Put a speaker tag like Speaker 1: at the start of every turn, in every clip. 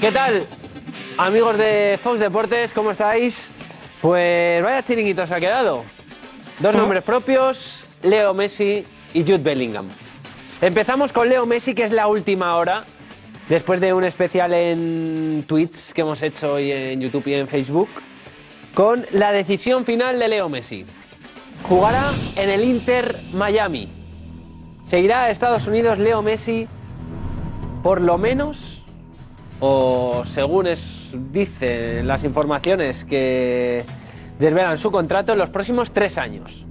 Speaker 1: ¿Qué tal? Amigos de Fox Deportes, ¿cómo estáis? Pues vaya chiringuito se ha quedado. Dos nombres propios, Leo Messi y Jude Bellingham. Empezamos con Leo Messi, que es la última hora, después de un especial en tweets que hemos hecho hoy en YouTube y en Facebook, con la decisión final de Leo Messi. Jugará en el Inter Miami. ¿Seguirá a Estados Unidos Leo Messi por lo menos? ¿O según es- dicen las informaciones que desvelan su contrato en los próximos tres años?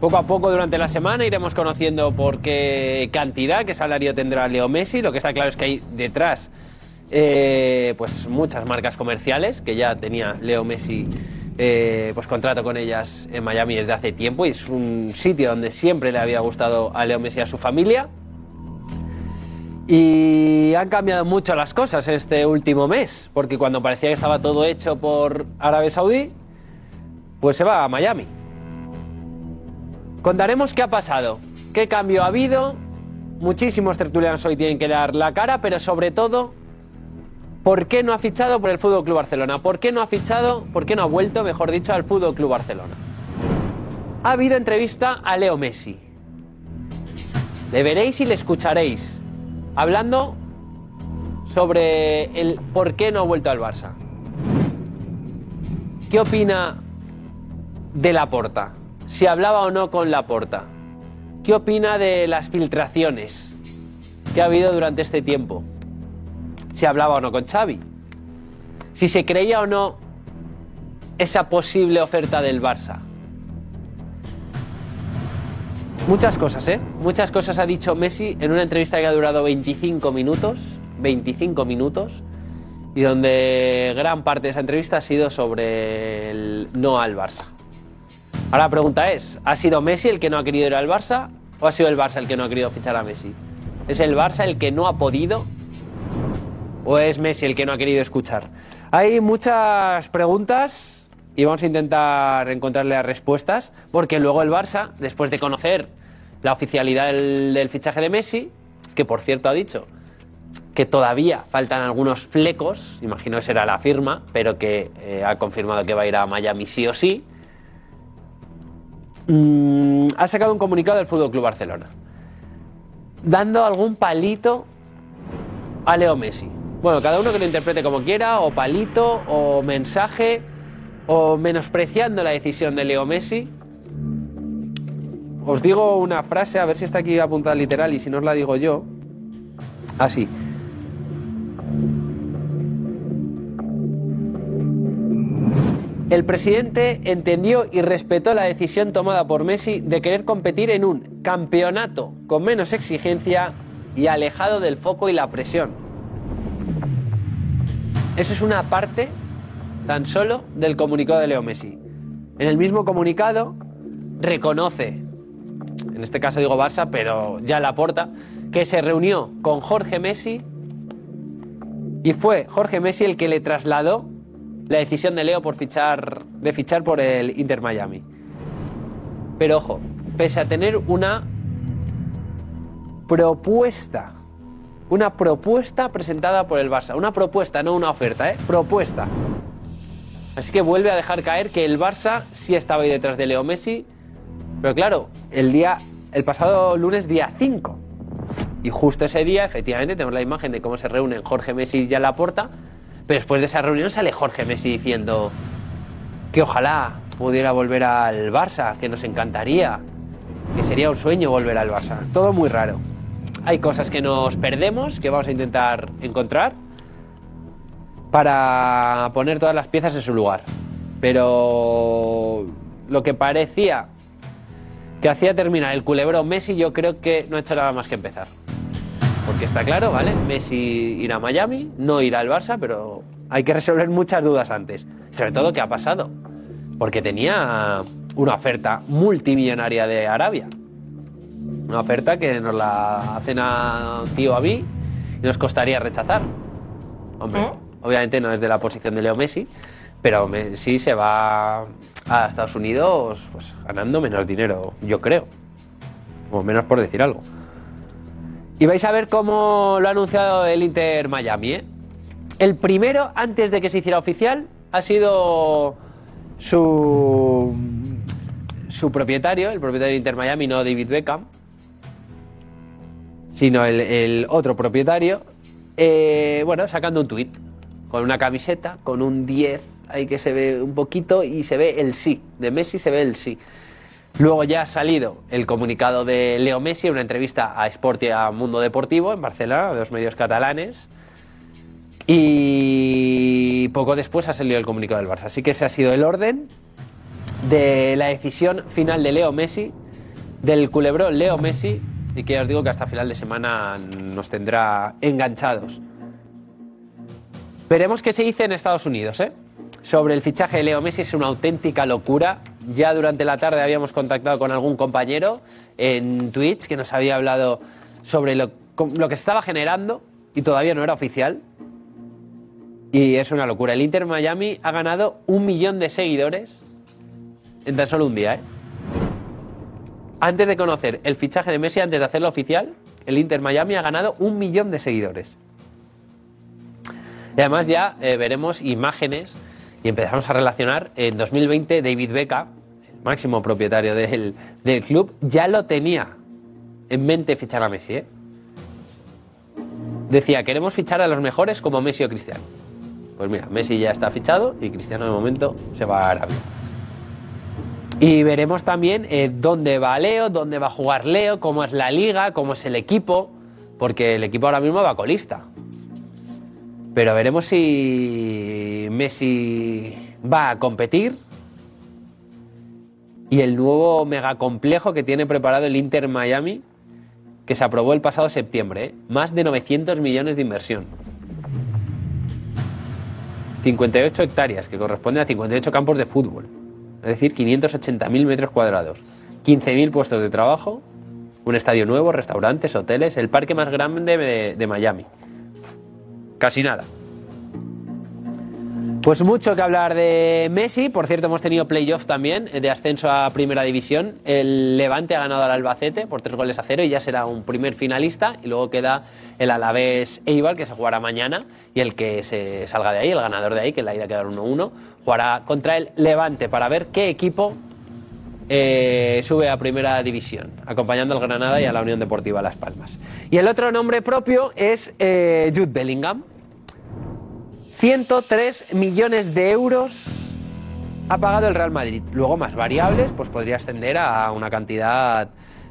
Speaker 1: Poco a poco durante la semana iremos conociendo por qué cantidad, qué salario tendrá Leo Messi. Lo que está claro es que hay detrás eh, pues muchas marcas comerciales que ya tenía Leo Messi eh, pues contrato con ellas en Miami desde hace tiempo y es un sitio donde siempre le había gustado a Leo Messi y a su familia. Y han cambiado mucho las cosas este último mes, porque cuando parecía que estaba todo hecho por Arabia Saudí, pues se va a Miami. Contaremos qué ha pasado, qué cambio ha habido. Muchísimos tertulianos hoy tienen que dar la cara, pero sobre todo, ¿por qué no ha fichado por el Fútbol Club Barcelona? ¿Por qué no ha fichado, por qué no ha vuelto, mejor dicho, al Fútbol Club Barcelona? Ha habido entrevista a Leo Messi. Le veréis y le escucharéis hablando sobre el por qué no ha vuelto al Barça. ¿Qué opina de la porta, si hablaba o no con la porta, qué opina de las filtraciones que ha habido durante este tiempo, si hablaba o no con Xavi, si se creía o no esa posible oferta del Barça. Muchas cosas, ¿eh? Muchas cosas ha dicho Messi en una entrevista que ha durado 25 minutos, 25 minutos, y donde gran parte de esa entrevista ha sido sobre el no al Barça. Ahora la pregunta es, ¿ha sido Messi el que no ha querido ir al Barça o ha sido el Barça el que no ha querido fichar a Messi? ¿Es el Barça el que no ha podido o es Messi el que no ha querido escuchar? Hay muchas preguntas y vamos a intentar encontrarle las respuestas porque luego el Barça, después de conocer la oficialidad del, del fichaje de Messi, que por cierto ha dicho que todavía faltan algunos flecos, imagino que será la firma, pero que eh, ha confirmado que va a ir a Miami sí o sí, Mm, ha sacado un comunicado del Fútbol Club Barcelona dando algún palito a Leo Messi. Bueno, cada uno que lo interprete como quiera, o palito, o mensaje, o menospreciando la decisión de Leo Messi. Os digo una frase, a ver si está aquí apuntada literal y si no os la digo yo. Ah, Así. El presidente entendió y respetó la decisión tomada por Messi de querer competir en un campeonato con menos exigencia y alejado del foco y la presión. Eso es una parte tan solo del comunicado de Leo Messi. En el mismo comunicado reconoce, en este caso digo Barça, pero ya la aporta, que se reunió con Jorge Messi y fue Jorge Messi el que le trasladó la decisión de Leo por fichar, de fichar por el Inter Miami. Pero ojo, pese a tener una propuesta, una propuesta presentada por el Barça, una propuesta, no una oferta, ¿eh? propuesta. Así que vuelve a dejar caer que el Barça sí estaba ahí detrás de Leo Messi, pero claro, el día, el pasado lunes día 5. Y justo ese día, efectivamente, tenemos la imagen de cómo se reúnen Jorge Messi y ya Laporta. Pero después de esa reunión sale Jorge Messi diciendo que ojalá pudiera volver al Barça, que nos encantaría, que sería un sueño volver al Barça. Todo muy raro. Hay cosas que nos perdemos, que vamos a intentar encontrar para poner todas las piezas en su lugar. Pero lo que parecía que hacía terminar el culebro Messi, yo creo que no ha hecho nada más que empezar. Porque está claro, ¿vale? Messi irá a Miami, no irá al Barça, pero hay que resolver muchas dudas antes. Sobre todo qué ha pasado. Porque tenía una oferta multimillonaria de Arabia. Una oferta que nos la hacen a tío a mí y nos costaría rechazar. Hombre, obviamente no es de la posición de Leo Messi, pero Messi se va a Estados Unidos pues, ganando menos dinero, yo creo. O menos por decir algo. Y vais a ver cómo lo ha anunciado el Inter Miami, ¿eh? El primero, antes de que se hiciera oficial, ha sido su, su propietario, el propietario de Inter Miami, no David Beckham, sino el, el otro propietario, eh, bueno, sacando un tuit con una camiseta, con un 10, ahí que se ve un poquito y se ve el sí, de Messi se ve el sí. Luego ya ha salido el comunicado de Leo Messi en una entrevista a Sport y a Mundo Deportivo en Barcelona, de los medios catalanes. Y poco después ha salido el comunicado del Barça. Así que ese ha sido el orden de la decisión final de Leo Messi, del culebrón Leo Messi, y que ya os digo que hasta final de semana nos tendrá enganchados. Veremos qué se dice en Estados Unidos, ¿eh? Sobre el fichaje de Leo Messi es una auténtica locura. Ya durante la tarde habíamos contactado con algún compañero en Twitch que nos había hablado sobre lo, com- lo que se estaba generando y todavía no era oficial. Y es una locura. El Inter Miami ha ganado un millón de seguidores en tan solo un día, ¿eh? Antes de conocer el fichaje de Messi, antes de hacerlo oficial, el Inter Miami ha ganado un millón de seguidores. Y además ya eh, veremos imágenes y empezamos a relacionar. En 2020 David Beckham, el máximo propietario del, del club, ya lo tenía en mente fichar a Messi. ¿eh? Decía, queremos fichar a los mejores como Messi o Cristiano. Pues mira, Messi ya está fichado y Cristiano de momento se va a Arabia. Y veremos también eh, dónde va Leo, dónde va a jugar Leo, cómo es la liga, cómo es el equipo, porque el equipo ahora mismo va colista. Pero veremos si eh, Messi va a competir y el nuevo megacomplejo que tiene preparado el Inter Miami, que se aprobó el pasado septiembre. ¿eh? Más de 900 millones de inversión. 58 hectáreas, que corresponden a 58 campos de fútbol. Es decir, 580.000 metros cuadrados. 15.000 puestos de trabajo, un estadio nuevo, restaurantes, hoteles, el parque más grande de- de Miami casi nada. Pues mucho que hablar de Messi. Por cierto, hemos tenido playoff también eh, de ascenso a Primera División. El Levante ha ganado al Albacete por tres goles a cero y ya será un primer finalista. Y luego queda el Alavés Eibar, que se jugará mañana. Y el que se salga de ahí, el ganador de ahí, que la irá a quedar 1-1, jugará contra el Levante para ver qué equipo eh, sube a Primera División, acompañando al Granada y a la Unión Deportiva Las Palmas. Y el otro nombre propio es eh, Jude Bellingham. 103 millones de euros ha pagado el Real Madrid. Luego más variables, pues podría ascender a una cantidad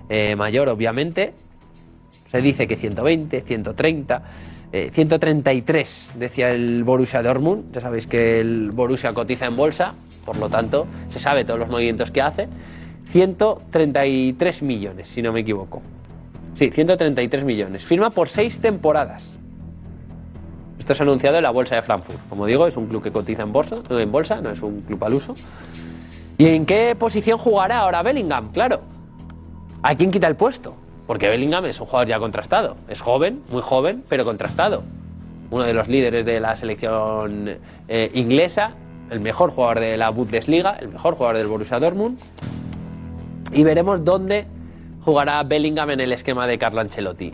Speaker 1: eh, mayor, obviamente. Se dice que 120, 130, eh, 133, decía el Borussia Dortmund. Ya sabéis que el Borussia cotiza en bolsa, por lo tanto, se sabe todos los movimientos que hace. 133 millones, si no me equivoco. Sí, 133 millones. Firma por seis temporadas. Esto es anunciado en la bolsa de Frankfurt. Como digo, es un club que cotiza en bolsa, no en bolsa, no es un club al uso. ¿Y en qué posición jugará ahora Bellingham? Claro. ¿A quién quita el puesto? Porque Bellingham es un jugador ya contrastado. Es joven, muy joven, pero contrastado. Uno de los líderes de la selección eh, inglesa, el mejor jugador de la Bundesliga, el mejor jugador del Borussia Dortmund. Y veremos dónde jugará Bellingham en el esquema de Carlo Ancelotti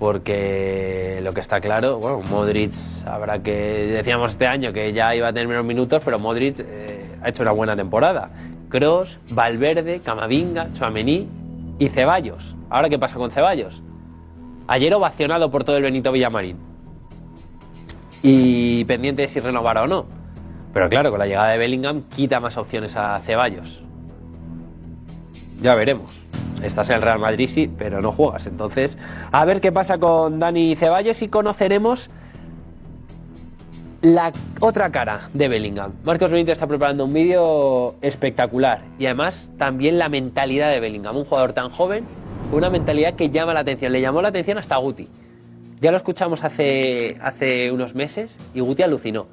Speaker 1: porque lo que está claro, bueno, Modric habrá que decíamos este año que ya iba a tener menos minutos, pero Modric eh, ha hecho una buena temporada. Cross, Valverde, Camavinga, Chuamení y Ceballos. Ahora qué pasa con Ceballos? Ayer ovacionado por todo el Benito Villamarín. Y pendiente de si renovará o no. Pero claro, con la llegada de Bellingham quita más opciones a Ceballos. Ya veremos. Estás en el Real Madrid, sí, pero no juegas. Entonces, a ver qué pasa con Dani Ceballos y conoceremos la otra cara de Bellingham. Marcos Benito está preparando un vídeo espectacular y además también la mentalidad de Bellingham. Un jugador tan joven, una mentalidad que llama la atención. Le llamó la atención hasta Guti. Ya lo escuchamos hace, hace unos meses y Guti alucinó.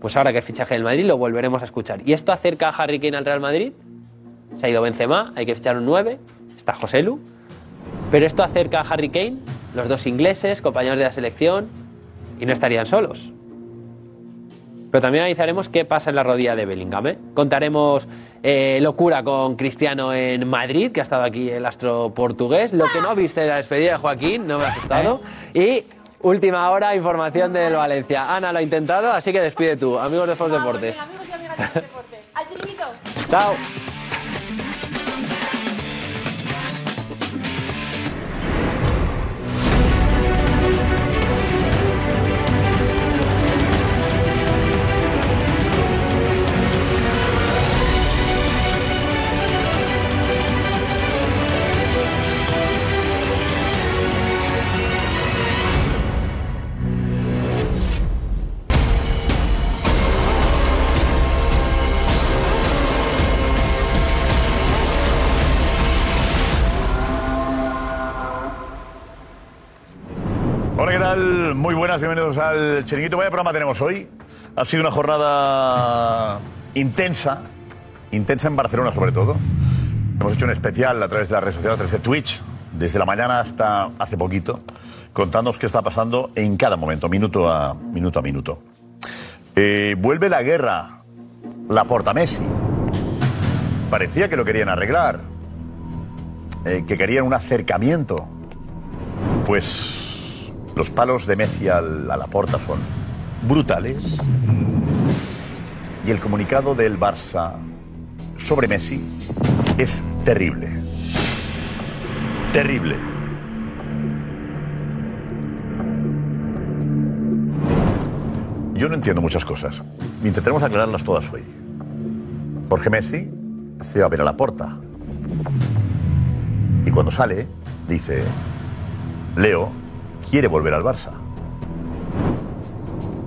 Speaker 1: Pues ahora que es fichaje del Madrid lo volveremos a escuchar. ¿Y esto acerca a Harry Kane al Real Madrid? Se ha ido Benzema, hay que fichar un 9, está Joselu. Pero esto acerca a Harry Kane, los dos ingleses, compañeros de la selección, y no estarían solos. Pero también analizaremos qué pasa en la rodilla de Bellingham. ¿eh? Contaremos eh, locura con Cristiano en Madrid, que ha estado aquí el astro portugués. Lo que no viste de la despedida de Joaquín, no me ha asustado. Y Última hora, información del Valencia. Ana lo ha intentado, así que despide tú. Amigos de Fox
Speaker 2: Vamos,
Speaker 1: Deportes.
Speaker 2: venga, Ah, amigos y amigas de Fox Deportes. Al chiringuito.
Speaker 1: Chao.
Speaker 3: Hola, ¿qué tal? Muy buenas, bienvenidos al Chiringuito. Vaya programa tenemos hoy. Ha sido una jornada intensa, intensa en Barcelona sobre todo. Hemos hecho un especial a través de las redes sociales, a través de Twitch, desde la mañana hasta hace poquito, contándonos qué está pasando en cada momento, minuto a minuto. A minuto. Eh, vuelve la guerra, la porta Messi. Parecía que lo querían arreglar, eh, que querían un acercamiento. Pues los palos de Messi al- a la porta son brutales. Y el comunicado del Barça sobre Messi es terrible. Terrible. Yo no entiendo muchas cosas. Intentaremos aclararlas todas hoy. Jorge Messi se va a ver a la porta. Y cuando sale, dice, Leo quiere volver al Barça.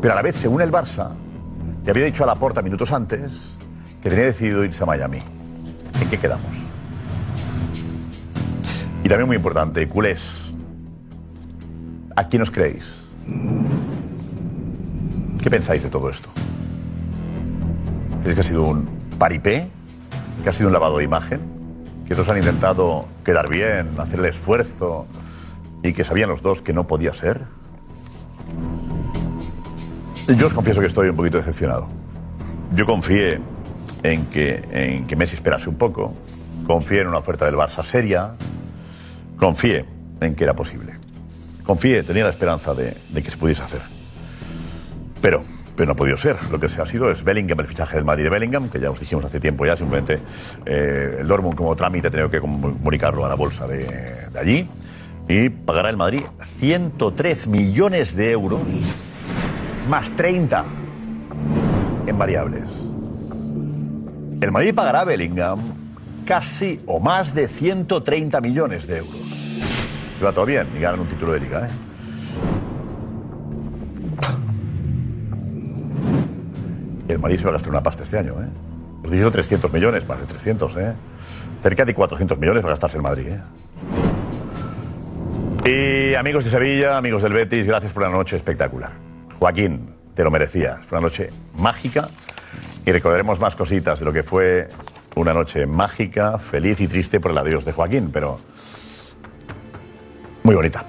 Speaker 3: Pero a la vez, según el Barça, le había dicho a Laporta minutos antes que tenía decidido irse a Miami. ¿En qué quedamos? Y también muy importante, culés. ¿A quién os creéis? ¿Qué pensáis de todo esto? ¿Creéis que ha sido un paripé? ¿Que ha sido un lavado de imagen? ¿Que todos han intentado quedar bien, hacerle esfuerzo, y que sabían los dos que no podía ser. Yo os confieso que estoy un poquito decepcionado. Yo confié en que, en que Messi esperase un poco, confié en una oferta del Barça seria, confié en que era posible. Confié, tenía la esperanza de, de que se pudiese hacer. Pero, pero no ha podido ser. Lo que se ha sido es Bellingham, el fichaje del Madrid de Bellingham, que ya os dijimos hace tiempo ya, simplemente eh, el Dortmund como trámite ha tenido que comunicarlo a la bolsa de, de allí. Y pagará el Madrid 103 millones de euros más 30 en variables. El Madrid pagará a Bellingham casi o más de 130 millones de euros. Si va todo bien y ganan un título de liga, ¿eh? El Madrid se va a gastar una pasta este año, ¿eh? Os dije 300 millones, más de 300, ¿eh? Cerca de 400 millones va a gastarse el Madrid, ¿eh? Y amigos de Sevilla, amigos del Betis, gracias por una noche espectacular. Joaquín, te lo merecías. Fue una noche mágica y recordaremos más cositas de lo que fue una noche mágica, feliz y triste por el adiós de Joaquín, pero muy bonita.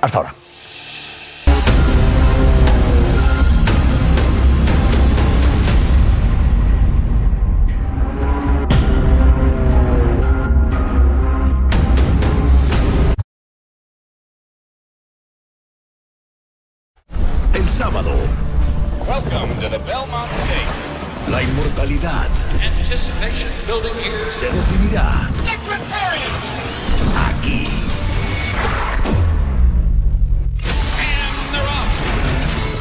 Speaker 3: Hasta ahora.
Speaker 4: El sábado. La inmortalidad se definirá aquí.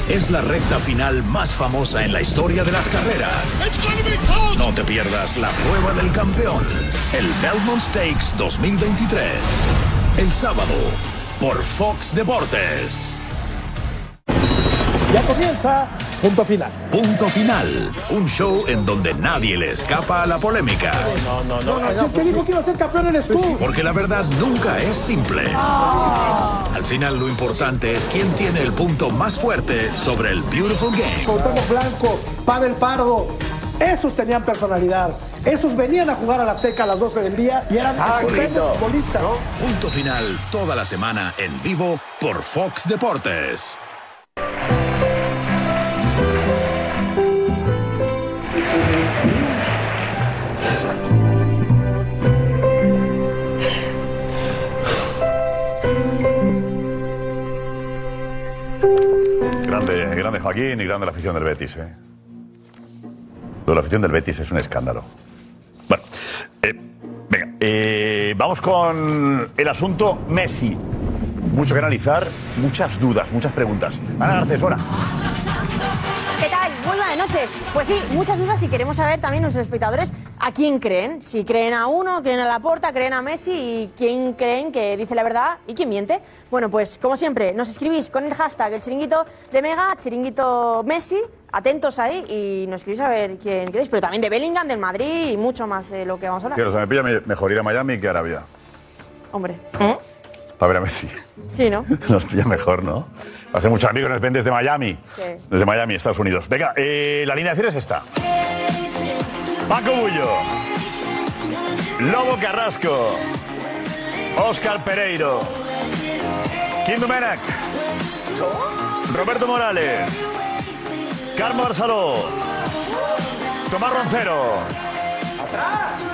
Speaker 4: Es la recta final más famosa en la historia de las carreras. No te pierdas la prueba del campeón, el Belmont Stakes 2023. El sábado, por Fox Deportes.
Speaker 5: Ya comienza punto final.
Speaker 4: Punto final, un show en donde nadie le escapa a la polémica. No, no,
Speaker 5: No, no, si el que dijo que iba a ser campeón eres
Speaker 6: Pues
Speaker 5: tú.
Speaker 4: Porque la verdad nunca es simple. Al final lo importante es quién tiene el punto más fuerte sobre el Beautiful Game.
Speaker 5: Cuauhtémoc Blanco, Pavel Pardo. Esos tenían personalidad. Esos venían a jugar a la Azteca a las 12 del día y eran
Speaker 3: Ah,
Speaker 5: estupendos futbolistas.
Speaker 7: Eh,
Speaker 4: Punto final toda la semana en vivo por Fox Deportes.
Speaker 3: Grande, grande Joaquín y grande la afición del Betis. ¿eh? Lo de la afición del Betis es un escándalo. Bueno, eh, venga, eh, vamos con el asunto Messi. Mucho que analizar, muchas dudas, muchas preguntas. Ana Garcés, hola.
Speaker 8: ¿Qué tal? Muy buenas noches. Pues sí, muchas dudas y queremos saber también nuestros espectadores a quién creen. Si creen a uno, creen a Laporta, creen a Messi y quién creen que dice la verdad y quién miente. Bueno, pues como siempre, nos escribís con el hashtag el chiringuito de Mega, chiringuito Messi, atentos ahí y nos escribís a ver quién creéis, pero también de Bellingham, del Madrid y mucho más de lo que vamos a hablar.
Speaker 3: Quiero, se me pilla me- mejor ir a Miami que a Arabia.
Speaker 8: Hombre,
Speaker 9: ¿Eh?
Speaker 3: A ver a Messi.
Speaker 8: sí, ¿no?
Speaker 3: Nos pilla mejor, ¿no? Hace muchos amigos nos ven desde Miami.
Speaker 8: Sí.
Speaker 3: Desde Miami, Estados Unidos. Venga, eh, la alineación es esta. Paco Bullo. Lobo Carrasco. Óscar Pereiro. Kim Dumenac. Roberto Morales. Carmo Arsaló. Tomás Roncero.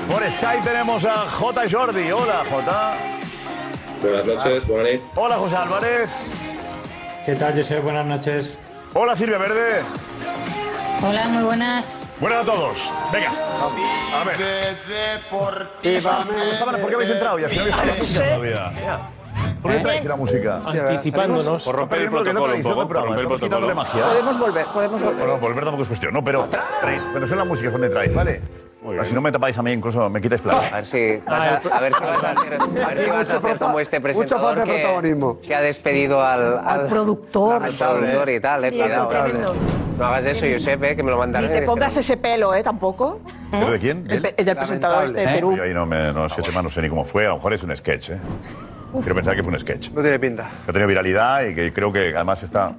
Speaker 3: Por Skype tenemos a J. Jordi. Hola, J.
Speaker 10: Buenas noches, buenas noches.
Speaker 3: Hola, José Álvarez.
Speaker 11: ¿Qué tal, José? Buenas noches.
Speaker 3: Hola, Silvia Verde.
Speaker 12: Hola, muy buenas.
Speaker 3: Buenas a todos. Venga. A ver. Estaban, ¿Por qué habéis entrado? Ya, si no habéis entrado todavía. ¿Por qué traéis la música?
Speaker 6: Anticipándonos.
Speaker 3: Por romper el protocolo un poco. Por romper el protocolo. magia.
Speaker 13: Podemos volver, podemos volver.
Speaker 3: Bueno, volver tampoco es cuestión, ¿no? Pero, traéis- pero son las músicas donde traéis, ¿vale? Si no me tapáis a mí, incluso me quitáis plata.
Speaker 14: A ver si vas a, a ver si vas a hacer, a ver si vas a hacer como este
Speaker 5: falta
Speaker 14: presentador
Speaker 5: de protagonismo.
Speaker 14: que, que ha despedido al, al,
Speaker 8: productor.
Speaker 14: al productor y tal. Eh,
Speaker 8: Directo
Speaker 14: cuidado.
Speaker 8: tremendo.
Speaker 14: No hagas eso, Josep, eh, que me lo
Speaker 8: Ni
Speaker 14: mandaré.
Speaker 8: te pongas ese pelo, ¿eh? Tampoco.
Speaker 3: ¿Pero de quién?
Speaker 8: El, pe- el del presentador este de Perú.
Speaker 3: Yo ahí no, me, no, ese tema no sé ni cómo fue. A lo mejor es un sketch, ¿eh? Quiero pensar que fue un sketch.
Speaker 13: No tiene pinta.
Speaker 3: que ha tenido viralidad y que creo que además está,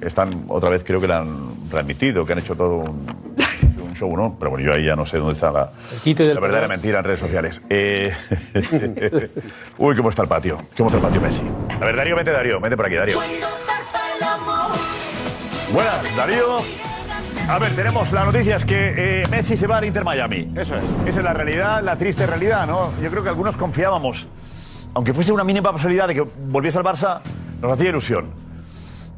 Speaker 3: están otra vez, creo que la han transmitido, que han hecho todo un, un show, ¿no? Pero bueno, yo ahí ya no sé dónde está la, la verdadera mentira en redes sociales. Eh, Uy, ¿cómo está el patio? ¿Cómo está el patio, Messi? A ver, Darío, vete, Darío, vete por aquí, Darío. Buenas, Darío. A ver, tenemos la noticia es que eh, Messi se va al Inter Miami. Eso es. Esa es la realidad, la triste realidad, ¿no? Yo creo que algunos confiábamos, aunque fuese una mínima posibilidad de que volviese al Barça, nos hacía ilusión.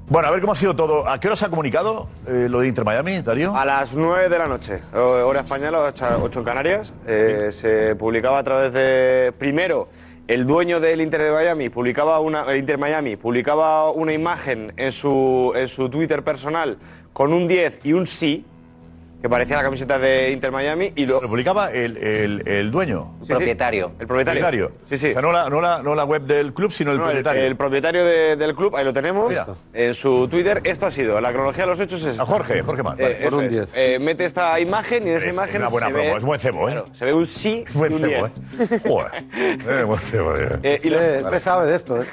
Speaker 3: Bueno, a ver cómo ha sido todo. ¿A qué hora se ha comunicado eh, lo de Inter Miami, Darío?
Speaker 13: A las 9 de la noche, o- Eh, hora española, 8 en Canarias, eh, se publicaba a través de. Primero, el dueño del Inter de Miami publicaba una, el Inter Miami publicaba una imagen en su, en su Twitter personal con un 10 y un sí, que parecía la camiseta de Inter Miami, y lo.
Speaker 3: publicaba el, dueño?
Speaker 13: El
Speaker 14: propietario.
Speaker 13: El propietario.
Speaker 3: Sí, sí. O sea, no la, no la- no la web del club, sino el
Speaker 13: No, el-
Speaker 3: propietario.
Speaker 13: el propietario de- del club, ahí lo tenemos,
Speaker 3: Mira.
Speaker 13: en su Twitter. Esto ha sido, la cronología de los hechos es. Eh,
Speaker 3: A Jorge, Jorge Mar, vale.
Speaker 13: por un 10. mete esta imagen y en esa
Speaker 3: Es
Speaker 13: imagen.
Speaker 3: una buena
Speaker 13: se
Speaker 3: promo,
Speaker 13: ve,
Speaker 3: es buen cebo, ¿eh?
Speaker 13: Se ve un sí y
Speaker 3: Buen
Speaker 13: un
Speaker 3: cebo,
Speaker 13: 10.
Speaker 3: ¿eh? Joder. Eh, buen cebo, eh.
Speaker 13: Eh, y los-
Speaker 3: Vale.
Speaker 5: sabe de esto, ¿eh?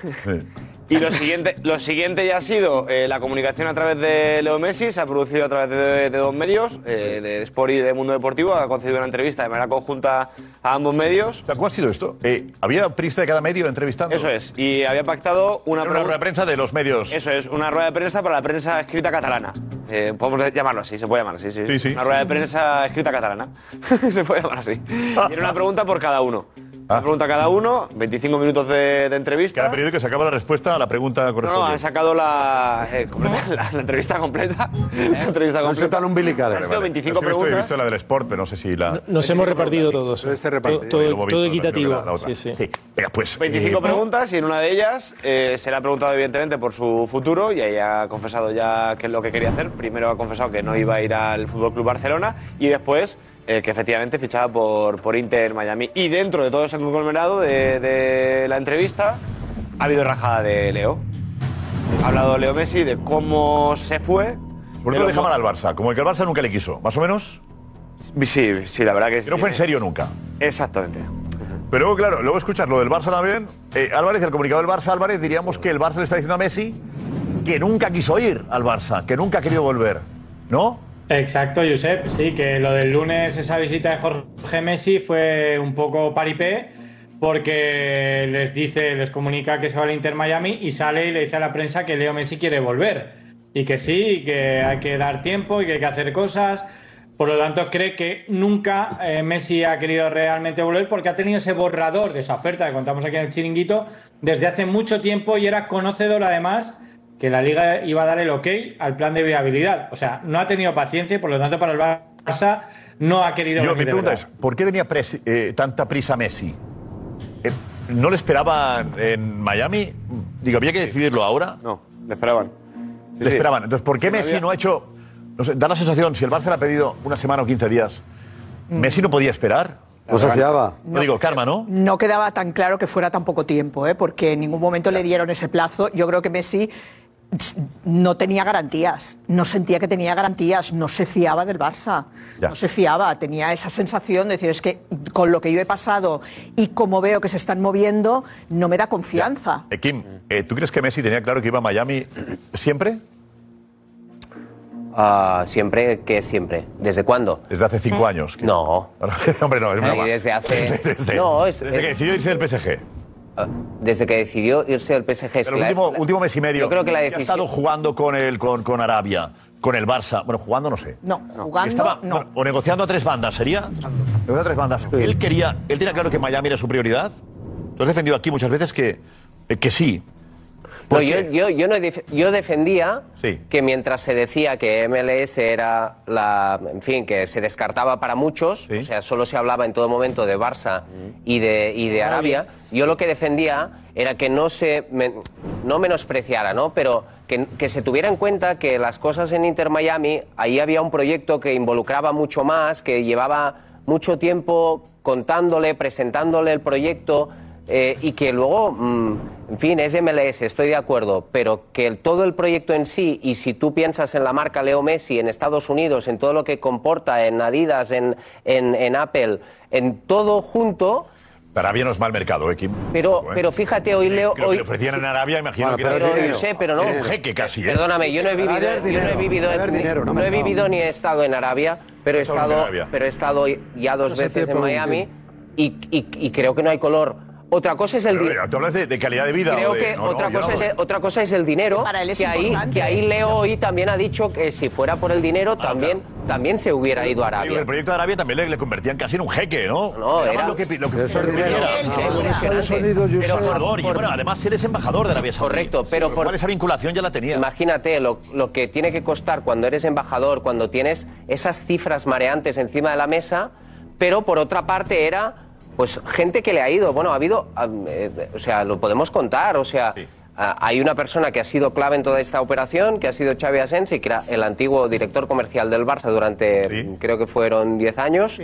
Speaker 13: Y lo siguiente, lo siguiente ya ha sido eh, la comunicación a través de Leo Messi, se ha producido a través de, de dos medios, eh, de Sport y de Mundo Deportivo, ha concedido una entrevista de manera conjunta a ambos medios.
Speaker 3: O sea, ¿Cómo ha sido esto? Eh, ¿Había periodista de cada medio entrevistando?
Speaker 13: Eso es, y había pactado una,
Speaker 3: Era una rueda de prensa de los medios.
Speaker 13: Eso es, una rueda de prensa para la prensa escrita catalana. Eh, podemos llamarlo así, se puede llamar así, sí.
Speaker 3: Sí, sí.
Speaker 13: Una rueda de prensa escrita catalana. se puede llamar así. Y era una pregunta por cada uno. Una pregunta a cada uno, 25 minutos de, de entrevista.
Speaker 3: Ah. Cada periódico sacaba la respuesta a la pregunta
Speaker 13: No, no,
Speaker 3: correspondiente.
Speaker 13: han sacado la, eh, completa, la, la entrevista completa. La entrevista completa.
Speaker 3: umbilical.
Speaker 13: Han sido 25
Speaker 3: he visto, he
Speaker 13: preguntas.
Speaker 3: visto la del sport, pero no sé si la...
Speaker 6: Nos hemos repartido todos. Todo, todo-
Speaker 3: Luego he visto, no
Speaker 6: todo
Speaker 3: sé,
Speaker 6: equitativo.
Speaker 3: la- la otra.
Speaker 6: Sí, sí.
Speaker 3: Venga, pues...
Speaker 13: 25
Speaker 3: eh,
Speaker 13: preguntas y en una de ellas eh, se le ha preguntado evidentemente por su futuro y ahí ha confesado ya qué es lo que quería hacer. Primero ha confesado que no iba a ir al Fútbol Club Barcelona y después eh, que efectivamente fichaba por, por Inter Miami. Y dentro de todo ese conglomerado de, de la entrevista ha habido rajada de Leo. Ha hablado Leo Messi de cómo se fue.
Speaker 3: ¿Por qué
Speaker 13: de
Speaker 3: lo
Speaker 13: los
Speaker 3: deja mal al Barça? Como el que el Barça nunca le quiso, más o menos.
Speaker 13: Sí, sí, la verdad que
Speaker 3: Que no fue en serio nunca.
Speaker 13: Exactamente.
Speaker 3: Pero luego, claro, luego escuchas lo del Barça también. Eh, Álvarez, el comunicado del Barça, Álvarez, diríamos que el Barça le está diciendo a Messi que nunca quiso ir al Barça, que nunca ha querido volver. ¿No?
Speaker 11: Exacto, Josep. Sí, que lo del lunes, esa visita de Jorge Messi fue un poco paripé porque les dice, les comunica que se va al Inter Miami y sale y le dice a la prensa que Leo Messi quiere volver. Y que sí, y que hay que dar tiempo y que hay que hacer cosas. Por lo tanto, cree que nunca eh, Messi ha querido realmente volver porque ha tenido ese borrador de esa oferta que contamos aquí en el chiringuito desde hace mucho tiempo y era conocedor además que la liga iba a dar el ok al plan de viabilidad. O sea, no ha tenido paciencia y por lo tanto para el Barça no ha querido...
Speaker 3: Yo,
Speaker 11: venir
Speaker 3: mi
Speaker 11: de
Speaker 3: pregunta
Speaker 11: verdad.
Speaker 3: es, ¿por qué tenía pres- eh, tanta prisa Messi? Eh, ¿No le esperaban en Miami? Digo, ¿había que decidirlo ahora?
Speaker 13: No, le esperaban.
Speaker 3: le esperaban. Entonces, ¿por qué
Speaker 13: Sí,
Speaker 3: Messi
Speaker 13: había-
Speaker 3: no ha hecho...? No sé, da la sensación, si el Barça le ha pedido una semana o 15 días, ¿Messi no podía esperar?
Speaker 7: No se fiaba.
Speaker 3: No digo, karma, ¿no?
Speaker 9: No quedaba tan claro que fuera tan poco tiempo, ¿eh? porque en ningún momento le dieron ese plazo. Yo creo que Messi tss, no tenía garantías, no sentía que tenía garantías, no se fiaba del Barça, no se fiaba, tenía esa sensación de decir, es que con lo que yo he pasado y como veo que se están moviendo, no me da confianza.
Speaker 3: Eh,
Speaker 13: Mm.
Speaker 3: Kim, eh, ¿tú crees que Messi tenía claro que iba a Miami siempre?
Speaker 15: Ah, siempre que siempre. ¿Desde cuándo?
Speaker 3: Desde hace cinco
Speaker 8: ¿Eh?
Speaker 3: años.
Speaker 15: No.
Speaker 3: Hombre, no, es broma.
Speaker 15: Y desde hace.
Speaker 3: Desde-
Speaker 15: no, es-
Speaker 3: desde que
Speaker 15: es-
Speaker 3: decidió irse del PSG.
Speaker 15: Ah, Desde que decidió irse al PSG. es
Speaker 3: El
Speaker 15: que la-
Speaker 3: último,
Speaker 15: la-
Speaker 3: último mes y medio.
Speaker 15: Yo creo que la
Speaker 3: Ya ha estado
Speaker 15: decisión.
Speaker 3: jugando con, el, con, con Arabia, con el Barça. Bueno, jugando no sé.
Speaker 9: No, jugando,
Speaker 3: Estaba-
Speaker 9: no.
Speaker 3: O negociando a tres bandas, ¿sería? Negociando a tres bandas. Él quería, él tenía claro que Miami era su prioridad. Tú has defendido aquí muchas veces que, eh, que sí.
Speaker 15: No, yo, yo, yo no he def- yo defendía
Speaker 3: Sí.
Speaker 15: que mientras se decía que MLS era la. En fin, que se descartaba para muchos, o sea, solo se hablaba en todo momento de Barça y de, y de Arabia. Yo lo que defendía era que no se. me- no menospreciara, ¿no? Pero que, que se tuviera en cuenta que las cosas en Inter Miami, ahí había un proyecto que involucraba mucho más, que llevaba mucho tiempo contándole, presentándole el proyecto eh, y que luego, mm, en fin, es MLS, estoy de acuerdo, pero que el- todo el proyecto en sí, y si tú piensas en la marca Leo Messi, en Estados Unidos, en todo lo que comporta, en Adidas, en, en, en Apple, en todo junto,
Speaker 3: Arabia no es mal mercado, ¿eh, Kim?
Speaker 15: pero,
Speaker 3: Bueno.
Speaker 15: pero fíjate, hoy Leo...
Speaker 3: Creo que
Speaker 15: hoy,
Speaker 3: le ofrecían en Arabia, imagino
Speaker 15: Bueno,
Speaker 3: que
Speaker 15: pero
Speaker 3: era-
Speaker 15: es dinero. Yo sé, pero no.
Speaker 3: Era un jeque casi, ¿eh?
Speaker 15: Perdóname, yo no he vivido,
Speaker 3: Arabia es
Speaker 15: yo no he
Speaker 3: dinero,
Speaker 15: vivido,
Speaker 3: Arabia es
Speaker 15: ni-
Speaker 3: dinero, no
Speaker 15: no he
Speaker 3: mercado.
Speaker 15: vivido ni he estado en Arabia, pero he
Speaker 3: estado en
Speaker 15: estado,
Speaker 3: Arabia.
Speaker 15: pero he estado ya dos
Speaker 3: No se
Speaker 15: veces
Speaker 3: te
Speaker 15: en
Speaker 3: pregunté.
Speaker 15: Miami y, y- y creo que no hay color. Otra cosa es el
Speaker 3: Pero,
Speaker 15: dinero.
Speaker 3: mira, tú hablas de- de calidad de vida
Speaker 15: Creo
Speaker 3: o de-
Speaker 15: que
Speaker 3: no, no,
Speaker 15: otra,
Speaker 3: yo
Speaker 15: cosa
Speaker 3: no.
Speaker 15: es, otra cosa es el dinero.
Speaker 9: Para él es
Speaker 15: que, ahí,
Speaker 9: importante.
Speaker 15: que ahí Leo hoy también ha dicho que si fuera por el dinero también, también se hubiera ido a
Speaker 3: Ah, Digo,
Speaker 15: Arabia.
Speaker 3: el proyecto de Arabia también le, le convertían casi en un jeque, ¿no? No,
Speaker 15: era-
Speaker 3: lo que, pi- lo que
Speaker 15: Eso es dinero.
Speaker 3: pidiera.
Speaker 15: Él, que
Speaker 7: Ah,
Speaker 15: es impresionante. Pero por-
Speaker 3: embajador, y
Speaker 15: por-
Speaker 3: bueno, además eres embajador de Arabia Saudí.
Speaker 15: Correcto, pero
Speaker 3: Con lo
Speaker 15: por-
Speaker 3: cual esa vinculación ya la tenía.
Speaker 15: Imagínate lo, lo que tiene que costar cuando eres embajador, cuando tienes esas cifras mareantes encima de la mesa, pero por otra parte era pues gente que le ha ido, bueno, ha habido, ah, eh, o sea, lo podemos contar, o sea, ah, hay una persona que ha sido clave en toda esta operación, que ha sido Xavi Asensi, que era el antiguo director comercial del Barça durante, creo que fueron 10 años,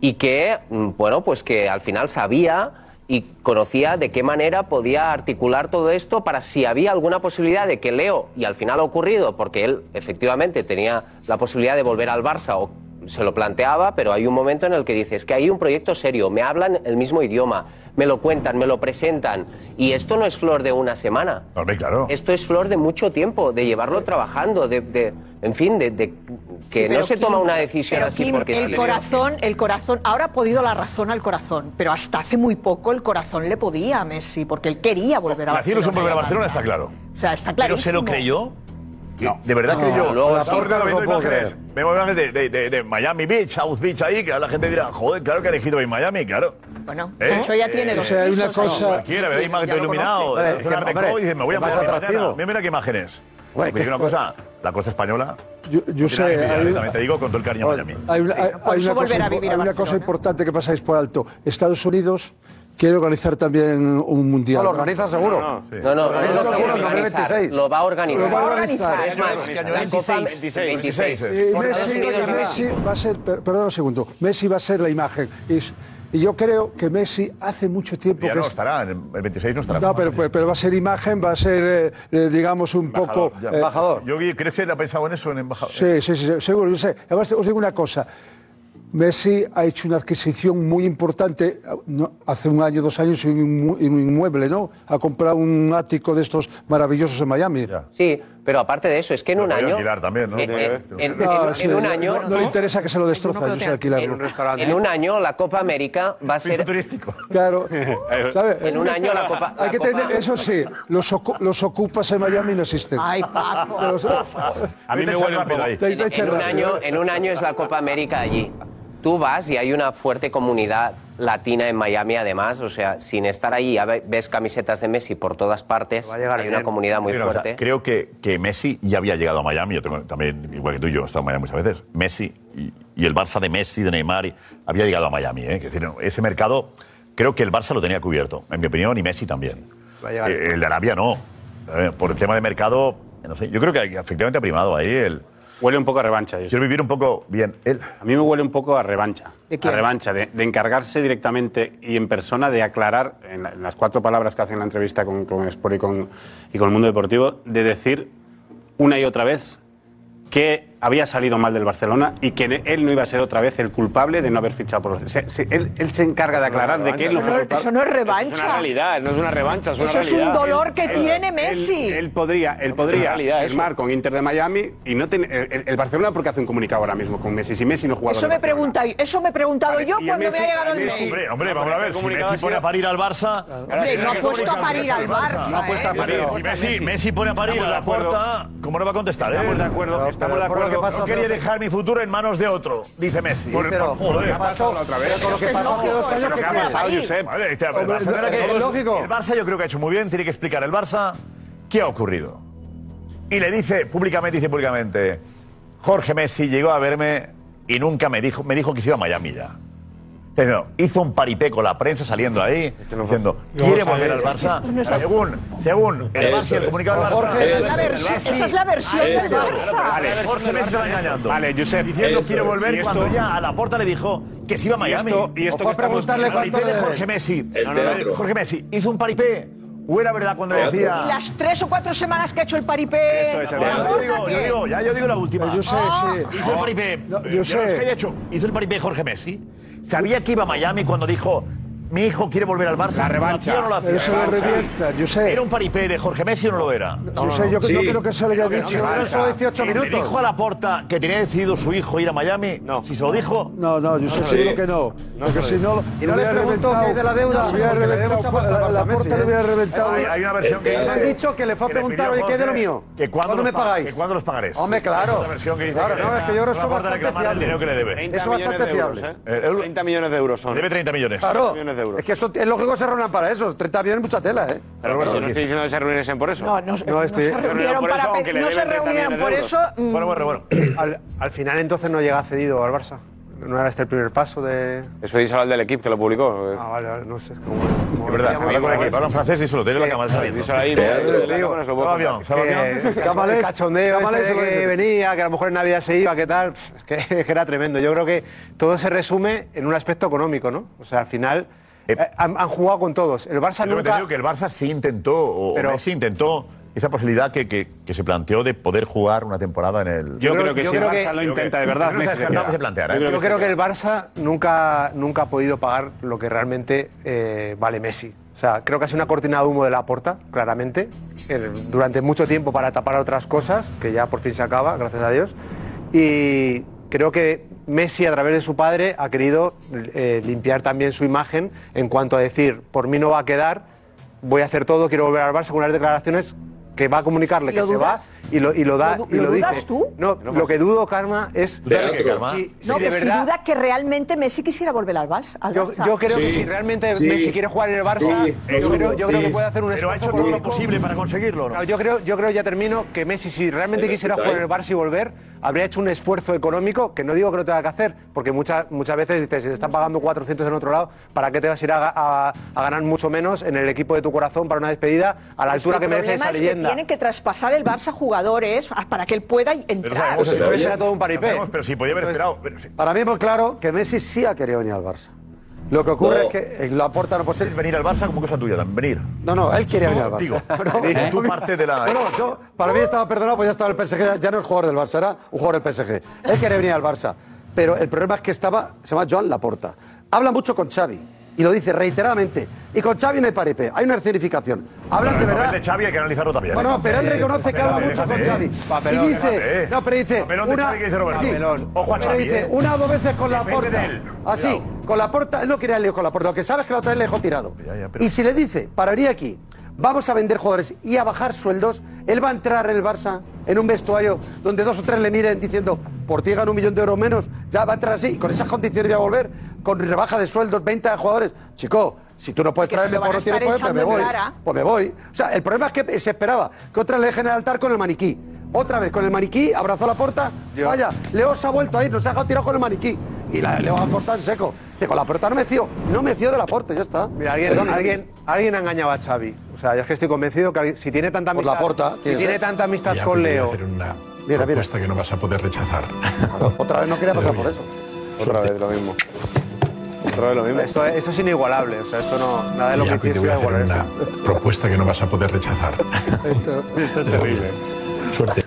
Speaker 15: y que, mm, bueno, pues que al final sabía y conocía de qué manera podía articular todo esto para si había alguna posibilidad de que Leo, y al final ha ocurrido, porque él efectivamente tenía la posibilidad de volver al Barça o se lo planteaba, pero hay un momento en el que dices que hay un proyecto serio, me hablan el mismo idioma, me lo cuentan, me lo presentan, y esto no es flor de una semana. Esto es flor de mucho tiempo, de llevarlo trabajando, de, de- en fin, de, de- que
Speaker 9: Sí,
Speaker 15: no
Speaker 9: pero
Speaker 15: se
Speaker 9: Kim-
Speaker 15: toma una decisión
Speaker 9: pero
Speaker 15: así
Speaker 9: Kim,
Speaker 15: porque
Speaker 9: el
Speaker 15: sí.
Speaker 9: corazón, el corazón, ahora ha podido la razón al corazón, pero hasta hace muy poco el corazón le podía a Messi porque él quería volver
Speaker 3: La
Speaker 9: a Barcelona.
Speaker 3: Cielo volver a Barcelona, está claro.
Speaker 9: O sea, está claro.
Speaker 3: Pero se lo creyó. De verdad
Speaker 9: No,
Speaker 3: creyó.
Speaker 9: luego
Speaker 3: La
Speaker 9: sí.
Speaker 3: porta
Speaker 9: No
Speaker 3: me
Speaker 9: lo
Speaker 3: vendo
Speaker 9: puedo
Speaker 3: imágenes. Me veo imágenes de, de- de- de Miami Beach, South Beach ahí, que la gente dirá, joder, claro que ha elegido en Miami, claro.
Speaker 9: Bueno,
Speaker 3: ¿Eh?
Speaker 9: eso ya tiene
Speaker 3: Eh,
Speaker 9: dos
Speaker 3: o sea, hay una
Speaker 9: pisos, ¿no?
Speaker 3: cosa- Cualquiera, ve la imagen,
Speaker 9: Ya lo
Speaker 3: todo iluminado,
Speaker 9: conoce.
Speaker 3: eh, zona Art Deco, y dice, me voy a
Speaker 7: más
Speaker 3: Miami,
Speaker 7: atractivo.
Speaker 3: mañana. Mira, mira qué imágenes.
Speaker 7: Güey,
Speaker 3: Porque
Speaker 7: qué
Speaker 3: una cosa, la costa española. pues,
Speaker 7: Yo, yo sé, hay una-
Speaker 3: te digo con todo el cariño a Miami.
Speaker 7: Hay una, hay- hay
Speaker 9: por eso
Speaker 7: una cosa,
Speaker 9: volver a
Speaker 7: impo-
Speaker 9: vivir a
Speaker 7: hay una cosa importante que pasáis por alto. Estados Unidos quiere organizar también un mundial.
Speaker 16: Ah,
Speaker 15: No, lo
Speaker 13: organiza
Speaker 15: seguro. No, no. No, no,
Speaker 7: Organiza
Speaker 15: no lo
Speaker 7: seguro
Speaker 15: quiere
Speaker 7: en 2026.
Speaker 15: organizar, lo va a organizar.
Speaker 7: Lo va a organizar.
Speaker 15: Es más,
Speaker 7: ¿Qué año
Speaker 15: la
Speaker 7: es?
Speaker 15: Copa-
Speaker 7: 26.
Speaker 15: 26.
Speaker 7: Y
Speaker 15: Por Estados
Speaker 7: Messi,
Speaker 15: Unidos
Speaker 7: oiga,
Speaker 15: y
Speaker 7: Messi
Speaker 15: México.
Speaker 7: va a ser, per- perdona un segundo, Messi va a ser la imagen. Y, es- y yo creo que Messi hace mucho tiempo
Speaker 3: Ya
Speaker 7: que
Speaker 3: no
Speaker 7: es-
Speaker 3: estará, el 26 no estará.
Speaker 7: No, pero, pero- pero va a ser imagen, va a ser, eh, eh, digamos, un
Speaker 3: Embajador,
Speaker 7: poco...
Speaker 3: ya.
Speaker 7: eh,
Speaker 3: Yo, Gui, ¿crees que le ha pensado en eso, en embajador?
Speaker 7: Sí, sí, sí, seguro, yo sé. Además, os digo una cosa. Messi ha hecho una adquisición muy importante no, hace un año, dos años, en un mu- en un inmueble, ¿no? Ha comprado un ático de estos maravillosos en Miami.
Speaker 15: Sí, pero aparte de eso, es que en un
Speaker 7: voy a
Speaker 15: año.
Speaker 7: alquilar también, ¿no?
Speaker 15: eh, eh, En, en-
Speaker 7: Ah,
Speaker 15: en
Speaker 7: sí,
Speaker 15: un
Speaker 7: no-
Speaker 15: año.
Speaker 7: No, no le interesa que se lo destroza, yo sé alquilarlo.
Speaker 15: En un año la Copa América va a ser.
Speaker 7: Claro. ¿sabe?
Speaker 15: En un año la Copa.
Speaker 7: Hay
Speaker 15: la
Speaker 7: que
Speaker 15: Copa-
Speaker 7: tener, eso sí, los, ocu- los ocupas en Miami no existen.
Speaker 9: Ay, Paco.
Speaker 7: Pero los-
Speaker 15: En, en un año, en un año es la Copa América allí. tú vas y hay una fuerte comunidad latina en Miami, además, o sea, sin estar allí, ya ve- ves camisetas de Messi por todas partes, hay una comunidad muy
Speaker 3: Pero, o sea,
Speaker 15: fuerte.
Speaker 3: creo que, que Messi ya había llegado a Miami. Yo tengo también, igual que tú, yo he estado en Miami muchas veces. Messi y, y el Barça de Messi, de Neymar, y- había llegado a Miami. ¿eh? Es decir, ese mercado, creo que el Barça lo tenía cubierto, en mi opinión, y Messi también. Eh, El de Arabia no. Eh, Por el tema de mercado, no sé. Yo creo que efectivamente ha primado ahí el.
Speaker 17: Huele un poco a revancha. Yo
Speaker 3: Quiero vivir un poco bien. A
Speaker 17: mí me huele un poco a revancha.
Speaker 3: ¿De
Speaker 17: a
Speaker 3: quién?
Speaker 17: revancha, de, de encargarse directamente y en persona de aclarar, en, la- en las cuatro palabras que hace en la entrevista con, con Sport y con, y con el mundo deportivo, de decir una y otra vez que había salido mal del Barcelona y que él no iba a ser otra vez el culpable de no haber fichado por los. o sea, se- él, él se encarga de aclarar de que él no fue culpable.
Speaker 9: Eso no es revancha.
Speaker 17: Es una realidad, no es una revancha, es una
Speaker 9: Eso es un
Speaker 17: realidad.
Speaker 9: dolor que
Speaker 17: Él- él-
Speaker 9: tiene
Speaker 17: él-
Speaker 9: Messi.
Speaker 17: Él, podría, él
Speaker 9: es
Speaker 17: podría
Speaker 9: una realidad,
Speaker 17: firmar con Inter de Miami y no tiene- el, el- el Barcelona porque hace un comunicado ahora mismo con Messi. Si Messi no jugaba
Speaker 9: Eso
Speaker 17: en el
Speaker 9: me, pregunta, eso me he preguntado yo
Speaker 17: y a
Speaker 9: cuando
Speaker 17: Messi-
Speaker 9: me ha llegado
Speaker 17: a
Speaker 9: el
Speaker 17: Messi-
Speaker 9: mail.
Speaker 17: Hombre,
Speaker 3: Hombre, vamos a ver, si Messi pone a parir al Barça.
Speaker 9: Hombre, no ha puesto a parir al Barça.
Speaker 3: No ha puesto a
Speaker 9: ¿eh?
Speaker 3: parir. Si Messi, Messi pone a parir a la puerta, ¿cómo no va a contestar? eh? Estamos de acuerdo,
Speaker 17: estamos de acuerdo.
Speaker 3: No quería dejar mi futuro en manos de otro, dice Messi.
Speaker 17: Por-
Speaker 7: pero-
Speaker 3: joder,
Speaker 7: pero
Speaker 3: ha
Speaker 7: pasó-
Speaker 3: pasado otra vez.
Speaker 7: pero con lo que pasó hace dos años
Speaker 3: Pero
Speaker 7: que
Speaker 3: ¿qué ha
Speaker 7: quiere
Speaker 3: pasado,
Speaker 7: salir.
Speaker 3: Josep? Madre, este, el,
Speaker 7: Hombre,
Speaker 3: Barça,
Speaker 7: no,
Speaker 3: era que-
Speaker 7: es lógico.
Speaker 3: el Barça yo creo que ha hecho muy bien, tiene que explicar el Barça qué ha ocurrido. Y le dice públicamente, dice públicamente, Jorge Messi llegó a verme y nunca me dijo, me dijo que se iba a Miami ya. Diciendo, hizo un paripé con la prensa saliendo ahí, diciendo, quiere
Speaker 17: Luego
Speaker 3: volver al
Speaker 17: sale-
Speaker 3: Barça.
Speaker 17: Esto no es-
Speaker 3: Según, según el
Speaker 17: Eso
Speaker 3: Barça y el
Speaker 17: es.
Speaker 3: comunicado del Barça.
Speaker 17: Jorge,
Speaker 3: el
Speaker 17: esa es la
Speaker 3: Barça-
Speaker 17: versión-
Speaker 3: el Barça-
Speaker 17: esa es la versión del
Speaker 3: Eso.
Speaker 17: Barça.
Speaker 3: Vale, Jorge Messi se va engañando.
Speaker 17: Vale, Josep,
Speaker 3: Diciendo,
Speaker 17: eso
Speaker 3: quiere
Speaker 17: es.
Speaker 3: volver
Speaker 17: Y esto-
Speaker 3: cuando ya a la puerta le dijo que se iba a
Speaker 17: Y
Speaker 3: Miami.
Speaker 17: esto- y esto O fue que a estamos- preguntarle
Speaker 3: El
Speaker 17: cuánto
Speaker 3: paripé de
Speaker 17: debe.
Speaker 3: Jorge Messi.
Speaker 17: El
Speaker 3: No, no, no,
Speaker 17: teatro.
Speaker 3: Jorge Messi, ¿hizo un paripé? ¿O era verdad cuando
Speaker 9: Y
Speaker 3: decía...?
Speaker 9: Las tres o cuatro semanas que ha hecho el paripé.
Speaker 3: Eso es, el Barça. Yo digo, yo digo, ya yo digo la última.
Speaker 7: Pues
Speaker 3: Ah.
Speaker 7: Yo sé, sí.
Speaker 3: Hizo el paripé.
Speaker 7: No,
Speaker 3: Ya
Speaker 7: yo
Speaker 3: no
Speaker 7: sé.
Speaker 3: es que haya hecho. Hizo el paripé Jorge Messi. Sabía que iba a Miami cuando dijo, mi hijo quiere volver al Barça.
Speaker 7: La
Speaker 3: revancha. ¿Lo hacía o no lo hacía?
Speaker 7: Eso lo
Speaker 3: Revancha.
Speaker 7: revienta, yo sé.
Speaker 3: ¿Era un paripé de Jorge Messi o no lo era?
Speaker 7: Yo sé, yo no creo que se le haya dicho. Eran solo 18
Speaker 3: ¿Le
Speaker 7: minutos.
Speaker 3: dijo a Laporta que tenía decidido su hijo ir a Miami? No. Si se lo dijo.
Speaker 7: No, no, yo
Speaker 3: No
Speaker 7: estoy
Speaker 3: se lo
Speaker 7: seguro
Speaker 3: digo.
Speaker 7: que no.
Speaker 3: No
Speaker 7: porque
Speaker 3: se
Speaker 7: si
Speaker 3: lo
Speaker 7: no,
Speaker 3: digo. Y no le
Speaker 7: hubiera
Speaker 3: preguntó
Speaker 7: reventado-
Speaker 3: qué hay de la deuda,
Speaker 7: le hubiera
Speaker 3: porque le debe
Speaker 7: reventado-
Speaker 3: mucha
Speaker 7: pues,
Speaker 3: pasta al
Speaker 7: la- La
Speaker 3: Barça, Messi,
Speaker 7: puerta le hubiera
Speaker 3: ¿eh?
Speaker 7: reventado.
Speaker 3: Hay- hay una versión que
Speaker 7: Le han
Speaker 3: dice-
Speaker 7: dicho que le fue a
Speaker 3: que le
Speaker 7: preguntar,
Speaker 3: pidió
Speaker 7: oye, ¿qué hay de lo
Speaker 3: Jorge
Speaker 7: mío?
Speaker 3: que cuándo
Speaker 7: me
Speaker 3: los pa-
Speaker 7: pagáis?
Speaker 3: que cuándo los pagarés.
Speaker 7: Hombre,
Speaker 3: Esa
Speaker 7: claro.
Speaker 3: es la versión que dice
Speaker 7: Claro,
Speaker 3: que
Speaker 7: no, es que yo soy
Speaker 3: Laporta
Speaker 7: bastante
Speaker 3: reclamaba el
Speaker 7: fiable.
Speaker 3: dinero que le debe.
Speaker 7: 30 Eso es bastante
Speaker 17: millones de
Speaker 7: fiable.
Speaker 17: euros, ¿eh? 30 millones de euros son.
Speaker 3: Debe 30 millones.
Speaker 17: Claro.
Speaker 18: Claro,
Speaker 17: millones de euros.
Speaker 18: es que eso, es lógico que se reúnan para eso. 30 millones mucha tela, ¿eh?
Speaker 17: Pero bueno, yo no estoy diciendo que se reuniesen por eso.
Speaker 18: No, no se- No, este-
Speaker 17: Se
Speaker 18: no se
Speaker 17: reunieron
Speaker 18: reunieron
Speaker 17: por eso,
Speaker 18: para pe-
Speaker 17: aunque le
Speaker 18: no se
Speaker 17: deben 30
Speaker 18: reunieron
Speaker 17: millones
Speaker 18: por
Speaker 17: de euros.
Speaker 18: eso, mm. Bueno, bueno, bueno. Al, al final entonces no llega cedido al Barça. No era este el primer paso de...
Speaker 13: Eso dice al del equipo que lo publicó.
Speaker 18: Ah, vale, vale, no sé.
Speaker 3: Es verdad, habla con el equipo. Habla en francés y solo tiene la cámara saliendo.
Speaker 13: Díselo
Speaker 18: eh,
Speaker 13: ahí, díselo, díselo, díselo,
Speaker 3: Salva avión,
Speaker 13: díselo.
Speaker 3: salva avión.
Speaker 18: Que-
Speaker 3: Cámara
Speaker 18: El cachondeo
Speaker 7: Cámara
Speaker 18: este
Speaker 7: eso
Speaker 18: de
Speaker 7: lo
Speaker 18: que
Speaker 7: dice.
Speaker 18: venía, que a lo mejor en Navidad se iba, qué tal, Pff, es que, es que era tremendo. Yo creo que todo se resume en un aspecto económico, ¿no? O sea, al final eh, han, han jugado con todos. El Barça
Speaker 3: Yo
Speaker 18: nunca...
Speaker 3: creo que el Barça sí intentó, o o
Speaker 18: Pero-
Speaker 3: Messi intentó, esa posibilidad que, que, que se planteó de poder jugar una temporada en el.
Speaker 17: Yo creo que si el Barça lo
Speaker 3: creo
Speaker 17: intenta
Speaker 3: que-
Speaker 17: de verdad,
Speaker 3: yo creo que
Speaker 17: Messi
Speaker 3: se
Speaker 17: se
Speaker 3: descartaba
Speaker 17: queda.
Speaker 3: que se planteara,
Speaker 17: Yo
Speaker 3: ¿eh?
Speaker 18: Yo creo que el Barça nunca, nunca ha podido pagar lo que realmente eh, vale Messi. O sea, creo que ha sido una cortina de humo de la porta, claramente, eh, durante mucho tiempo para tapar otras cosas, que ya por fin se acaba, gracias a Dios. Y creo que Messi, a través de su padre, ha querido eh, limpiar también su imagen en cuanto a decir, por mí no va a quedar, voy a hacer todo, quiero volver al Barça, con unas declaraciones que va a comunicarle que
Speaker 9: ¿Lo
Speaker 18: se va
Speaker 9: dudas?
Speaker 18: y lo, y lo da
Speaker 9: ¿Lo du-
Speaker 18: y lo,
Speaker 9: lo dudas
Speaker 18: dice.
Speaker 9: tú?
Speaker 18: No, lo que dudo, Karma, es...
Speaker 3: dudas de qué, Karma?
Speaker 18: Si- si
Speaker 9: No,
Speaker 18: de
Speaker 9: que
Speaker 18: verdad-
Speaker 9: sin duda que realmente Messi quisiera volver al Barça. al
Speaker 18: yo,
Speaker 9: Barça.
Speaker 18: yo creo que si realmente Messi quiere jugar en el Barça, yo, creo, yo creo que puede hacer un esfuerzo.
Speaker 3: Pero ha hecho
Speaker 18: por-
Speaker 3: todo lo posible para conseguirlo, ¿no?
Speaker 18: No, yo creo, yo creo ya termino que Messi, si realmente
Speaker 3: Pero,
Speaker 18: quisiera
Speaker 3: ¿sabes?
Speaker 18: jugar en el Barça y volver, habría hecho un esfuerzo económico que no digo que no tenga que hacer, porque muchas muchas veces dices, si te están pagando 400 en otro lado, ¿para qué te vas a ir a, a- a ganar mucho menos en el equipo de tu corazón para una despedida a la altura que
Speaker 9: Pues El
Speaker 18: merece
Speaker 9: problema
Speaker 18: esa
Speaker 9: es
Speaker 18: leyenda?
Speaker 9: Que tienen que traspasar el Barça jugadores para que él pueda entrar.
Speaker 18: sabemos eso,
Speaker 7: era todo
Speaker 18: un paripé.
Speaker 3: Pero sí, podía haber esperado. pero sí.
Speaker 7: Para mí es muy claro que Messi sí ha querido venir al Barça. Lo que ocurre
Speaker 3: No.
Speaker 7: es que en la puerta no puede
Speaker 3: Venir al Barça como cosa tuya, también. Venir.
Speaker 7: No, no, él quería
Speaker 3: No,
Speaker 7: venir al Barça.
Speaker 3: digo,
Speaker 7: Pero-
Speaker 3: dices tú parte de la-
Speaker 7: Bueno, yo- para mí estaba perdonado, pues ya estaba el PSG, ya- ya no es jugador del Barça, era un jugador del PSG. Él quería venir al Barça. Pero el problema es que estaba, se llama Joan Laporta. Habla mucho con Xavi y lo dice reiteradamente. Y con Xavi no hay paripé, hay una escenificación. Hablan de
Speaker 3: El
Speaker 7: verdad.
Speaker 3: papel de Xavi hay que analizarlo también.
Speaker 7: Bueno,
Speaker 3: ¿eh?
Speaker 7: pero él reconoce que habla mucho con
Speaker 3: Fíjate,
Speaker 7: Xavi.
Speaker 3: ¿eh?
Speaker 7: Y
Speaker 3: Papelón, fíjate,
Speaker 7: dice,
Speaker 3: ¿eh?
Speaker 7: no, pero dice,
Speaker 3: Papelón de
Speaker 7: una,
Speaker 3: Xavi que dice Roberto.
Speaker 7: sí,
Speaker 3: Papelón. Ojo a
Speaker 7: pero
Speaker 3: Xavi,
Speaker 7: dice,
Speaker 3: ¿eh?
Speaker 7: una o dos veces con la
Speaker 3: Depende
Speaker 7: puerta.
Speaker 3: de él.
Speaker 19: Ah,
Speaker 7: Así, con la puerta, él no quería lío con la puerta, aunque sabes que la otra vez le dejó tirado.
Speaker 3: Ya, ya, pero-
Speaker 7: Y si le dice, para venir aquí,
Speaker 19: vamos a vender jugadores y a bajar sueldos, él va a entrar en el Barça en un vestuario donde dos o tres le miren diciendo, por ti gana un millón de euros menos, ya va a entrar así, con esas condiciones voy a volver, con rebaja de sueldos, venta de jugadores. Chico, si tú no puedes
Speaker 9: Que se
Speaker 19: traerme
Speaker 9: lo van
Speaker 19: por
Speaker 9: a
Speaker 19: no tienes
Speaker 9: estar
Speaker 19: poder, pues me
Speaker 9: echando
Speaker 19: voy.
Speaker 9: en cara.
Speaker 19: Pues me voy. O sea, el problema es que se esperaba que otra le dejen el altar con el maniquí. Otra vez con el maniquí, abrazó la puerta, vaya, Leo se ha vuelto a ir, nos ha dejado tirado con el maniquí. Y la, Leo ha cortado en seco. Dice, con la puerta no me fío, no me fío de la puerta, ya está.
Speaker 18: Mira, alguien,
Speaker 19: Perdón.
Speaker 18: alguien, alguien ha engañado a Xavi. O sea, yo es que estoy convencido que alguien- si tiene tanta
Speaker 19: Por
Speaker 18: amistad,
Speaker 19: la Porta,
Speaker 18: si
Speaker 19: tiene-
Speaker 18: tiene tanta amistad
Speaker 19: Ya,
Speaker 18: con
Speaker 19: pero
Speaker 18: Leo,
Speaker 19: voy a hacer
Speaker 20: una
Speaker 19: Mira, mira.
Speaker 20: propuesta que no vas a poder rechazar.
Speaker 19: Otra vez no quería pasar por eso.
Speaker 18: Otra vez lo mismo. Otra vez lo mismo. Esto, esto es inigualable. O sea, esto no. Nada de lo
Speaker 20: Iago,
Speaker 18: que
Speaker 20: y te
Speaker 18: hiciste
Speaker 20: voy a
Speaker 18: era
Speaker 20: hacer
Speaker 18: igualable.
Speaker 20: una propuesta que no vas a poder rechazar.
Speaker 18: Esto es terrible.
Speaker 20: Suerte.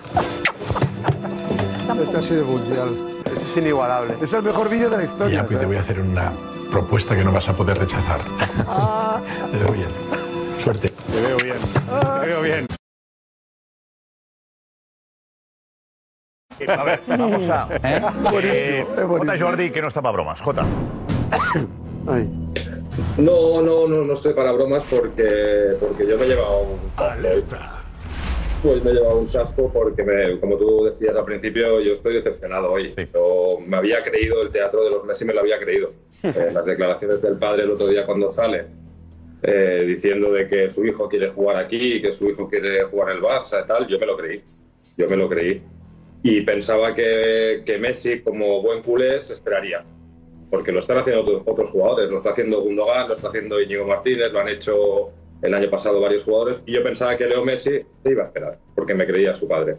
Speaker 7: Este ha sido mundial.
Speaker 18: Eso es inigualable.
Speaker 7: Es el mejor vídeo de la historia.
Speaker 20: Iago, y pues te
Speaker 19: ¿eh?
Speaker 20: voy a hacer una propuesta que no vas a poder rechazar.
Speaker 3: Ah.
Speaker 20: Te veo bien. Suerte.
Speaker 17: Te veo bien. Te veo bien.
Speaker 3: A ver, vamos a.
Speaker 17: ¿Eh?
Speaker 3: Buenísimo,
Speaker 17: Eh,
Speaker 3: es buenísimo. J. Jordi, que no está para bromas. J.
Speaker 10: No, no, no, no estoy para bromas porque, porque yo me he llevado un. ¡Alerta! Pues me he llevado un chasco porque, me- como tú decías al principio, yo estoy decepcionado hoy. Yo me había creído el teatro de los Messi, me lo había creído. Eh, las declaraciones del padre el otro día cuando sale, eh, diciendo de que su hijo quiere jugar aquí, que su hijo quiere jugar en el Barça y tal, yo me lo creí. Yo me lo creí. Y pensaba que, que Messi, como buen culé, se esperaría porque lo están haciendo otros, otros jugadores, lo está haciendo Gundogan, lo está haciendo Íñigo Martínez, lo han hecho el año pasado varios jugadores, y yo pensaba que Leo Messi se iba a esperar, porque me creía su padre.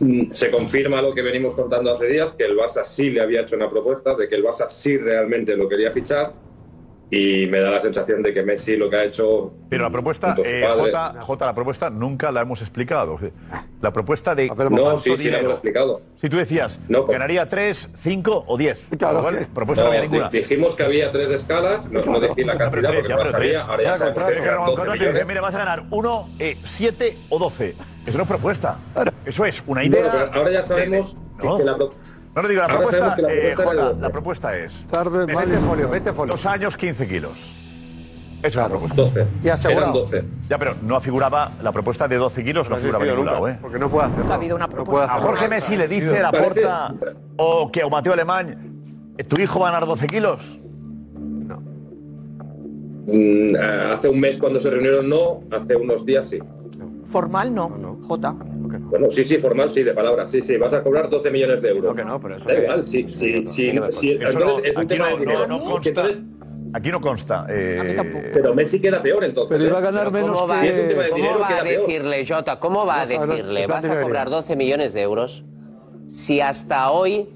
Speaker 10: Mm, Se confirma lo que venimos contando hace días, que el Barça sí le había hecho una propuesta, de que el Barça sí realmente lo quería fichar, y me da la sensación de que Messi lo que ha hecho...
Speaker 3: Pero la propuesta, eh, J, J, la propuesta nunca la hemos explicado. La propuesta de
Speaker 10: no,
Speaker 3: cuánto
Speaker 10: sí, sí, la
Speaker 3: dinero.
Speaker 10: hemos explicado.
Speaker 3: Si tú decías, ganaría 3, 5 o 10. Bueno, propuesta no,
Speaker 10: pues- No,
Speaker 3: había
Speaker 10: di-
Speaker 3: ninguna.
Speaker 10: Dijimos que había tres escalas, no, no dije la cantidad porque no la sabía, ahora ya sabemos que eran 12 millones.
Speaker 3: Mira, vas a ganar 1, 7 o 12. Eso no es propuesta. Eso es una
Speaker 10: Bueno,
Speaker 3: idea.
Speaker 10: pero ahora ya sabemos que la pro-
Speaker 3: No, no digo, la
Speaker 10: Ahora
Speaker 3: propuesta,
Speaker 10: sabemos que la
Speaker 3: eh,
Speaker 10: propuesta era
Speaker 3: Jota,
Speaker 10: de-
Speaker 3: la propuesta es.
Speaker 7: Tarde,
Speaker 3: vete folio, vete folio. Dos años, 15 kilos. Eso es la propuesta.
Speaker 10: 12.
Speaker 3: Y
Speaker 7: asegurado. Eran
Speaker 10: 12.
Speaker 3: Ya, pero no figuraba la propuesta de 12 kilos, no,
Speaker 18: ha
Speaker 3: figuraba en
Speaker 18: existido
Speaker 3: ningún lado,
Speaker 18: nunca,
Speaker 3: ¿eh?
Speaker 18: Porque no puede hacerlo.
Speaker 9: Ha habido una
Speaker 18: puede
Speaker 9: propuesta.
Speaker 3: A Jorge
Speaker 18: Nada.
Speaker 3: Messi le dice la
Speaker 18: Parece-
Speaker 3: porta o que a Mateo Alemán, ¿tu hijo va a ganar 12 kilos?
Speaker 10: Mm, eh, hace un mes cuando se reunieron no, hace unos días sí.
Speaker 9: Formal no, Jota.
Speaker 10: Bueno, sí, sí, formal, sí, de palabra. Sí, sí, vas a cobrar 12 millones de euros.
Speaker 18: no, pero eso
Speaker 10: da
Speaker 18: qué
Speaker 10: igual,
Speaker 18: es.
Speaker 10: sí, sí, sí.
Speaker 18: no me
Speaker 10: sí,
Speaker 18: consta. Eso
Speaker 10: entonces
Speaker 18: no,
Speaker 10: es un
Speaker 18: aquí
Speaker 10: tema
Speaker 18: no-
Speaker 10: de dinero.
Speaker 18: no- no
Speaker 10: Que
Speaker 18: consta.
Speaker 10: entonces-
Speaker 3: Aquí no consta. eh,
Speaker 10: pero Messi queda peor entonces.
Speaker 15: Pero
Speaker 10: iba a
Speaker 15: Pero ¿Cómo va,
Speaker 10: es un tema de
Speaker 15: cómo
Speaker 10: dinero
Speaker 15: va
Speaker 10: queda
Speaker 15: a
Speaker 10: peor.
Speaker 15: decirle, Jota, cómo va a
Speaker 10: Vas a hablar de
Speaker 15: decirle,
Speaker 10: plan
Speaker 15: vas
Speaker 10: de
Speaker 15: a
Speaker 10: Gabriel.
Speaker 15: cobrar 12 millones de euros si hasta hoy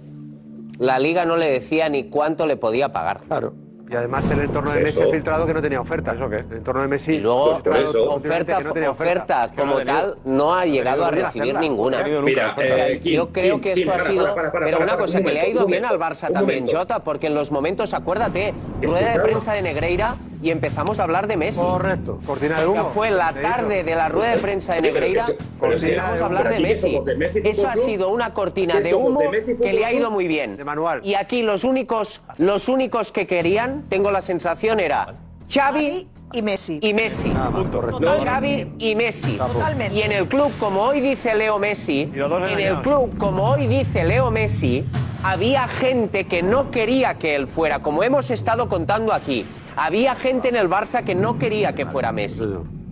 Speaker 15: la liga no le decía ni cuánto le podía pagar?
Speaker 18: Claro. Y además el entorno de
Speaker 15: Eso.
Speaker 18: Messi ha filtrado que no tenía oferta. ¿Eso qué? El entorno de Messi.
Speaker 15: Luego,
Speaker 18: ha filtrado continuamente
Speaker 15: oferta,
Speaker 18: que no tenía
Speaker 15: oferta,
Speaker 18: Es que no
Speaker 15: como
Speaker 18: ha tenido.
Speaker 15: tal, no ha llegado a
Speaker 18: tenido
Speaker 15: recibir
Speaker 18: hacerla. No
Speaker 15: ninguna.
Speaker 18: ha tenido nunca Mira, oferta. eh,
Speaker 15: yo
Speaker 18: Kim,
Speaker 15: creo
Speaker 18: Kim,
Speaker 15: que esto
Speaker 18: Kim,
Speaker 15: ha
Speaker 18: para,
Speaker 15: sido.
Speaker 18: para, para, para,
Speaker 15: pero
Speaker 18: para,
Speaker 15: una
Speaker 18: para,
Speaker 15: cosa
Speaker 18: un
Speaker 15: que le ha
Speaker 18: momento,
Speaker 15: ido
Speaker 18: un
Speaker 15: bien al
Speaker 18: momento,
Speaker 15: Barça
Speaker 18: un
Speaker 15: también,
Speaker 18: momento.
Speaker 15: Jota, porque en los momentos, acuérdate, rueda de
Speaker 18: Escuchadme.
Speaker 15: prensa de Negreira y empezamos a hablar de Messi. Correcto.
Speaker 18: Cortina de humo.
Speaker 15: Fue la
Speaker 18: Te he dicho.
Speaker 15: tarde de la rueda de prensa de Negreira
Speaker 18: Pero que se-
Speaker 15: y
Speaker 18: pero que-
Speaker 15: empezamos a hablar
Speaker 18: pero
Speaker 15: de
Speaker 18: aquí que
Speaker 15: Messi.
Speaker 18: somos de Messi
Speaker 15: Eso
Speaker 18: Fútbol
Speaker 15: ha
Speaker 18: Club,
Speaker 15: sido una cortina
Speaker 18: que
Speaker 15: de
Speaker 18: somos de
Speaker 15: humo
Speaker 18: Messi
Speaker 15: que
Speaker 18: Fútbol
Speaker 15: le ha ido
Speaker 18: Club,
Speaker 15: muy bien. Y aquí los únicos, los únicos que querían, tengo la sensación, era Xavi
Speaker 9: y Messi.
Speaker 15: Y Messi.
Speaker 9: No.
Speaker 15: Xavi y Messi.
Speaker 9: Totalmente.
Speaker 15: Y en el club, como hoy dice Leo Messi,
Speaker 9: dos
Speaker 15: en el
Speaker 9: engañados.
Speaker 15: club, como hoy dice Leo Messi, había gente que no quería que él fuera, como hemos estado contando aquí. Había gente en el Barça que no quería que fuera Messi.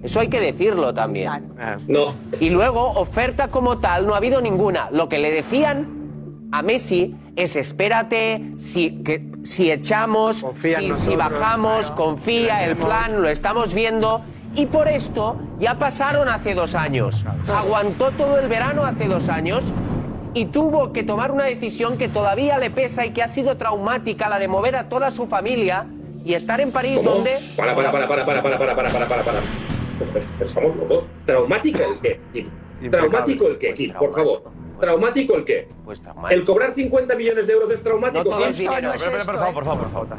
Speaker 15: Eso hay que decirlo también. Ah.
Speaker 10: No.
Speaker 15: Y luego, oferta como tal, no ha habido ninguna. Lo que le decían a Messi es espérate, si, que, si echamos,
Speaker 18: en
Speaker 15: si, si
Speaker 18: nosotros,
Speaker 15: bajamos, confía, el plan, lo estamos viendo. Y por esto ya pasaron hace dos años. Aguantó todo el verano hace dos años y tuvo que tomar una decisión que todavía le pesa y que ha sido traumática, la de mover a toda su familia y estar en París
Speaker 10: ¿Cómo?
Speaker 15: donde...
Speaker 10: Para, para, para, para, para, para, para, para, para, para, para. Estamos locos. ¿Traumática el qué, Kim? ¿Traumático el qué, Kim? Por favor. ¿Traumático el qué?
Speaker 15: Pues
Speaker 10: ¿El cobrar 50 millones de euros es traumático?
Speaker 15: No todo
Speaker 10: Kim?
Speaker 15: es dinero, es Pero, pero, esto, por favor,
Speaker 3: por favor, por favor.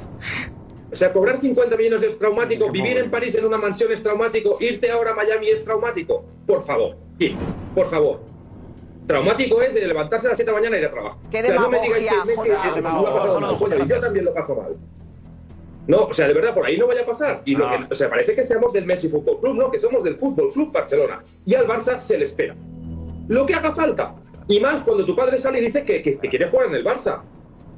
Speaker 10: O sea, cobrar 50 millones es traumático, vivir en París en una mansión es traumático, irte ahora a Miami es traumático. Por favor, Kim, por favor. Traumático es de levantarse a las 7 de la mañana y ir a trabajar.
Speaker 9: Qué
Speaker 10: O sea, no me digáis que
Speaker 9: demagogia,
Speaker 10: Messi
Speaker 9: joder.
Speaker 10: es- lo ha pasado mal. Coño, Yo también lo paso mal. No, o sea, de verdad, por ahí no vaya a pasar. Y lo que, o sea, parece que seamos del Messi Fútbol Club, ¿no? Que somos del Fútbol Club Barcelona. Y al Barça se le espera. Lo que haga falta. Y más cuando tu padre sale y dice que, que, que quiere jugar en el Barça.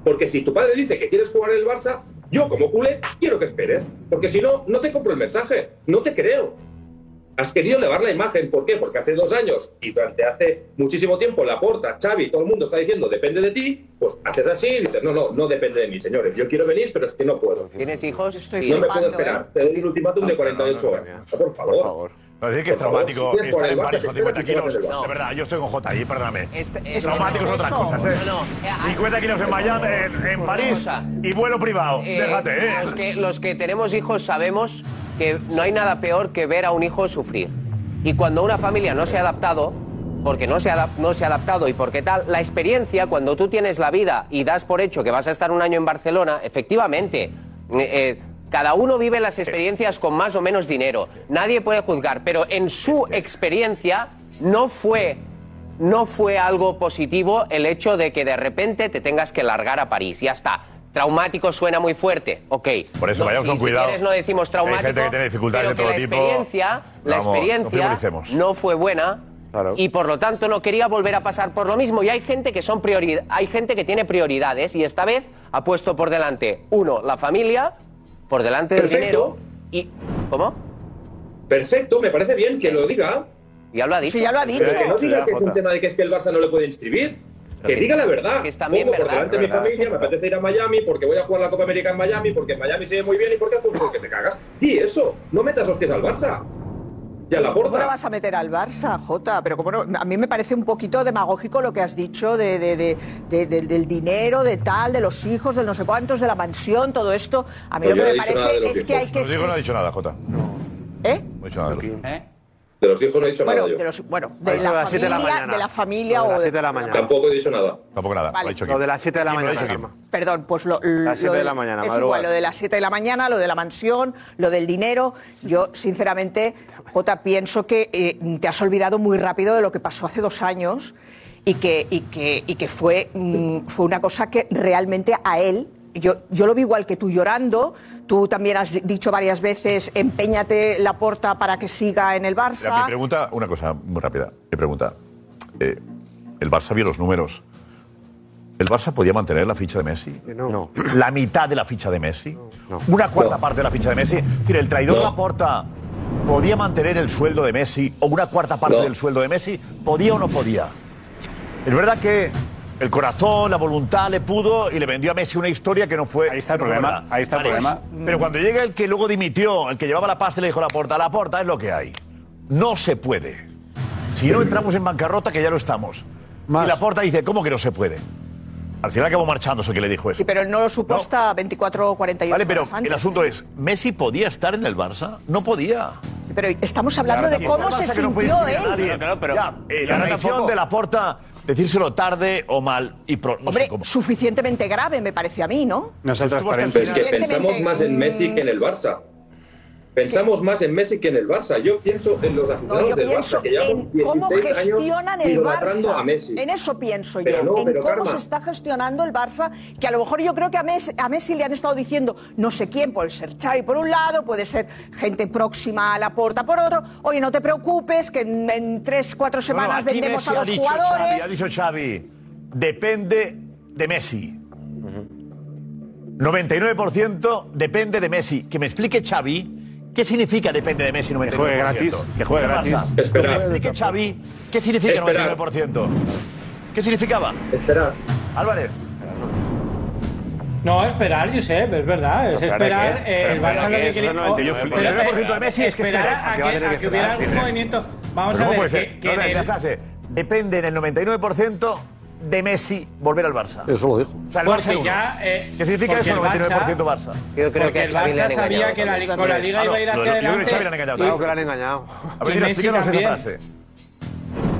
Speaker 10: Porque si tu padre dice que quieres jugar en el Barça, yo como culé quiero que esperes. Porque si no, no te compro el mensaje. No te creo. Has querido elevar la imagen. ¿Por qué? Porque hace dos años y durante hace muchísimo tiempo Laporta, Xavi, todo el mundo está diciendo depende de ti. Pues haces así y dices, no, no, no depende de mí, señores. Yo quiero venir, pero es que no puedo.
Speaker 15: ¿Tienes hijos? Estoy ¿eh?
Speaker 10: no me puedo
Speaker 3: ¿eh?
Speaker 10: esperar. Te doy un ultimátum de 48 horas. Por favor. Por favor.
Speaker 3: No, decir que es
Speaker 10: Por favor,
Speaker 3: traumático
Speaker 10: si quieres
Speaker 3: estar
Speaker 10: por
Speaker 3: en
Speaker 10: el Barça,
Speaker 3: bares
Speaker 10: si
Speaker 3: con 50
Speaker 10: quieres
Speaker 3: kilos.
Speaker 10: por el Barça.
Speaker 3: De verdad, yo estoy con J ahí, perdóname.
Speaker 15: es-
Speaker 3: Traumático es
Speaker 15: es
Speaker 3: otras
Speaker 15: eso.
Speaker 3: cosas, ¿eh?
Speaker 15: Este, No, no, eh,
Speaker 3: 50 kilos en Miami, en, en París y vuelo privado.
Speaker 15: Eh,
Speaker 3: Déjate, ¿eh?
Speaker 15: Los que, los que tenemos hijos sabemos que no hay nada peor que ver a un hijo sufrir. Y cuando una familia no se ha adaptado, porque no se, ha, adap- no se ha adaptado y porque tal, la experiencia, cuando tú tienes la vida y das por hecho que vas a estar un año en Barcelona, efectivamente, eh, eh, cada uno vive las experiencias con más o menos dinero. Nadie puede juzgar, pero en su experiencia no fue no fue algo positivo el hecho de que de repente te tengas que largar a París. Ya está. Traumático suena muy fuerte, ok.
Speaker 3: Por eso,
Speaker 15: No,
Speaker 3: vayamos
Speaker 15: si-
Speaker 3: con cuidado.
Speaker 15: Si quieres, no decimos
Speaker 3: Hay
Speaker 15: traumático.
Speaker 3: gente que tiene dificultades
Speaker 15: pero
Speaker 3: de todo
Speaker 15: que la
Speaker 3: tipo.
Speaker 15: Experiencia, la
Speaker 3: Vamos, no
Speaker 15: experiencia
Speaker 3: frivolicemos.
Speaker 15: no fue buena y por lo tanto no quería volver a pasar por lo mismo. Y hay gente que son priori- hay gente que tiene prioridades y esta vez ha puesto por delante uno la familia, por delante del dinero
Speaker 10: Perfecto.
Speaker 15: y ¿cómo?
Speaker 10: Perfecto, me parece bien que lo diga.
Speaker 15: Ya lo ha dicho.
Speaker 10: Pero que no diga que es un tema de que es que el Barça no le puede inscribir. Que,
Speaker 15: que-
Speaker 10: diga la verdad.
Speaker 15: que es también
Speaker 10: Pongo por
Speaker 15: verdad.
Speaker 10: delante de mi
Speaker 15: Verdad.
Speaker 10: familia, me apetece ir a Miami porque voy a jugar la Copa América en Miami, porque en Miami se ve muy bien y porque hace un juego que te cagas. Y eso, no metas los pies al Barça. Y a la
Speaker 9: ¿Cómo la
Speaker 10: porta.
Speaker 9: vas a meter al Barça, Jota? Pero como no- a mí me parece un poquito demagógico lo que has dicho de, de- de- de- del- del dinero, de tal, de los hijos, del no sé cuántos, de la mansión, todo esto. A mí
Speaker 3: No,
Speaker 9: lo
Speaker 3: yo no
Speaker 9: que me
Speaker 3: he dicho nada de
Speaker 9: parece
Speaker 3: los
Speaker 9: es que hay
Speaker 3: hijos.
Speaker 9: que...
Speaker 3: Los hijos no ha dicho nada, Jota. No
Speaker 9: ¿Eh?
Speaker 3: ha dicho nada de los hijos.
Speaker 10: De los hijos no he dicho
Speaker 9: Bueno,
Speaker 10: nada yo.
Speaker 9: de los- bueno, de
Speaker 18: dicho
Speaker 9: la,
Speaker 18: de las siete
Speaker 9: familia,
Speaker 18: de la
Speaker 9: de
Speaker 18: mañana.
Speaker 9: la familia
Speaker 18: Lo de
Speaker 9: o
Speaker 18: las
Speaker 9: de-
Speaker 18: siete de la mañana.
Speaker 10: Tampoco he dicho nada.
Speaker 3: Tampoco nada.
Speaker 9: Vale.
Speaker 3: Lo ha dicho
Speaker 18: Lo de las 7 de la mañana.
Speaker 9: Perdón, pues lo,
Speaker 18: Las siete
Speaker 9: lo
Speaker 18: de la mañana,
Speaker 9: es
Speaker 18: madrugada.
Speaker 9: igual, lo de las 7 de la mañana, lo de la mansión, lo del dinero. Yo, sinceramente, Jota, pienso que eh, te has olvidado muy rápido de lo que pasó hace dos años y que, y que, y que fue, mm, fue una cosa que realmente a él, yo, yo lo vi igual que tú llorando, tú también has dicho varias veces, empeñate la porta para que siga en el
Speaker 3: Mira, mi
Speaker 9: Barça.
Speaker 3: pregunta, una cosa muy rápida. Mi pregunta. Eh, el Barça vio los números. ¿El Barça podía mantener la ficha de Messi? No. ¿La mitad de la ficha de Messi? ¿Una cuarta parte de la ficha de Messi? Es decir, el traidor Laporta podía mantener el sueldo de Messi o una cuarta parte del sueldo de Messi. ¿Podía o no podía? Es verdad que el corazón, la voluntad le pudo y le vendió a Messi una historia que no fue. Ahí está
Speaker 17: el problema, ahí está el problema.
Speaker 3: Pero cuando llega el que luego dimitió, el que llevaba la pasta y le dijo a Laporta, Laporta es lo que hay. No se puede. Si no entramos en bancarrota, que ya lo estamos. Y Laporta dice, ¿cómo que no se puede? Al final acabó marchándose el que le dijo eso.
Speaker 9: Sí, pero él no lo supo hasta 24 o 48
Speaker 3: Vale, pero
Speaker 9: horas antes.
Speaker 3: el asunto es, ¿Messi podía estar en el Barça? No podía.
Speaker 9: Pero estamos hablando
Speaker 3: Claro,
Speaker 9: de
Speaker 3: sí,
Speaker 9: cómo
Speaker 3: está el
Speaker 9: se
Speaker 3: Barça que no puede
Speaker 9: sintió
Speaker 3: escribir a
Speaker 9: él.
Speaker 3: nadie. Ya, eh, la traición de Laporta, decírselo tarde o mal y pro- no sé
Speaker 9: Hombre,
Speaker 3: cómo.
Speaker 9: suficientemente grave, me parece a mí, ¿no?
Speaker 17: Nosotros
Speaker 10: Pero es que pensamos más en Messi que en el Barça. Pensamos más en Messi que en el Barça. Yo pienso en los
Speaker 9: No,
Speaker 10: aficionados
Speaker 9: yo
Speaker 10: del
Speaker 9: pienso
Speaker 10: Barça que llevan
Speaker 9: en cómo
Speaker 10: 16 años
Speaker 9: gestionan el
Speaker 10: idolatrando
Speaker 9: Barça.
Speaker 10: a Messi.
Speaker 9: En eso pienso
Speaker 10: Pero
Speaker 9: yo,
Speaker 10: no,
Speaker 9: en
Speaker 10: pero
Speaker 9: cómo
Speaker 10: Karma.
Speaker 9: se está gestionando el Barça, que a lo mejor yo creo que a Messi, a Messi le han estado diciendo no sé quién, puede ser Xavi por un lado, puede ser gente próxima a la puerta por otro. Oye, no te preocupes, que en, en tres, cuatro
Speaker 3: No, no,
Speaker 9: semanas
Speaker 3: aquí
Speaker 9: vendemos
Speaker 3: Messi
Speaker 9: a
Speaker 3: ha
Speaker 9: los
Speaker 3: dicho
Speaker 9: jugadores.
Speaker 3: Xavi, ha dicho Xavi, depende de Messi. 99% depende de Messi. Que me explique Xavi qué significa depende de Messi 99%.
Speaker 17: Que juegue gratis, que juegue
Speaker 3: Del
Speaker 17: gratis.
Speaker 3: Barça. Que me
Speaker 17: Esperar.
Speaker 3: explique Xavi qué significa
Speaker 17: Esperar.
Speaker 3: 99%. ¿Qué significaba?
Speaker 10: Esperar.
Speaker 3: Álvarez.
Speaker 11: No, esperar, Josep, es verdad. Es
Speaker 3: Pero espera,
Speaker 11: esperar.
Speaker 3: ¿qué?
Speaker 11: eh, el
Speaker 3: Pero
Speaker 11: Barça
Speaker 3: espera,
Speaker 11: lo
Speaker 3: ¿qué?
Speaker 11: que
Speaker 3: Eso
Speaker 11: quiere.
Speaker 3: es 99%.
Speaker 11: Pero, eh,
Speaker 3: 99% de Messi es que espera.
Speaker 11: a
Speaker 3: ¿A qué va a
Speaker 11: que,
Speaker 3: tener
Speaker 11: a
Speaker 3: que
Speaker 11: que hubiera
Speaker 3: esperar?
Speaker 11: algún
Speaker 3: Fíjate.
Speaker 11: movimiento.
Speaker 3: Pero
Speaker 11: Vamos a
Speaker 3: ¿cómo
Speaker 11: ver.
Speaker 3: puede ser?
Speaker 11: que- que
Speaker 3: No,
Speaker 11: en
Speaker 3: la-
Speaker 11: el-
Speaker 3: la frase, depende en el 99% de Messi volver al Barça.
Speaker 19: Eso lo dijo.
Speaker 3: O sea, el
Speaker 11: Porque
Speaker 3: Barça es uno.
Speaker 11: ya, eh,
Speaker 3: ¿Qué significa
Speaker 11: porque
Speaker 3: eso,
Speaker 11: el Barça-
Speaker 3: 99% Barça?
Speaker 11: Yo creo Porque que el Xavi le han Barça sabía engañado que la también. li- con la Liga
Speaker 3: Ah, no,
Speaker 11: iba a ir
Speaker 3: lo-
Speaker 11: hacia
Speaker 3: lo- Yo creo
Speaker 11: adelante
Speaker 3: que Xavi le han engañado.
Speaker 11: y-
Speaker 3: también.
Speaker 11: Claro que le han engañado.
Speaker 3: A
Speaker 11: Y
Speaker 3: ver, mira,
Speaker 11: Messi
Speaker 3: explícanos esa
Speaker 11: también.
Speaker 3: frase.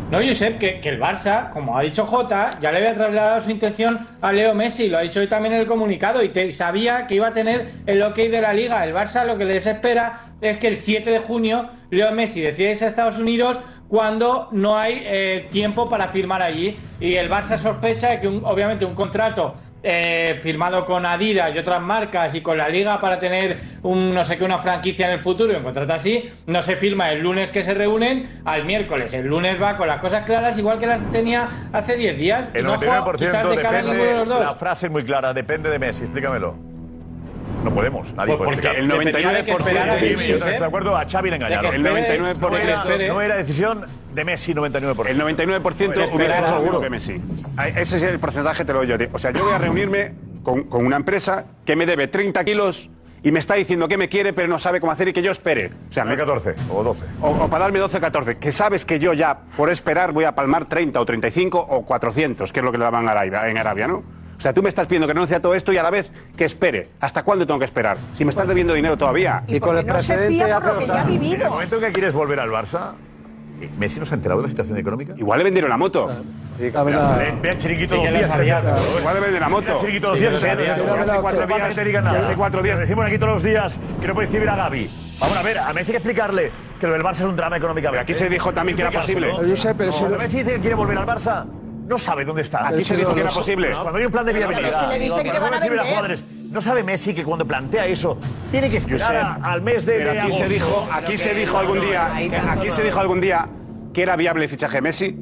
Speaker 11: No, Josep, que, que el Barça, como ha dicho Jota, ya le había trasladado su intención a Leo Messi, lo ha dicho hoy también en el comunicado, y te- sabía que iba a tener el ok de la liga. El Barça lo que le desespera es que el 7 de junio Leo Messi decide irse a Estados Unidos cuando no hay eh, tiempo para firmar allí. Y el Barça sospecha de que un- obviamente un contrato eh, firmado con Adidas y otras marcas y con la liga para tener un no sé qué una franquicia en el futuro y un contrato así, no se firma el lunes que se reúnen al miércoles. El lunes va con las cosas claras igual que las tenía hace 10 días.
Speaker 3: El
Speaker 11: No juega
Speaker 3: 99%
Speaker 11: quizás de cara a ninguno de
Speaker 3: depende.
Speaker 11: los dos.
Speaker 3: la frase es muy clara, depende de Messi, explícamelo. No podemos, nadie
Speaker 17: Pues
Speaker 3: puede
Speaker 17: porque
Speaker 3: explicarlo.
Speaker 17: el 99%
Speaker 3: Dependía de que esperara que
Speaker 17: Vinicius,
Speaker 3: Yo estoy
Speaker 17: ¿eh?
Speaker 3: de acuerdo, a Xavi le engañaron.
Speaker 17: De que espere, El 99%
Speaker 3: no
Speaker 17: espere.
Speaker 3: era, no era decisión de Messi 99%.
Speaker 17: El 99% hubiera sido seguro que Messi. A- Ese es el porcentaje, te lo doy yo. a ti. O sea, yo voy a reunirme con, con una empresa que me debe 30 kilos y me está diciendo que me quiere, pero no sabe cómo hacer y que yo espere. O sea, me
Speaker 3: 14 o 12.
Speaker 17: O, para darme 12 o 14. Que sabes que yo ya, por esperar, voy a palmar 30 o 35 o 400, que es lo que le daban a Arabia- en Arabia, ¿no? O sea, tú me estás pidiendo que renuncie a todo esto y a la vez que espere. ¿Hasta cuándo tengo que esperar? Si me estás debiendo dinero todavía.
Speaker 7: Y con el precedente de hace dos años.
Speaker 3: En el momento en que quieres volver al Barça, eh, ¿Messi no se ha enterado de la situación económica?
Speaker 17: Igual le vendieron la moto.
Speaker 3: La verdad. Ve- ve al chiringuito dos días, pero- pero-
Speaker 17: Igual le venden la moto.
Speaker 3: Ve al chiringuito dos días,
Speaker 17: Sí,
Speaker 3: se
Speaker 17: yo
Speaker 3: había-
Speaker 17: sabía,
Speaker 3: hace
Speaker 17: yo
Speaker 3: cuatro
Speaker 17: sabía.
Speaker 3: días no se diga nada.
Speaker 17: Hace
Speaker 3: cuatro días. Decimos aquí todos los días que no puede recibir a Gaby. Vamos a ver, a Messi hay que explicarle que lo del Barça es un drama económico.
Speaker 17: aquí se dijo también que era
Speaker 3: Explícaselo.
Speaker 17: posible. Pero yo sé, pero
Speaker 3: No,
Speaker 17: si lo-
Speaker 3: cuando Messi dice que quiere volver al Barça, no sabe dónde está.
Speaker 17: Aquí Pero se si dijo lo- que era lo- posible.
Speaker 3: Pues Cuando hay un plan de
Speaker 17: Pero si le
Speaker 3: viabilidad,
Speaker 17: dicen que
Speaker 3: cuando
Speaker 17: van a
Speaker 3: recibe
Speaker 17: vender.
Speaker 3: jugadores, no sabe Messi que cuando plantea eso tiene que esperar
Speaker 17: Josep,
Speaker 3: a- al mes de,
Speaker 17: pero
Speaker 3: de
Speaker 17: aquí
Speaker 3: agosto.
Speaker 17: se dijo, aquí se dijo algún día, que- aquí se dijo algún día que era viable el fichaje de Messi.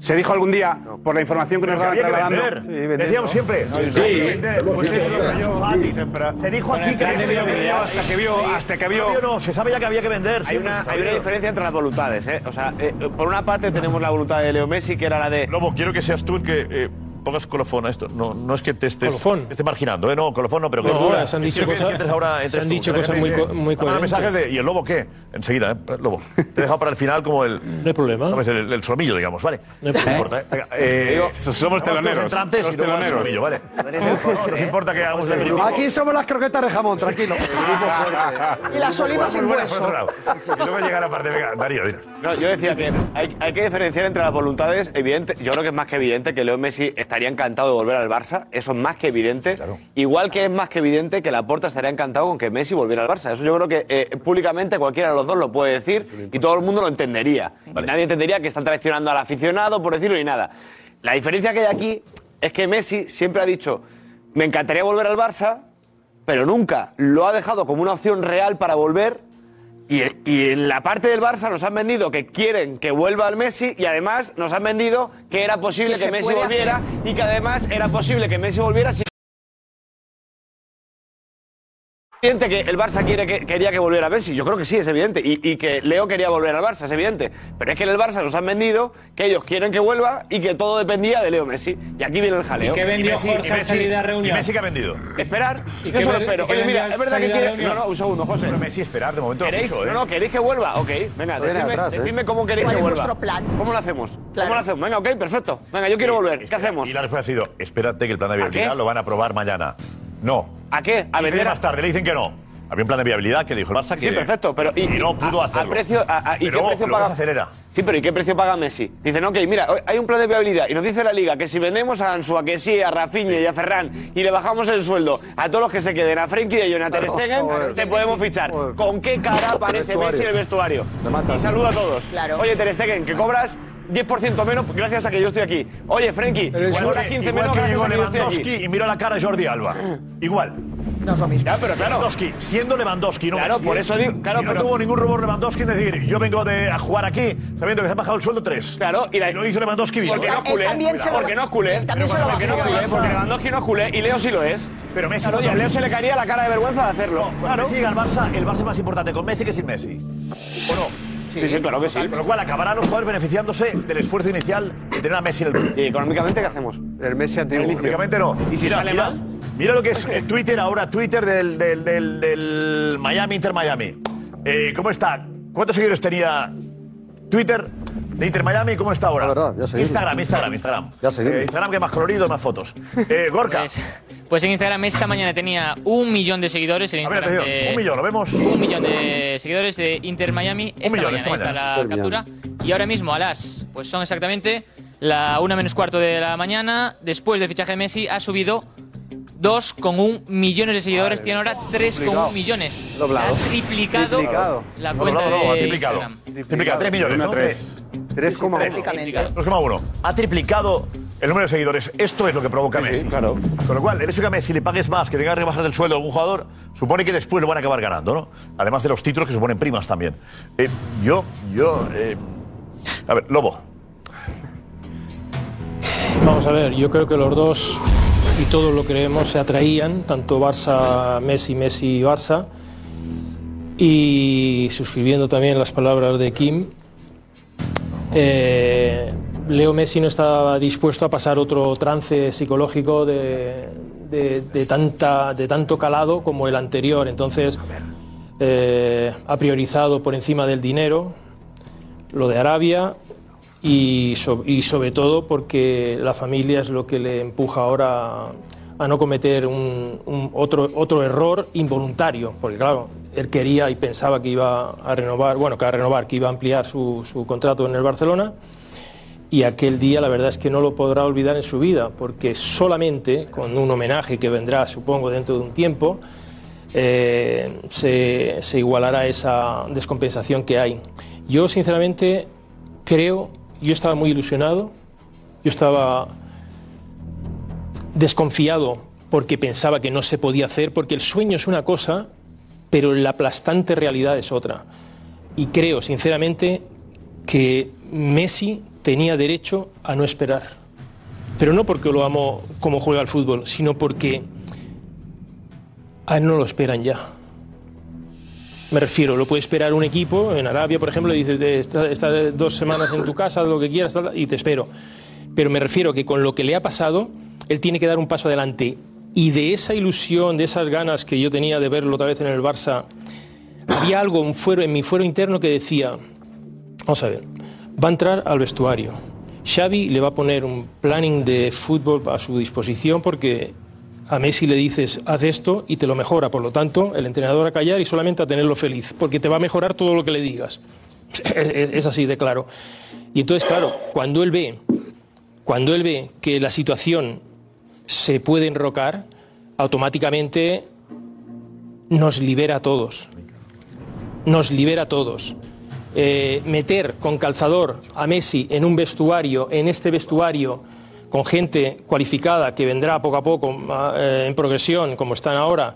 Speaker 17: Se dijo algún día por la información que nos daban
Speaker 3: había que
Speaker 17: trasladando.
Speaker 3: vender. Decíamos siempre,
Speaker 17: Sí,
Speaker 3: hay que vender. Pues eso es lo que
Speaker 17: Sí.
Speaker 3: yo, Fati. Se dijo
Speaker 17: Con el
Speaker 3: aquí que
Speaker 17: plan de
Speaker 3: había que
Speaker 17: viabilidad
Speaker 3: vender.
Speaker 17: hasta que vio- hasta que vio-
Speaker 3: No, vio, no, se sabe ya que había que vender.
Speaker 13: Hay
Speaker 3: siempre
Speaker 13: una,
Speaker 3: se
Speaker 13: hay una
Speaker 3: sabía.
Speaker 13: diferencia entre las voluntades, ¿eh? O sea, eh, por una parte tenemos la voluntad de Leo Messi, que era la de...
Speaker 3: Lobo, quiero que seas tú el que eh, pongas colofón a esto. No, no es que te estés,
Speaker 6: Colofón.
Speaker 3: te esté marginando, ¿eh? No, colofón no, pero
Speaker 6: No,
Speaker 3: cordura.
Speaker 6: se han dicho
Speaker 3: Quiero que-
Speaker 6: cosas-
Speaker 3: que entres ahora,
Speaker 6: se
Speaker 3: entres
Speaker 6: han
Speaker 3: tú.
Speaker 6: dicho
Speaker 3: La
Speaker 6: cosas
Speaker 3: gente
Speaker 6: muy
Speaker 3: dice,
Speaker 6: co- muy
Speaker 3: "Mándame mensajes de,
Speaker 6: coherentes".
Speaker 3: ¿Y el lobo qué? Enseguida, ¿eh? Lobo. Te he dejado para el final como el. No
Speaker 6: hay problema.
Speaker 3: ¿Sabes? El, el solomillo, digamos, ¿vale?
Speaker 6: No hay problema.
Speaker 3: importa, ¿eh? Venga, eh,
Speaker 17: Digo,
Speaker 3: vamos
Speaker 17: somos
Speaker 3: todos
Speaker 17: teloneros,
Speaker 3: entrantes
Speaker 17: somos
Speaker 3: y luego al
Speaker 17: teloneros.
Speaker 3: solomillo, ¿vale? No,
Speaker 13: ¿eh?
Speaker 3: no nos importa que
Speaker 13: Pues
Speaker 3: hagamos el grupo.
Speaker 19: Aquí somos las croquetas de jamón, tranquilo.
Speaker 9: Y las olivas sin
Speaker 3: Muy buena,
Speaker 9: hueso.
Speaker 3: por otro lado. Y luego llega la parte, venga, Darío, dinos.
Speaker 13: No, yo decía que hay, hay que diferenciar entre las voluntades. Evidente, yo creo que es más que evidente que Leo Messi estaría encantado de volver al Barça. Eso es más que evidente. Igual que es más que evidente que Laporta estaría encantado con que Messi volviera al Barça. Eso yo creo que eh, públicamente cualquiera de los dos lo puede decir y todo el mundo lo entendería. Nadie entendería que están traicionando al aficionado, por decirlo, ni nada. La diferencia que hay aquí es que Messi siempre ha dicho, me encantaría volver al Barça, pero nunca lo ha dejado como una opción real para volver. Y, y en la parte del Barça nos han vendido que quieren que vuelva al Messi y además nos han vendido que era posible
Speaker 14: Que
Speaker 13: que,
Speaker 14: se
Speaker 13: Messi
Speaker 14: puede
Speaker 13: volviera
Speaker 14: hacer.
Speaker 13: y que además era posible que Messi volviera si evidente que el Barça quiere que, quería que volviera Messi. Yo creo que sí, es evidente. Y, y que Leo quería volver al Barça, es evidente. Pero es que en el Barça nos han vendido que ellos quieren que vuelva y que todo dependía de Leo Messi. Y aquí viene el jaleo.
Speaker 11: ¿Y qué vendió Jorge al salir de reunión?
Speaker 3: ¿Y Messi qué ha vendido?
Speaker 13: Esperar.
Speaker 3: ¿Y
Speaker 13: Yo
Speaker 3: qué
Speaker 13: solo
Speaker 3: ven-
Speaker 13: espero.
Speaker 3: y qué
Speaker 13: Oye, mira,
Speaker 3: vendió
Speaker 13: es verdad
Speaker 3: al salir
Speaker 13: que
Speaker 3: de
Speaker 13: quiere.
Speaker 3: reunión?
Speaker 13: No, no, un segundo, José.
Speaker 3: Pero Messi esperar de momento
Speaker 13: ¿Queréis?
Speaker 3: mucho, ¿eh?
Speaker 13: No, no, ¿queréis que vuelva? Ok, venga,
Speaker 3: Viene
Speaker 13: decidme,
Speaker 3: atrás, ¿eh?
Speaker 13: decidme cómo queréis
Speaker 3: ¿Cuál
Speaker 13: que
Speaker 3: es
Speaker 13: vuelva.
Speaker 3: vuestro plan?
Speaker 13: ¿Cómo lo hacemos?
Speaker 3: Claro.
Speaker 13: ¿Cómo lo hacemos? Venga, ok, perfecto. Venga, yo quiero volver. ¿Qué hacemos?
Speaker 3: Y la respuesta ha sido, espérate que el plan de
Speaker 13: qué?
Speaker 3: viabilidad lo van a aprobar mañana. No.
Speaker 13: ¿A qué? ¿A
Speaker 3: Dice
Speaker 13: vender a-
Speaker 3: más tarde? Le dicen que no. Había un plan de viabilidad que le dijo el Barça que...
Speaker 13: Sí, perfecto, pero
Speaker 3: Y, no pudo
Speaker 13: a- a
Speaker 3: hacerlo.
Speaker 13: precio- a- a-
Speaker 3: Pero
Speaker 13: ¿Y qué
Speaker 3: luego-
Speaker 13: precio
Speaker 3: luego
Speaker 13: paga?
Speaker 3: se acelera.
Speaker 13: Sí, pero ¿y qué precio paga Messi? Dicen, ok, mira, hoy hay un plan de viabilidad y nos dice la liga que si vendemos a Ansu, a Kessie, a Rafinha y a Ferran y le bajamos el sueldo a todos los que se queden, a Frenkie y a Jonathan
Speaker 14: Claro,
Speaker 13: Stegen,
Speaker 14: joder.
Speaker 13: te podemos fichar. ¿Con qué cara aparece
Speaker 14: vestuario.
Speaker 13: Messi en el vestuario?
Speaker 14: Me mata.
Speaker 13: Y saluda a todos.
Speaker 14: Claro.
Speaker 13: Oye, Ter Stegen, que cobras 10% menos gracias a que yo estoy aquí. Oye, Frenkie,
Speaker 3: Igual
Speaker 13: cobras
Speaker 3: que-
Speaker 13: 15
Speaker 3: igual
Speaker 13: menos
Speaker 3: que
Speaker 13: gracias
Speaker 3: llegó
Speaker 13: a que yo estoy aquí.
Speaker 3: Lewandowski y miró la cara a Jordi Alba. Igual.
Speaker 9: No es lo mismo.
Speaker 3: Ya, pero claro. Lewandowski, siendo Lewandowski, no
Speaker 13: Claro,
Speaker 3: Messi,
Speaker 13: por
Speaker 3: ¿eh?
Speaker 13: eso digo- claro,
Speaker 3: Y
Speaker 13: pero-
Speaker 3: No tuvo ningún rubor Lewandowski en decir, yo vengo de, a jugar aquí, sabiendo que se ha bajado el sueldo 3.
Speaker 13: Claro, y, la-
Speaker 3: lo hizo Lewandowski bien.
Speaker 13: Porque no es culé. Porque no es culé.
Speaker 3: también se lo
Speaker 13: Porque no es
Speaker 3: bajó.
Speaker 13: culé, Porque Lewandowski no es culé. Y Leo sí lo es.
Speaker 3: Pero Messi
Speaker 13: Claro,
Speaker 3: no
Speaker 13: y a
Speaker 3: lo
Speaker 13: Leo
Speaker 3: es.
Speaker 13: se le caería la cara de vergüenza de hacerlo.
Speaker 3: Cuando
Speaker 13: Claro.
Speaker 3: Messi llega al Barça, el Barça es más importante con Messi que sin Messi. ¿O no?
Speaker 13: Sí, sí, claro que sí.
Speaker 3: Con lo cual acabarán los jugadores beneficiándose del esfuerzo inicial de tener a Messi en el
Speaker 13: ¿Y económicamente qué hacemos?
Speaker 3: El Messi antiguo. Económicamente no.
Speaker 13: ¿Y si sale
Speaker 3: mira,
Speaker 13: mal?
Speaker 3: Mira lo que es eh, Twitter ahora, Twitter del, del, del, del Miami Inter Miami. Eh, ¿Cómo está? ¿Cuántos seguidores tenía Twitter de Inter Miami? ¿Cómo está ahora?
Speaker 19: ya seguimos.
Speaker 3: Instagram, Instagram, Instagram.
Speaker 19: Ya seguimos.
Speaker 3: Eh, Instagram que más colorido, más fotos. Eh, Gorka.
Speaker 21: Pues en Instagram esta mañana tenía un millón de seguidores. El
Speaker 3: A ver,
Speaker 21: Instagram
Speaker 3: atención,
Speaker 21: de-
Speaker 3: un millón, lo vemos.
Speaker 21: Un millón de seguidores de Inter Miami. Esta
Speaker 3: millón,
Speaker 21: mañana,
Speaker 3: esta
Speaker 21: ahí está
Speaker 3: mañana.
Speaker 21: la
Speaker 3: Inter
Speaker 21: captura. Y ahora mismo a las, pues son exactamente la una menos cuarto de la mañana. Después del fichaje de Messi ha subido 2,1 millones de seguidores. Tiene ahora 3,1
Speaker 14: Duplicado.
Speaker 21: millones. O sea,
Speaker 14: Doblado.
Speaker 21: ha triplicado,
Speaker 14: Triplicado.
Speaker 21: la
Speaker 14: No,
Speaker 21: cuenta
Speaker 14: no, no, ha
Speaker 21: de
Speaker 14: triplicado.
Speaker 21: Instagram.
Speaker 3: Triplica, 3 millones,
Speaker 14: Uno,
Speaker 3: ¿no?
Speaker 14: tres.
Speaker 3: Tres. 3,1.
Speaker 14: Prácticamente.
Speaker 3: 2,1. Ha triplicado El número de seguidores, esto es lo que provoca Messi. claro. Con lo cual, el hecho que a Messi le pagues más, que tengas rebajas del sueldo a algún jugador, supone que después lo van a acabar ganando, ¿no? Además de los títulos que suponen primas también. Eh, yo, yo. eh, a ver, Lobo.
Speaker 6: Vamos a ver, yo creo que los dos, y todos lo creemos, se atraían, tanto Barça, Messi, Messi, Barça. Y suscribiendo también las palabras de Kim, eh, Leo Messi no estaba dispuesto a pasar otro trance psicológico de, de- de tanta, de tanto calado como el anterior. Entonces, eh, ha priorizado por encima del dinero lo de Arabia y, so- y sobre todo porque la familia es lo que le empuja ahora a no cometer un, un otro, otro error involuntario, porque claro, él quería y pensaba que iba a renovar, bueno, que a renovar, que iba a ampliar su, su contrato en el Barcelona, y aquel día la verdad es que no lo podrá olvidar en su vida, porque solamente con un homenaje que vendrá, supongo, dentro de un tiempo, eh, se, se igualará esa descompensación que hay. Yo sinceramente creo, yo estaba muy ilusionado, yo estaba desconfiado porque pensaba que no se podía hacer, porque el sueño es una cosa, pero la aplastante realidad es otra. Y creo sinceramente que Messi tenía derecho a no esperar. Pero no porque lo amo como juega al fútbol, sino porque a él no lo esperan ya. Me refiero, lo puede esperar un equipo, en Arabia, por ejemplo, le dice, "Te- está, está dos semanas en tu casa, haz lo que quieras, tal, y te espero. Pero me refiero que con lo que le ha pasado, él tiene que dar un paso adelante. Y de esa ilusión, de esas ganas que yo tenía de verlo otra vez en el Barça, había algo un fuero, en mi fuero interno que decía, vamos a ver, va a entrar al vestuario. Xavi le va a poner un planning de fútbol a su disposición porque a Messi le dices haz esto y te lo mejora. Por lo tanto, el entrenador a callar y solamente a tenerlo feliz, porque te va a mejorar todo lo que le digas. Es es así de claro. Y entonces, claro, cuando él ve, cuando él ve que la situación se puede enrocar, automáticamente nos libera a todos. Nos libera a todos. Eh, meter con calzador a Messi en un vestuario, en este vestuario, con gente cualificada que vendrá poco a poco ma- eh, en progresión, como están ahora,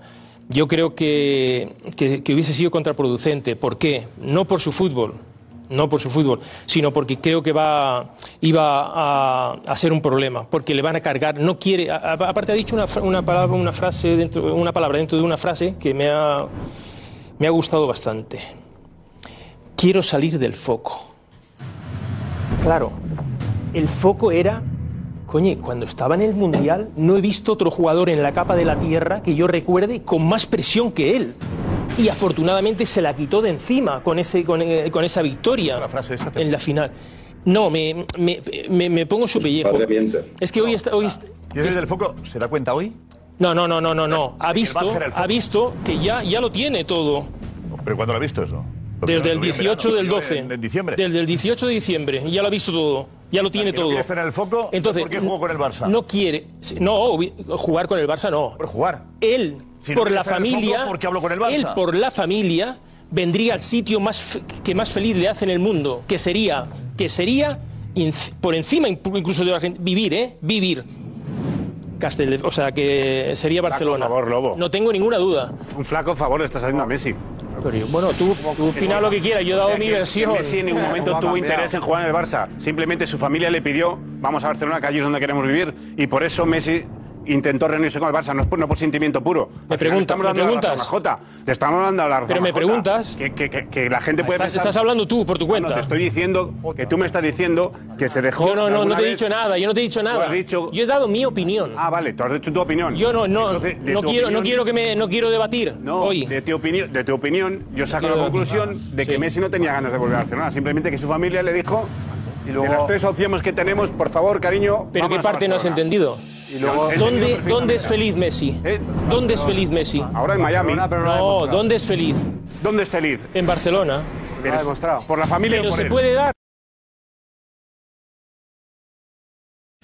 Speaker 6: yo creo que, que- que hubiese sido contraproducente. ¿Por qué? No por su fútbol, no por su fútbol, sino porque creo que va, iba a, a ser un problema, porque le van a cargar, no quiere, a- a- aparte ha dicho una, fra- una palabra, una frase dentro, una palabra dentro de una frase que me ha, me ha gustado bastante. Quiero salir del foco. Claro, el foco era, coño, cuando estaba en el Mundial no he visto otro jugador en la capa de la Tierra que yo recuerde con más presión que él. Y afortunadamente se la quitó de encima con, ese, con, eh, con esa victoria en la final. No, me, me- me- me pongo su pellejo.
Speaker 3: padre piensa.
Speaker 6: Es que hoy está... Hoy está-
Speaker 3: ¿Y ese Ah, del foco se da cuenta hoy?
Speaker 6: No, no, no, no, no. no. Ha,
Speaker 3: que
Speaker 6: visto,
Speaker 3: Barça era el
Speaker 6: ha visto que ya, ya lo tiene todo.
Speaker 3: ¿Pero cuándo lo ha visto eso? Lo
Speaker 6: Desde
Speaker 3: primero
Speaker 6: el
Speaker 3: que vi en
Speaker 6: 18 del
Speaker 3: verano,
Speaker 6: 12.
Speaker 3: En, en diciembre.
Speaker 6: Desde el 18 de diciembre. Ya lo ha visto todo. Ya lo tiene
Speaker 3: que no
Speaker 6: todo.
Speaker 3: quiere estar en el foco,
Speaker 6: Entonces,
Speaker 3: ¿por qué jugó con el Barça?
Speaker 6: No quiere. No, obvi- jugar con el Barça no. Por
Speaker 3: jugar.
Speaker 6: Él,
Speaker 3: Si no
Speaker 6: por
Speaker 3: quiere
Speaker 6: la
Speaker 3: estar en el
Speaker 6: familia.
Speaker 3: foco, ¿por qué habló con el Barça?
Speaker 6: Él, por la familia, vendría al sitio más fe- que más feliz le hace en el mundo. Que sería. Que sería. inc- por encima inc- incluso de la gente. Vivir, ¿eh? Vivir. Castel, o sea, que sería
Speaker 17: Flaco
Speaker 6: Barcelona.
Speaker 17: favor, Lobo.
Speaker 6: No tengo ninguna duda.
Speaker 17: Un flaco favor le estás haciendo a Messi.
Speaker 6: bueno, tú, tú opina lo que quieras, yo he
Speaker 17: O
Speaker 6: dado
Speaker 17: sea
Speaker 6: mi
Speaker 17: que
Speaker 6: versión.
Speaker 17: Messi en ningún momento tuvo interés en jugar en el Barça. Simplemente su familia le pidió, vamos a Barcelona, que allí es donde queremos vivir. Y por eso Messi intentó reunirse con el Barça, no es por, no por sentimiento puro.
Speaker 6: Me
Speaker 17: Al final
Speaker 6: pregunta-
Speaker 17: le estamos
Speaker 6: me
Speaker 17: dando la razón
Speaker 6: preguntas.
Speaker 17: a Jota. Le estamos dando la razón
Speaker 6: Pero
Speaker 17: a
Speaker 6: me
Speaker 17: Jota.
Speaker 6: preguntas. Ah,
Speaker 17: Que, que- que- que la gente puede
Speaker 6: Estás-
Speaker 17: pensar-
Speaker 6: estás hablando tú, por tu
Speaker 17: No,
Speaker 6: cuenta.
Speaker 17: No, te estoy diciendo que tú me estás diciendo que se dejó...
Speaker 6: Yo no, no, no
Speaker 17: alguna
Speaker 6: te he
Speaker 17: vez-
Speaker 6: dicho nada, yo no te he dicho
Speaker 17: Tú
Speaker 6: nada.
Speaker 17: has dicho-
Speaker 6: Yo he dado mi opinión.
Speaker 17: Ah, vale, tú has dicho tu opinión.
Speaker 6: Yo no, no,
Speaker 17: Entonces, de
Speaker 6: no
Speaker 17: tu
Speaker 6: quiero, no
Speaker 17: opinión-
Speaker 6: quiero que me, no quiero debatir
Speaker 17: no,
Speaker 6: hoy.
Speaker 17: De, tu opinión, de tu opinión, yo saco
Speaker 6: Quiero
Speaker 17: la
Speaker 6: debatir.
Speaker 17: conclusión de que Messi no tenía ganas de volver a Barcelona. Simplemente que su familia le dijo, de las tres opciones que tenemos, por favor, cariño...
Speaker 6: Pero qué
Speaker 17: vámonos a
Speaker 6: parte no has
Speaker 17: Barcelona".
Speaker 6: entendido.
Speaker 17: Y luego- Eh,
Speaker 6: ¿Dónde, dónde es feliz Messi? ¿Dónde es feliz Messi?
Speaker 17: Ahora en Miami.
Speaker 6: No, ¿dónde es feliz?
Speaker 17: ¿Dónde es feliz?
Speaker 6: En Barcelona.
Speaker 17: Pero- Por la familia y
Speaker 6: Pero
Speaker 17: por
Speaker 6: se
Speaker 17: él.
Speaker 6: puede dar.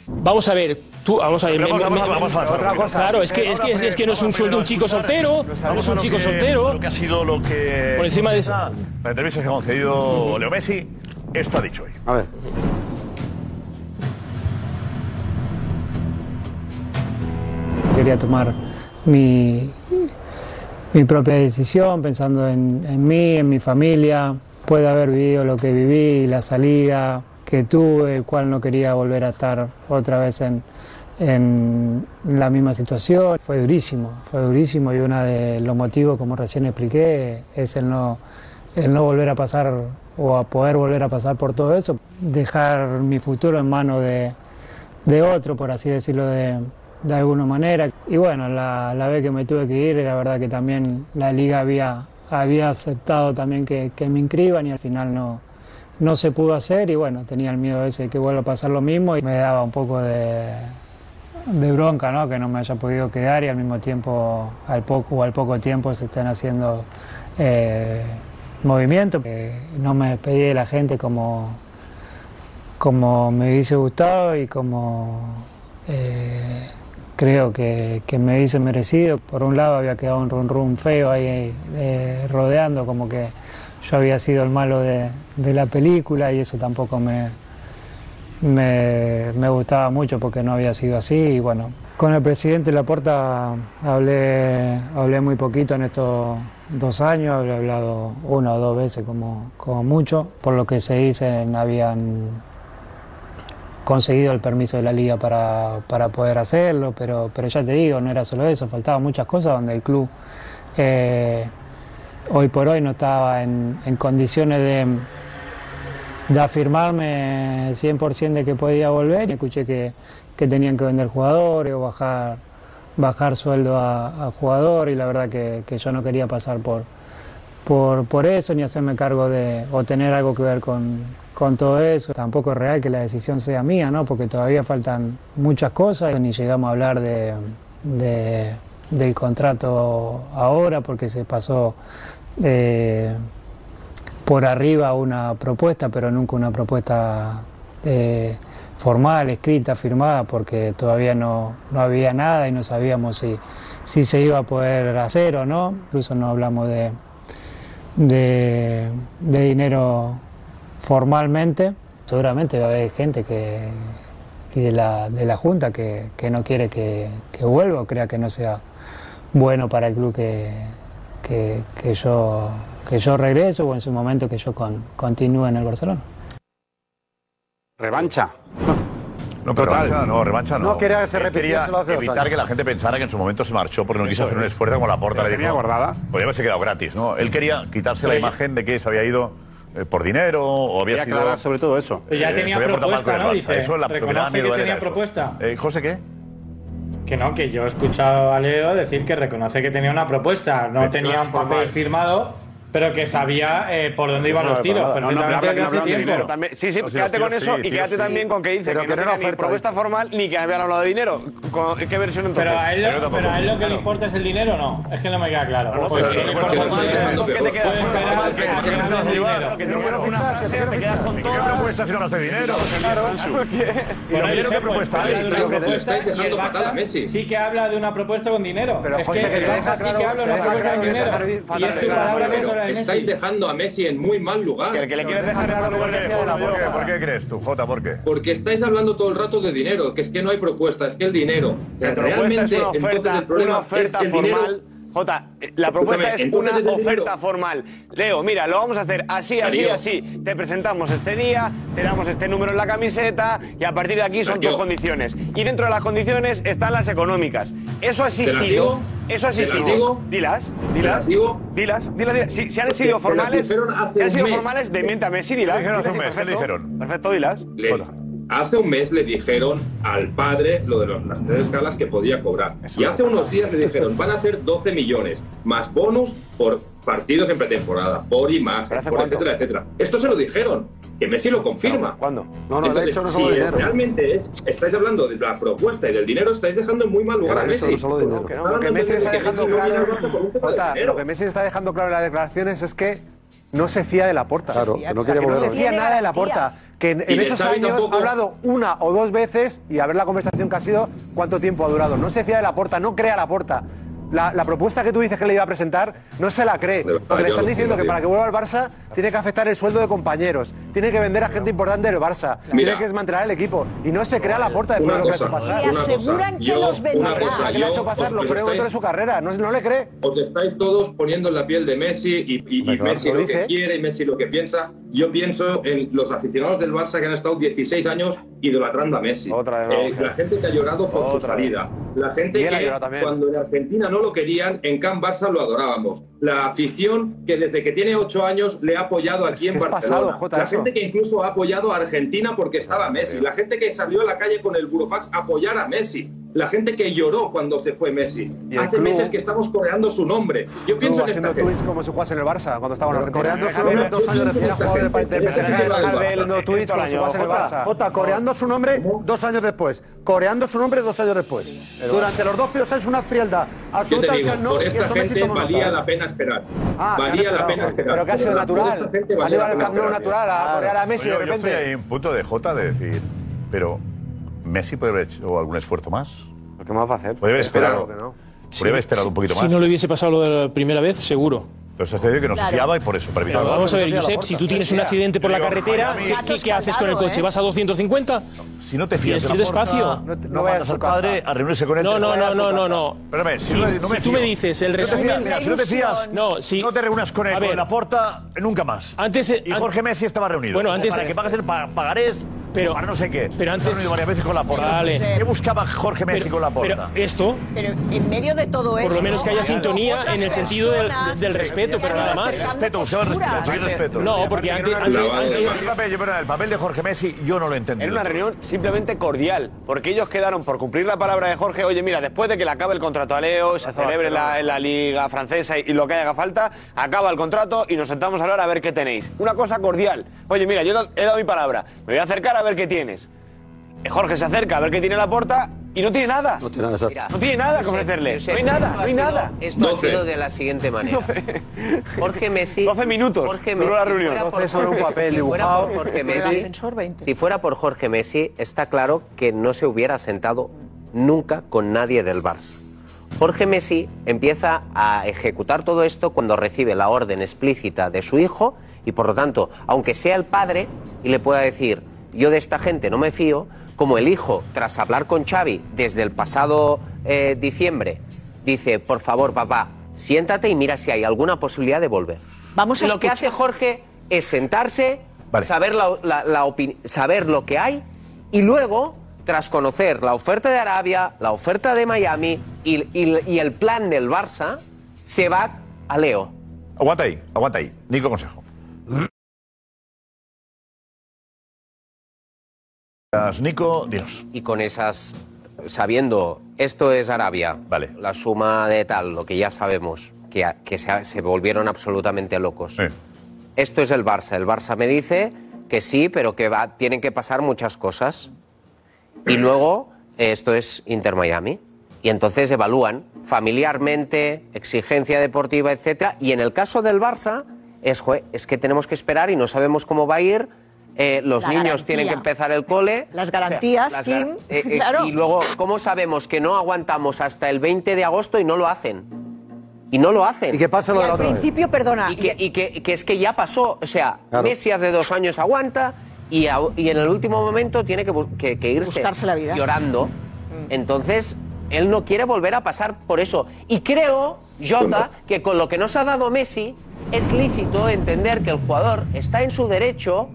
Speaker 6: Vamos a ver, tú, vamos a ver.
Speaker 3: Pero
Speaker 6: me-
Speaker 3: vamos,
Speaker 6: me-
Speaker 3: vamos, vamos,
Speaker 6: me-
Speaker 3: vamos, vamos.
Speaker 6: otra cosa. Claro, es que, es que, es que, es que no es un sueldo un chico soltero, no es un chico soltero.
Speaker 3: Lo que ha sido lo que.
Speaker 6: Por encima de eso.
Speaker 3: La entrevista que ha concedido Leo Messi, esto ha dicho hoy.
Speaker 19: A ver.
Speaker 22: quería tomar mi, mi propia decisión, pensando en, en mí, en mi familia, después de haber vivido lo que viví, la salida que tuve, el cual no quería volver a estar otra vez en, en la misma situación. Fue durísimo, fue durísimo y uno de los motivos, como recién expliqué, es el no, el no volver a pasar o a poder volver a pasar por todo eso. Dejar mi futuro en manos de, de otro, por así decirlo, de, de alguna manera. Y bueno, la, la vez que me tuve que ir, la verdad que también la liga había, había aceptado también que, que me inscriban y al final no, no se pudo hacer y bueno, tenía el miedo ese de que vuelva a pasar lo mismo y me daba un poco de, de bronca, ¿no? Que no me haya podido quedar y al mismo tiempo, al poco o al poco tiempo se están haciendo eh, movimientos. Eh, no me despedí de la gente como, como me hubiese gustado y como eh, creo que, que me hubiese merecido. Por un lado había quedado un run run feo ahí eh, rodeando, como que yo había sido el malo de, de la película y eso tampoco me, me, me gustaba mucho porque no había sido así y bueno. Con el presidente Laporta hablé, hablé muy poquito en estos dos años, habré hablado una o dos veces como, como mucho. Por lo que se dicen, habían conseguido el permiso de la liga para, para poder hacerlo, pero, pero ya te digo, no era solo eso, faltaban muchas cosas donde el club eh, hoy por hoy no estaba en, en condiciones de, de afirmarme 100% de que podía volver. Escuché que, que tenían que vender jugadores o bajar, bajar sueldo a, a jugador y la verdad que, que yo no quería pasar por, por, por eso ni hacerme cargo de o tener algo que ver con, con todo eso. Tampoco es real que la decisión sea mía, ¿no? porque todavía faltan muchas cosas ni llegamos a hablar de, de- del contrato ahora porque se pasó... eh, por arriba una propuesta, pero nunca una propuesta eh, formal, escrita, firmada, porque todavía no, no había nada y no sabíamos si, si se iba a poder hacer o no. Incluso no hablamos de, de, de dinero formalmente. Seguramente va a haber gente que, que de, la, de la Junta que, que no quiere que, que vuelva o crea que no sea bueno para el club que, que, que yo, que yo regreso o en su momento que yo con, continúe en el Barcelona.
Speaker 17: Revancha.
Speaker 3: No, pero
Speaker 17: Total.
Speaker 3: revancha no, revancha no.
Speaker 17: No quería que se
Speaker 3: Él
Speaker 17: repitiese
Speaker 3: quería
Speaker 17: lo hace dos
Speaker 3: evitar
Speaker 17: años.
Speaker 3: que la gente pensara que en su momento se marchó porque no quiso
Speaker 17: Eso
Speaker 3: hacer un
Speaker 17: es.
Speaker 3: esfuerzo con la porta.
Speaker 17: Se la tenía guardada.
Speaker 3: Podría haberse Pues quedado gratis, ¿no? Él quería quitarse la
Speaker 17: Sí.
Speaker 3: imagen de que se había ido eh, por dinero o había
Speaker 17: Quería
Speaker 3: sido...
Speaker 17: aclarar sobre todo eso.
Speaker 11: Pero ya
Speaker 3: eh,
Speaker 11: tenía
Speaker 3: se había portado mal con
Speaker 11: propuesta,
Speaker 3: el
Speaker 11: ¿no?
Speaker 3: Barça.
Speaker 11: Dice,
Speaker 3: Eso es la lo que me daba
Speaker 11: reconoce
Speaker 3: miedo
Speaker 11: que
Speaker 3: era
Speaker 11: tenía
Speaker 3: eso.
Speaker 11: propuesta.
Speaker 3: Eh, José, ¿qué?
Speaker 11: Que no, que yo he escuchado a Leo decir que reconoce que tenía una propuesta, no tenía un papel firmado, pero que sabía eh, por dónde iban los tiros. perfectamente desde hace tiempo.
Speaker 13: También- sí, sí,
Speaker 11: No, si
Speaker 13: quédate
Speaker 11: los
Speaker 13: con
Speaker 11: tiros
Speaker 13: eso
Speaker 11: sí,
Speaker 13: y
Speaker 11: tiros sí.
Speaker 13: quédate también con que dice
Speaker 11: Pero
Speaker 13: que,
Speaker 11: que
Speaker 13: no,
Speaker 11: no era
Speaker 13: tenía ni
Speaker 11: oferta,
Speaker 13: propuesta formal ni que habían hablado de dinero. ¿Con- ¿Qué versión entonces?
Speaker 11: Pero a, él lo, pero a él lo que le importa es el dinero o no. Es que no me queda claro.
Speaker 13: No,
Speaker 11: Porque
Speaker 13: pero
Speaker 11: le
Speaker 13: no,
Speaker 11: importa
Speaker 13: porque
Speaker 11: más
Speaker 13: no,
Speaker 11: el dinero.
Speaker 13: ¿con qué te quedas?
Speaker 11: Puede esperar
Speaker 13: Que no
Speaker 11: que
Speaker 13: quiero
Speaker 11: ganes
Speaker 13: fichar,
Speaker 11: dinero.
Speaker 13: que no quiero fichar, que no quiero fichar.
Speaker 3: ¿Qué propuesta si no hace dinero?
Speaker 11: Por
Speaker 3: lo
Speaker 11: ahí
Speaker 3: quiero,
Speaker 11: se
Speaker 3: ¿qué
Speaker 11: puede
Speaker 3: propuesta hay?
Speaker 11: hablar de una
Speaker 3: Pero que-
Speaker 11: propuesta
Speaker 3: estáis dejando
Speaker 11: y el Barça
Speaker 3: fatal a
Speaker 11: Sí que habla de una propuesta con dinero.
Speaker 10: Pero,
Speaker 11: es
Speaker 10: José,
Speaker 11: que,
Speaker 10: que te
Speaker 11: el
Speaker 10: deja
Speaker 11: Barça sí
Speaker 10: claro-
Speaker 11: que habla de una
Speaker 10: te deja
Speaker 11: propuesta con
Speaker 10: claro que
Speaker 11: dinero.
Speaker 10: está fatal,
Speaker 11: Y es su
Speaker 10: claro,
Speaker 11: palabra
Speaker 10: pero
Speaker 11: contra la de
Speaker 10: Estáis
Speaker 11: Messi.
Speaker 10: dejando a Messi en muy mal lugar.
Speaker 13: Que el que le quieres dejar
Speaker 10: claro
Speaker 3: ¿Por qué, Jota? ¿Por qué? ¿Por qué crees tú, Jota? ¿Por qué?
Speaker 10: Porque estáis hablando todo el rato de dinero, que es que no hay propuesta, es que el dinero. O sea,
Speaker 13: La propuesta
Speaker 10: realmente,
Speaker 13: es una
Speaker 10: entonces
Speaker 13: oferta,
Speaker 10: el problema
Speaker 13: una oferta
Speaker 10: es el
Speaker 13: formal.
Speaker 10: dinero.
Speaker 13: Jota, eh, la
Speaker 10: Escúchame,
Speaker 13: propuesta es una
Speaker 10: entonces es el
Speaker 13: oferta
Speaker 10: dinero.
Speaker 13: formal. Leo, mira, lo vamos a hacer así, así,
Speaker 10: Darío.
Speaker 13: así. Te presentamos este día, te damos este número en la camiseta y a partir de aquí son
Speaker 10: Darío.
Speaker 13: tus condiciones. Y dentro de las condiciones están las económicas. Eso ha
Speaker 10: ¿Te las
Speaker 13: existido.
Speaker 10: digo?
Speaker 13: Eso ha
Speaker 10: ¿Te las
Speaker 13: existido.
Speaker 10: digo?
Speaker 13: Dilas,
Speaker 10: ¿Te
Speaker 13: dilas.
Speaker 10: las digo?
Speaker 13: Dilas, dilas, dilas. Si, si han
Speaker 10: Porque te
Speaker 13: sido
Speaker 10: las
Speaker 13: formales,
Speaker 10: dijeron hace
Speaker 13: si han
Speaker 10: un
Speaker 13: sido
Speaker 10: mes.
Speaker 13: formales, desmienta a Messi, dilas. dilas y perfecto. Perfecto, dilas.
Speaker 10: Le- hace un mes le dijeron al padre lo de los- las tres escalas que podía cobrar. y hace unos días le dijeron, van a ser 12 millones, más bonus por partidos en pretemporada, por imagen, por etcétera, etcétera. Esto se lo dijeron, que Messi lo confirma.
Speaker 13: ¿Cuándo?
Speaker 19: No, no, de
Speaker 10: Entonces,
Speaker 19: hecho, no
Speaker 10: si
Speaker 19: solo dinero.
Speaker 10: realmente es- estáis hablando de la propuesta y del dinero, estáis dejando en muy mal lugar a
Speaker 19: Eso
Speaker 10: Messi.
Speaker 19: no solo dinero.
Speaker 10: Porque
Speaker 19: Lo
Speaker 10: no,
Speaker 19: que
Speaker 10: no,
Speaker 19: Messi
Speaker 10: no,
Speaker 19: está
Speaker 10: que
Speaker 19: dejando
Speaker 10: Messi no
Speaker 19: claro-
Speaker 10: viene a Barça por un tema de
Speaker 18: Jota,
Speaker 10: dinero.
Speaker 18: lo que Messi está dejando claro en las declaraciones es que no se fía de la porta.
Speaker 19: Claro, que no quiere
Speaker 18: se
Speaker 19: volver.
Speaker 18: fía nada de la porta. Que en,
Speaker 19: Y
Speaker 18: en
Speaker 19: de
Speaker 18: esos
Speaker 19: Xavi
Speaker 18: años
Speaker 19: tampoco.
Speaker 18: ha hablado una o dos veces y a ver la conversación que ha sido, cuánto tiempo ha durado. No se fía de la porta, no crea la porta. la, la propuesta que tú dices que le iba a presentar no se la cree. Porque le
Speaker 10: yo
Speaker 18: están diciendo
Speaker 10: alucino,
Speaker 18: que
Speaker 10: tío.
Speaker 18: para que vuelva al Barça tiene que afectar el sueldo de compañeros, tiene que vender a gente importante del Barça,
Speaker 10: Mira.
Speaker 18: tiene que desmantelar el equipo. Y no se crea la puerta después
Speaker 10: Una
Speaker 18: de lo que le ha
Speaker 10: cosa,
Speaker 18: hecho pasar.
Speaker 10: una cosa, yo- una cosa,
Speaker 18: Que le ha hecho
Speaker 10: yo
Speaker 18: pasar
Speaker 10: os
Speaker 18: lo peor
Speaker 10: prestáis-
Speaker 18: de su carrera, no, no le cree.
Speaker 10: Os estáis todos poniendo en la piel de Messi y, y- y
Speaker 18: Hombre, claro,
Speaker 10: Messi
Speaker 18: lo
Speaker 10: lo
Speaker 18: dice.
Speaker 10: que quiere y Messi lo que piensa. Yo pienso en los aficionados del Barça que han estado 16 años idolatrando a Messi. Eh,
Speaker 18: Jorge.
Speaker 10: la gente que ha llorado por su
Speaker 18: Otra vez.
Speaker 10: salida. La gente
Speaker 18: Y él ha
Speaker 10: que
Speaker 18: llorado también.
Speaker 10: cuando en Argentina no lo querían, en Can Barça lo adorábamos. La afición que desde que tiene 8 años le ha apoyado aquí en
Speaker 18: es
Speaker 10: Barcelona.
Speaker 18: pasado, Jota,
Speaker 10: la
Speaker 18: eso.
Speaker 10: gente que incluso ha apoyado a Argentina porque estaba Messi. La gente que salió a la calle con el Burofax a apoyar a Messi. La gente que lloró cuando se fue Messi.
Speaker 18: Y el
Speaker 10: Hace
Speaker 18: club.
Speaker 10: meses que estamos coreando su nombre. Yo pienso
Speaker 18: Luego,
Speaker 10: en esta
Speaker 18: haciendo
Speaker 10: gente.
Speaker 18: tweets como si jugase en el Barça cuando estaba en
Speaker 10: Pero
Speaker 18: Argentina.
Speaker 10: coreando su nombre,
Speaker 18: dos años
Speaker 10: después
Speaker 18: después
Speaker 10: era jugador del
Speaker 18: jugador
Speaker 10: Barça.
Speaker 18: del PSG.
Speaker 19: no
Speaker 18: tweets
Speaker 19: como si jugase en el Barça. Jota, coreando su nombre dos años después. Coreando su nombre dos años después. Durante los dos periodos es una frialdad.
Speaker 10: Yo te
Speaker 19: Absoluta
Speaker 10: digo,
Speaker 19: que no,
Speaker 10: por
Speaker 19: y
Speaker 10: esta
Speaker 19: eso Messi
Speaker 10: gente
Speaker 19: toma nota,
Speaker 10: valía
Speaker 19: ¿eh?
Speaker 10: la pena esperar.
Speaker 19: Ah,
Speaker 10: valía
Speaker 19: claro,
Speaker 10: la
Speaker 19: claro,
Speaker 10: pena esperar.
Speaker 19: pero que ha sido
Speaker 10: Por esta
Speaker 19: natural.
Speaker 10: gente valía
Speaker 19: Ha ido
Speaker 10: la
Speaker 19: al
Speaker 10: pena
Speaker 19: Camp Nou
Speaker 10: esperar.
Speaker 19: natural, a corear a Messi
Speaker 3: Oye,
Speaker 19: de
Speaker 3: yo
Speaker 19: repente.
Speaker 3: estoy ahí en punto de Jota de decir, pero Messi puede haber hecho algún esfuerzo más.
Speaker 17: ¿Qué más va a hacer?
Speaker 3: Puede haber
Speaker 17: Yo creo
Speaker 3: esperado.
Speaker 17: que no.
Speaker 6: Si-
Speaker 3: Podría haber esperado un poquito
Speaker 6: si
Speaker 3: más.
Speaker 6: no le hubiese pasado lo de la primera vez, seguro.
Speaker 3: Pero sucedió que no se
Speaker 6: Claro.
Speaker 3: fiaba y por eso, para
Speaker 6: Pero
Speaker 3: evitarlo.
Speaker 6: vamos a ver, Josep, si tú tienes un accidente por la
Speaker 3: Digo,
Speaker 6: carretera,
Speaker 3: Miami,
Speaker 6: ¿qué, qué- qué haces con el coche? ¿Vas a 250?
Speaker 3: Si no te
Speaker 6: Tienes
Speaker 3: fías
Speaker 6: que ir
Speaker 3: de Laporta,
Speaker 6: despacio.
Speaker 3: No, te- no vayas al padre a reunirse con él.
Speaker 6: No, no, no,
Speaker 3: vayas a su
Speaker 6: no,
Speaker 3: casa.
Speaker 6: no, no.
Speaker 3: Espérame, si,
Speaker 6: Sí,
Speaker 3: no, no
Speaker 6: si tú
Speaker 3: fío.
Speaker 6: me dices el
Speaker 3: No te
Speaker 6: resumen-
Speaker 3: fías, mira, si no te fías,
Speaker 6: No, sí.
Speaker 3: te reúnas con él,
Speaker 6: A ver.
Speaker 3: con la porta, nunca más.
Speaker 6: Antes,
Speaker 3: y Jorge Messi estaba reunido.
Speaker 6: Bueno,
Speaker 3: O
Speaker 6: antes-
Speaker 3: Para que pagues el pa- pagarés,
Speaker 6: Pero-
Speaker 3: para no sé qué.
Speaker 6: pero antes-
Speaker 3: Se ha reunido varias veces con la porta.
Speaker 6: Vale.
Speaker 3: ¿Qué buscaba Jorge Messi con la porta?
Speaker 6: Pero esto,
Speaker 8: Pero en medio de todo eso.
Speaker 6: por lo menos que haya
Speaker 8: ha habido
Speaker 6: sintonía
Speaker 8: otras
Speaker 6: en el sentido del,
Speaker 8: personas
Speaker 6: del respeto,
Speaker 8: que
Speaker 6: pero
Speaker 8: han
Speaker 6: nada
Speaker 8: ido
Speaker 6: más.
Speaker 8: acercando posturas.
Speaker 6: No, porque antes. antes- antes-
Speaker 3: papel, yo, perdón, el papel de Jorge Messi yo no lo he entendido.
Speaker 13: Era una reunión simplemente cordial, porque ellos quedaron por cumplir la palabra de Jorge. Oye, mira, después de que le acabe el contrato a Leo, se celebre la, en la liga francesa y, y lo que haga falta, acaba el contrato y nos sentamos a hablar a ver qué tenéis. Una cosa cordial. Oye, mira, yo he dado mi palabra, me voy a acercar a ver qué tienes. Jorge se acerca a ver qué tiene la puerta y no tiene nada. No tiene nada, No tiene nada que ofrecerle. No hay nada, no hay
Speaker 15: Esto ha
Speaker 13: nada.
Speaker 15: sido- Esto ha sido de la siguiente manera. Jorge Messi.
Speaker 13: 12 minutos
Speaker 15: Jorge
Speaker 13: duró la
Speaker 15: si
Speaker 13: reunión.
Speaker 15: fuera por
Speaker 13: 12 sobre un
Speaker 15: Jorge-
Speaker 13: papel
Speaker 15: si fuera
Speaker 13: dibujado.
Speaker 15: por Jorge
Speaker 13: Era
Speaker 15: Messi,
Speaker 13: ascensor
Speaker 15: si fuera por Jorge Messi, está claro que no se hubiera sentado nunca con nadie del Barça. Jorge Messi empieza a ejecutar todo esto cuando recibe la orden explícita de su hijo y por lo tanto, aunque sea el padre y le pueda decir, yo de esta gente no me fío, como el hijo, tras hablar con Xavi desde el pasado eh, diciembre, dice, por favor papá, siéntate y mira si hay alguna posibilidad de volver.
Speaker 9: Vamos a
Speaker 15: Lo que
Speaker 9: escuchar.
Speaker 15: hace Jorge es sentarse, saber, la- la- la opin- saber lo que hay y luego, tras conocer la oferta de Arabia, la oferta de Miami y, y- y el plan del Barça, se va a Leo.
Speaker 3: Aguanta ahí, aguanta ahí. Nico Consejo. Nico, dinos.
Speaker 15: Y con esas, sabiendo, esto es Arabia, vale. la suma de tal, lo que ya sabemos, que, a- que se, se volvieron absolutamente locos. Esto es el Barça. El Barça me dice que sí, pero que va, tienen que pasar muchas cosas. Y luego, eh, esto es Inter Miami. Y entonces evalúan familiarmente, exigencia deportiva, etcétera. Y en el caso del Barça, es, "Jue, es que tenemos que esperar y no sabemos cómo va a ir. eh, los
Speaker 9: La
Speaker 15: niños
Speaker 9: garantía.
Speaker 15: tienen que empezar el cole.
Speaker 9: Las garantías,
Speaker 15: las
Speaker 9: Kim,
Speaker 15: gar- eh, eh,
Speaker 9: claro.
Speaker 15: Y luego, ¿cómo sabemos que no aguantamos hasta el 20 de agosto y no lo hacen? Y no lo hacen. ¿Y qué pasa
Speaker 9: Y al principio, perdona,
Speaker 15: y que, y que- que es que ya pasó. O sea,
Speaker 9: Claro.
Speaker 15: Messi hace dos años aguanta y, a- y en el último momento tiene que, bus- que- que irse
Speaker 9: Buscarse la vida.
Speaker 15: llorando. Entonces, él no quiere volver a pasar por eso. Y creo, Jota, que con lo que nos ha dado Messi, es lícito entender que el jugador está en su derecho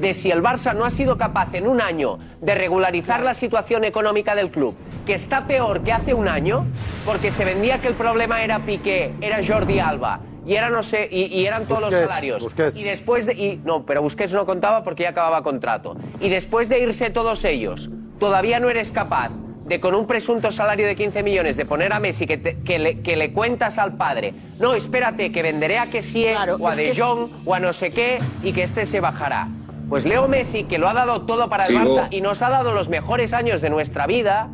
Speaker 15: de si el Barça no ha sido capaz en un año de regularizar la situación económica del club, que está peor que hace un año, porque se vendía que el problema era Piqué, era Jordi Alba, y era no sé, y, y eran todos los
Speaker 19: Busquets,
Speaker 15: salarios.
Speaker 19: Busquets.
Speaker 15: Y después de. y- no, pero Busquets no contaba porque ya acababa contrato. Y después de irse todos ellos, todavía no eres capaz de con un presunto salario de 15 millones de poner a Messi que, te- que le, que le cuentas al padre, no, espérate, que venderé a Kessie o a
Speaker 9: es que
Speaker 15: De
Speaker 9: es-
Speaker 15: Jong o a no sé qué y que este se bajará. Pues Leo Messi, que lo ha dado todo para el
Speaker 10: Sigo.
Speaker 15: Barça y nos ha dado los mejores años de nuestra vida,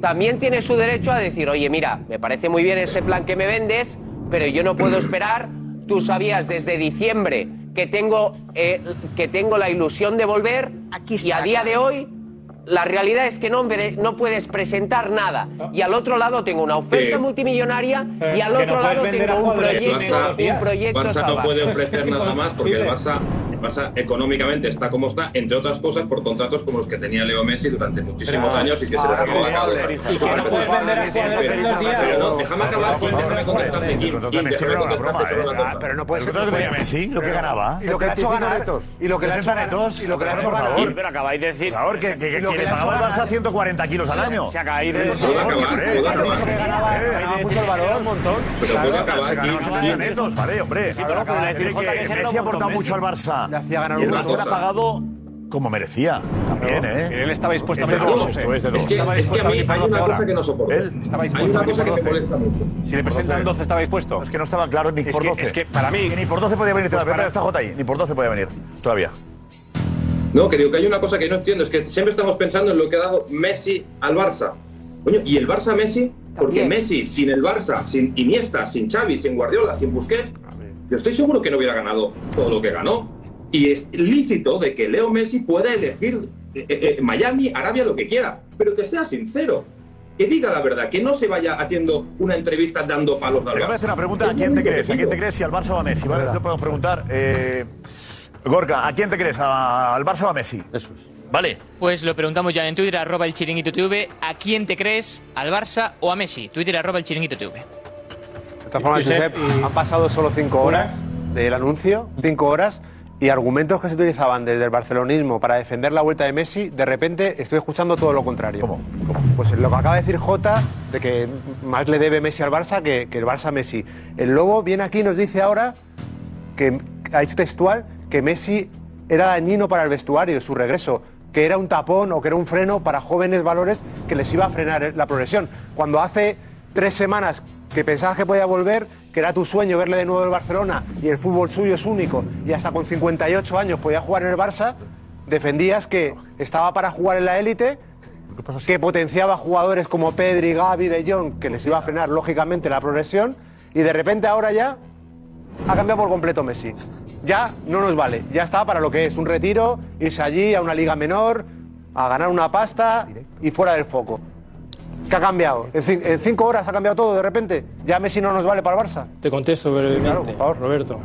Speaker 15: también tiene su derecho a decir, oye, mira, me parece muy bien ese plan que me vendes, pero yo no puedo esperar. Tú sabías desde diciembre que tengo, eh, que tengo la ilusión de volver y a día de hoy la realidad es que no, mere- no puedes presentar nada. Y al otro lado tengo una oferta
Speaker 10: Sí.
Speaker 15: multimillonaria
Speaker 10: Eh,
Speaker 15: y al
Speaker 10: que no
Speaker 15: otro
Speaker 10: puedes
Speaker 15: lado
Speaker 10: vender a
Speaker 15: tengo un
Speaker 10: jugadores.
Speaker 15: proyecto,
Speaker 10: Barça-
Speaker 15: un proyecto
Speaker 10: Barça no
Speaker 15: salvaje.
Speaker 10: puede ofrecer nada más porque el Barça, el Barça económicamente está como está, entre otras cosas por contratos como los que tenía Leo Messi durante muchísimos
Speaker 2: Pero-
Speaker 10: años y que se le
Speaker 2: Ah,
Speaker 10: renovó a cada dos
Speaker 2: sí,
Speaker 10: años.
Speaker 2: sí, que no puedes vender a jugadores en dos días.
Speaker 10: Pero no, déjame acabar, déjame contestarte, Kim,
Speaker 3: contrato
Speaker 10: Kim,
Speaker 3: de Messi
Speaker 10: déjame
Speaker 3: era una
Speaker 10: contestarte
Speaker 3: broma,
Speaker 10: solo
Speaker 3: ¿eh?
Speaker 10: una cosa.
Speaker 3: Ah, pero no puede El ser contrato que tenía bueno. Messi, lo que ganaba.
Speaker 18: Y lo que le ha hecho
Speaker 3: 75
Speaker 18: ganar.
Speaker 3: netos.
Speaker 18: Y lo que le ha hecho
Speaker 3: 70
Speaker 18: ganar.
Speaker 3: netos.
Speaker 18: Y lo que le ha hecho
Speaker 3: Por
Speaker 18: ganar.
Speaker 3: favor.
Speaker 13: Pero acabáis de decir.
Speaker 3: Ahora que, que,
Speaker 13: Y lo
Speaker 3: que
Speaker 13: que
Speaker 3: le
Speaker 13: le ha
Speaker 3: pagaba el
Speaker 13: hecho
Speaker 3: Barça 140 kilos al año.
Speaker 13: Se ha caído.
Speaker 3: Pero,
Speaker 13: Se ha
Speaker 3: por favor, ¿eh?
Speaker 13: caído. Se ha caído.
Speaker 3: Sí,
Speaker 13: Ganaba
Speaker 3: sí,
Speaker 13: mucho
Speaker 3: sí.
Speaker 13: el valor.
Speaker 3: Un montón.
Speaker 13: Pero
Speaker 3: Claro,
Speaker 13: puede acabar
Speaker 3: se
Speaker 13: aquí.
Speaker 3: ganaba 70 netos, vale, hombre.
Speaker 13: Sí, pero acaba de decir
Speaker 3: Tiene
Speaker 13: Jota que
Speaker 3: que
Speaker 13: genera
Speaker 3: Messi ha
Speaker 13: un montón
Speaker 3: aportado mucho al
Speaker 13: Messi.
Speaker 3: Barça.
Speaker 13: Le hacía ganar
Speaker 3: Y el
Speaker 13: un
Speaker 3: Barça
Speaker 13: montón.
Speaker 3: le ha pagado como merecía. También, ¿eh?
Speaker 17: Él estaba dispuesto a
Speaker 3: Es de
Speaker 17: meter
Speaker 3: dos
Speaker 17: 12.
Speaker 3: esto, es de dos.
Speaker 17: Es que-
Speaker 3: Estaba
Speaker 17: es que a mí
Speaker 3: dispuesto
Speaker 17: hay una
Speaker 3: meter
Speaker 17: cosa que no
Speaker 3: 12
Speaker 17: soporto.
Speaker 3: ahora. Él
Speaker 17: Estaba
Speaker 3: hay
Speaker 17: dispuesto
Speaker 3: una
Speaker 17: a meter
Speaker 3: cosa que me
Speaker 17: 12.
Speaker 3: molesta mucho.
Speaker 17: Si le presentan 12, ¿estaba dispuesto?
Speaker 3: Es que no estaba claro ni
Speaker 17: Es
Speaker 3: por
Speaker 17: que-
Speaker 3: 12.
Speaker 17: es que para mí-
Speaker 3: Ni por 12 podía venir.
Speaker 17: Pues
Speaker 3: la primera
Speaker 17: para-
Speaker 3: está J ahí. Ni por 12 podía venir. Todavía.
Speaker 10: No, que digo que hay una cosa que no entiendo, es que siempre estamos pensando en lo que ha dado Messi al Barça. Coño, y el Barça a Messi, porque Messi sin el Barça, sin Iniesta, sin Xavi, sin Guardiola, sin Busquets, yo estoy seguro que no hubiera ganado todo lo que ganó. Y es lícito de que Leo Messi pueda elegir eh, eh, eh, Miami, Arabia, lo que quiera, pero que sea sincero. Que diga la verdad, que no se vaya haciendo una entrevista dando palos al
Speaker 3: Te voy a
Speaker 10: Barça.
Speaker 3: hacer una pregunta. ¿A
Speaker 10: Es
Speaker 3: quién
Speaker 10: lo
Speaker 3: te
Speaker 10: único que
Speaker 3: crees? ¿A quién
Speaker 10: pido.
Speaker 3: te crees? Si al Barça o a Messi. Vale, Te lo podemos preguntar. Eh, Gorka, ¿a quién te crees? ¿A- ¿Al Barça o a Messi? Eso es. Vale.
Speaker 21: Pues lo preguntamos ya en Twitter, arroba el chiringuito TV. ¿A quién te crees? ¿Al Barça o a Messi? Twitter, arroba el chiringuito TV.
Speaker 18: De todas formas,
Speaker 11: Josep,
Speaker 18: Josep, han pasado solo cinco horas del anuncio, cinco horas, y argumentos que se utilizaban desde el barcelonismo para defender la vuelta de Messi, de repente estoy escuchando todo lo contrario. ¿Cómo? Pues lo que acaba de decir Jota, de que más le debe Messi al Barça que, que el Barça a Messi. El Lobo viene aquí y nos dice ahora que ha dicho textual que Messi era dañino para el vestuario, su regreso, que era un tapón o que era un freno para jóvenes valores que les iba a frenar la progresión. Cuando hace tres semanas que pensabas que podía volver, que era tu sueño verle de nuevo el Barcelona y el fútbol suyo es único y hasta con 58 años podía jugar en el Barça, defendías que estaba para jugar en la élite, que potenciaba jugadores como Pedri, Gavi, De Jong, que les iba a frenar lógicamente la progresión y de repente ahora ya ha cambiado por completo Messi. Ya no nos vale. Ya está para lo que es un retiro, irse allí a una liga menor, a ganar una pasta y fuera del foco. ¿Qué ha cambiado? En, cin- en cinco horas ha cambiado todo de repente. Ya Messi no nos vale para el Barça.
Speaker 6: Te contesto brevemente, Roberto.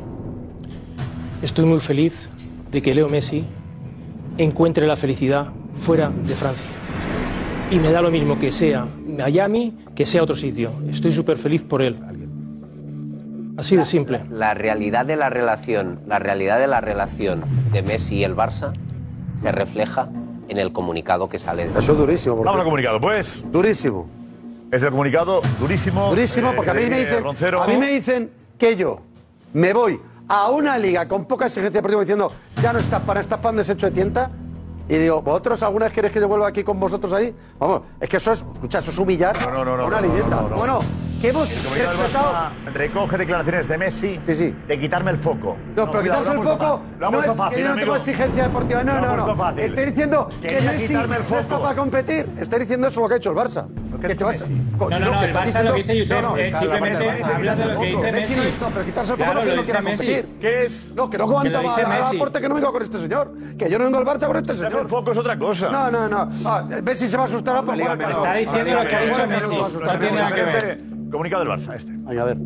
Speaker 6: Estoy muy feliz de que Leo Messi encuentre la felicidad fuera de Francia. Y me da lo mismo que sea Miami, que sea otro sitio. Estoy súper feliz por él. Así de simple.
Speaker 15: La realidad de la relación, la realidad de la relación de Messi y el Barça se refleja en el comunicado que sale.
Speaker 19: Eso es durísimo.
Speaker 15: por
Speaker 3: Vamos
Speaker 15: cierto.
Speaker 3: al comunicado, pues.
Speaker 19: Durísimo.
Speaker 3: Es el comunicado durísimo.
Speaker 19: Durísimo,
Speaker 3: eh,
Speaker 19: porque a mí,
Speaker 3: de
Speaker 19: me dicen,
Speaker 3: Roncero.
Speaker 19: a mí me dicen que yo me voy a una liga con poca exigencia deportiva diciendo, ya no estás para, estás para donde se hecho de tienta. Y digo, ¿vosotros alguna vez queréis que yo vuelva aquí con vosotros ahí? Vamos, es que eso es, escucha, eso es humillar a una
Speaker 3: no, no,
Speaker 19: leyenda.
Speaker 3: no, no.
Speaker 19: Bueno, que hemos
Speaker 3: El comunicado del
Speaker 19: respetado-
Speaker 3: Barça recoge declaraciones de Messi de quitarme el foco.
Speaker 19: No, pero
Speaker 3: cuidado,
Speaker 19: quitarse el
Speaker 3: lo ha puesto
Speaker 19: foco
Speaker 3: fa- lo ha
Speaker 19: no
Speaker 3: puesto
Speaker 19: es que
Speaker 3: fácil,
Speaker 19: yo no
Speaker 3: amigo.
Speaker 19: tengo exigencia deportiva.
Speaker 3: Lo
Speaker 19: No,
Speaker 3: ha
Speaker 19: no,
Speaker 3: puesto
Speaker 19: no.
Speaker 3: fácil.
Speaker 19: Estoy diciendo que
Speaker 3: Quería
Speaker 19: Messi
Speaker 3: quitarme el
Speaker 19: no está
Speaker 3: foco.
Speaker 19: para competir. Estoy diciendo eso lo que ha hecho el Barça. Que te vas- Co-
Speaker 11: No, no,
Speaker 19: no,
Speaker 11: no,
Speaker 19: que
Speaker 11: el
Speaker 19: estás
Speaker 11: Barça lo que
Speaker 19: diciendo-
Speaker 11: dice Josep,
Speaker 19: no, no,
Speaker 11: eh,
Speaker 19: está-
Speaker 11: simplemente
Speaker 19: Barça dice
Speaker 11: habla de lo que
Speaker 19: quitarse el
Speaker 11: dice
Speaker 19: foco.
Speaker 11: Messi.
Speaker 19: Messi. no, pero quitarse el foco
Speaker 11: Claro,
Speaker 19: no que
Speaker 11: lo
Speaker 19: no
Speaker 11: dice
Speaker 19: quiera
Speaker 11: Messi.
Speaker 19: competir.
Speaker 3: ¿Qué es?
Speaker 19: No, que no
Speaker 11: Que lo
Speaker 19: aguanta
Speaker 11: dice
Speaker 19: a- a
Speaker 11: Messi.
Speaker 19: Laporte que no vengo con este señor. Que yo no vengo al Barça con este señor.
Speaker 3: el foco es otra cosa.
Speaker 19: No, no, no. Ah, Messi se va a asustar a por jugar al
Speaker 3: Está
Speaker 19: Carabao.
Speaker 3: diciendo lo que ha dicho
Speaker 19: Bueno,
Speaker 3: Messi.
Speaker 19: se va a asustar.
Speaker 3: No tiene nada que ver.
Speaker 19: Comunicado
Speaker 3: del Barça, este.
Speaker 19: Venga, a ver.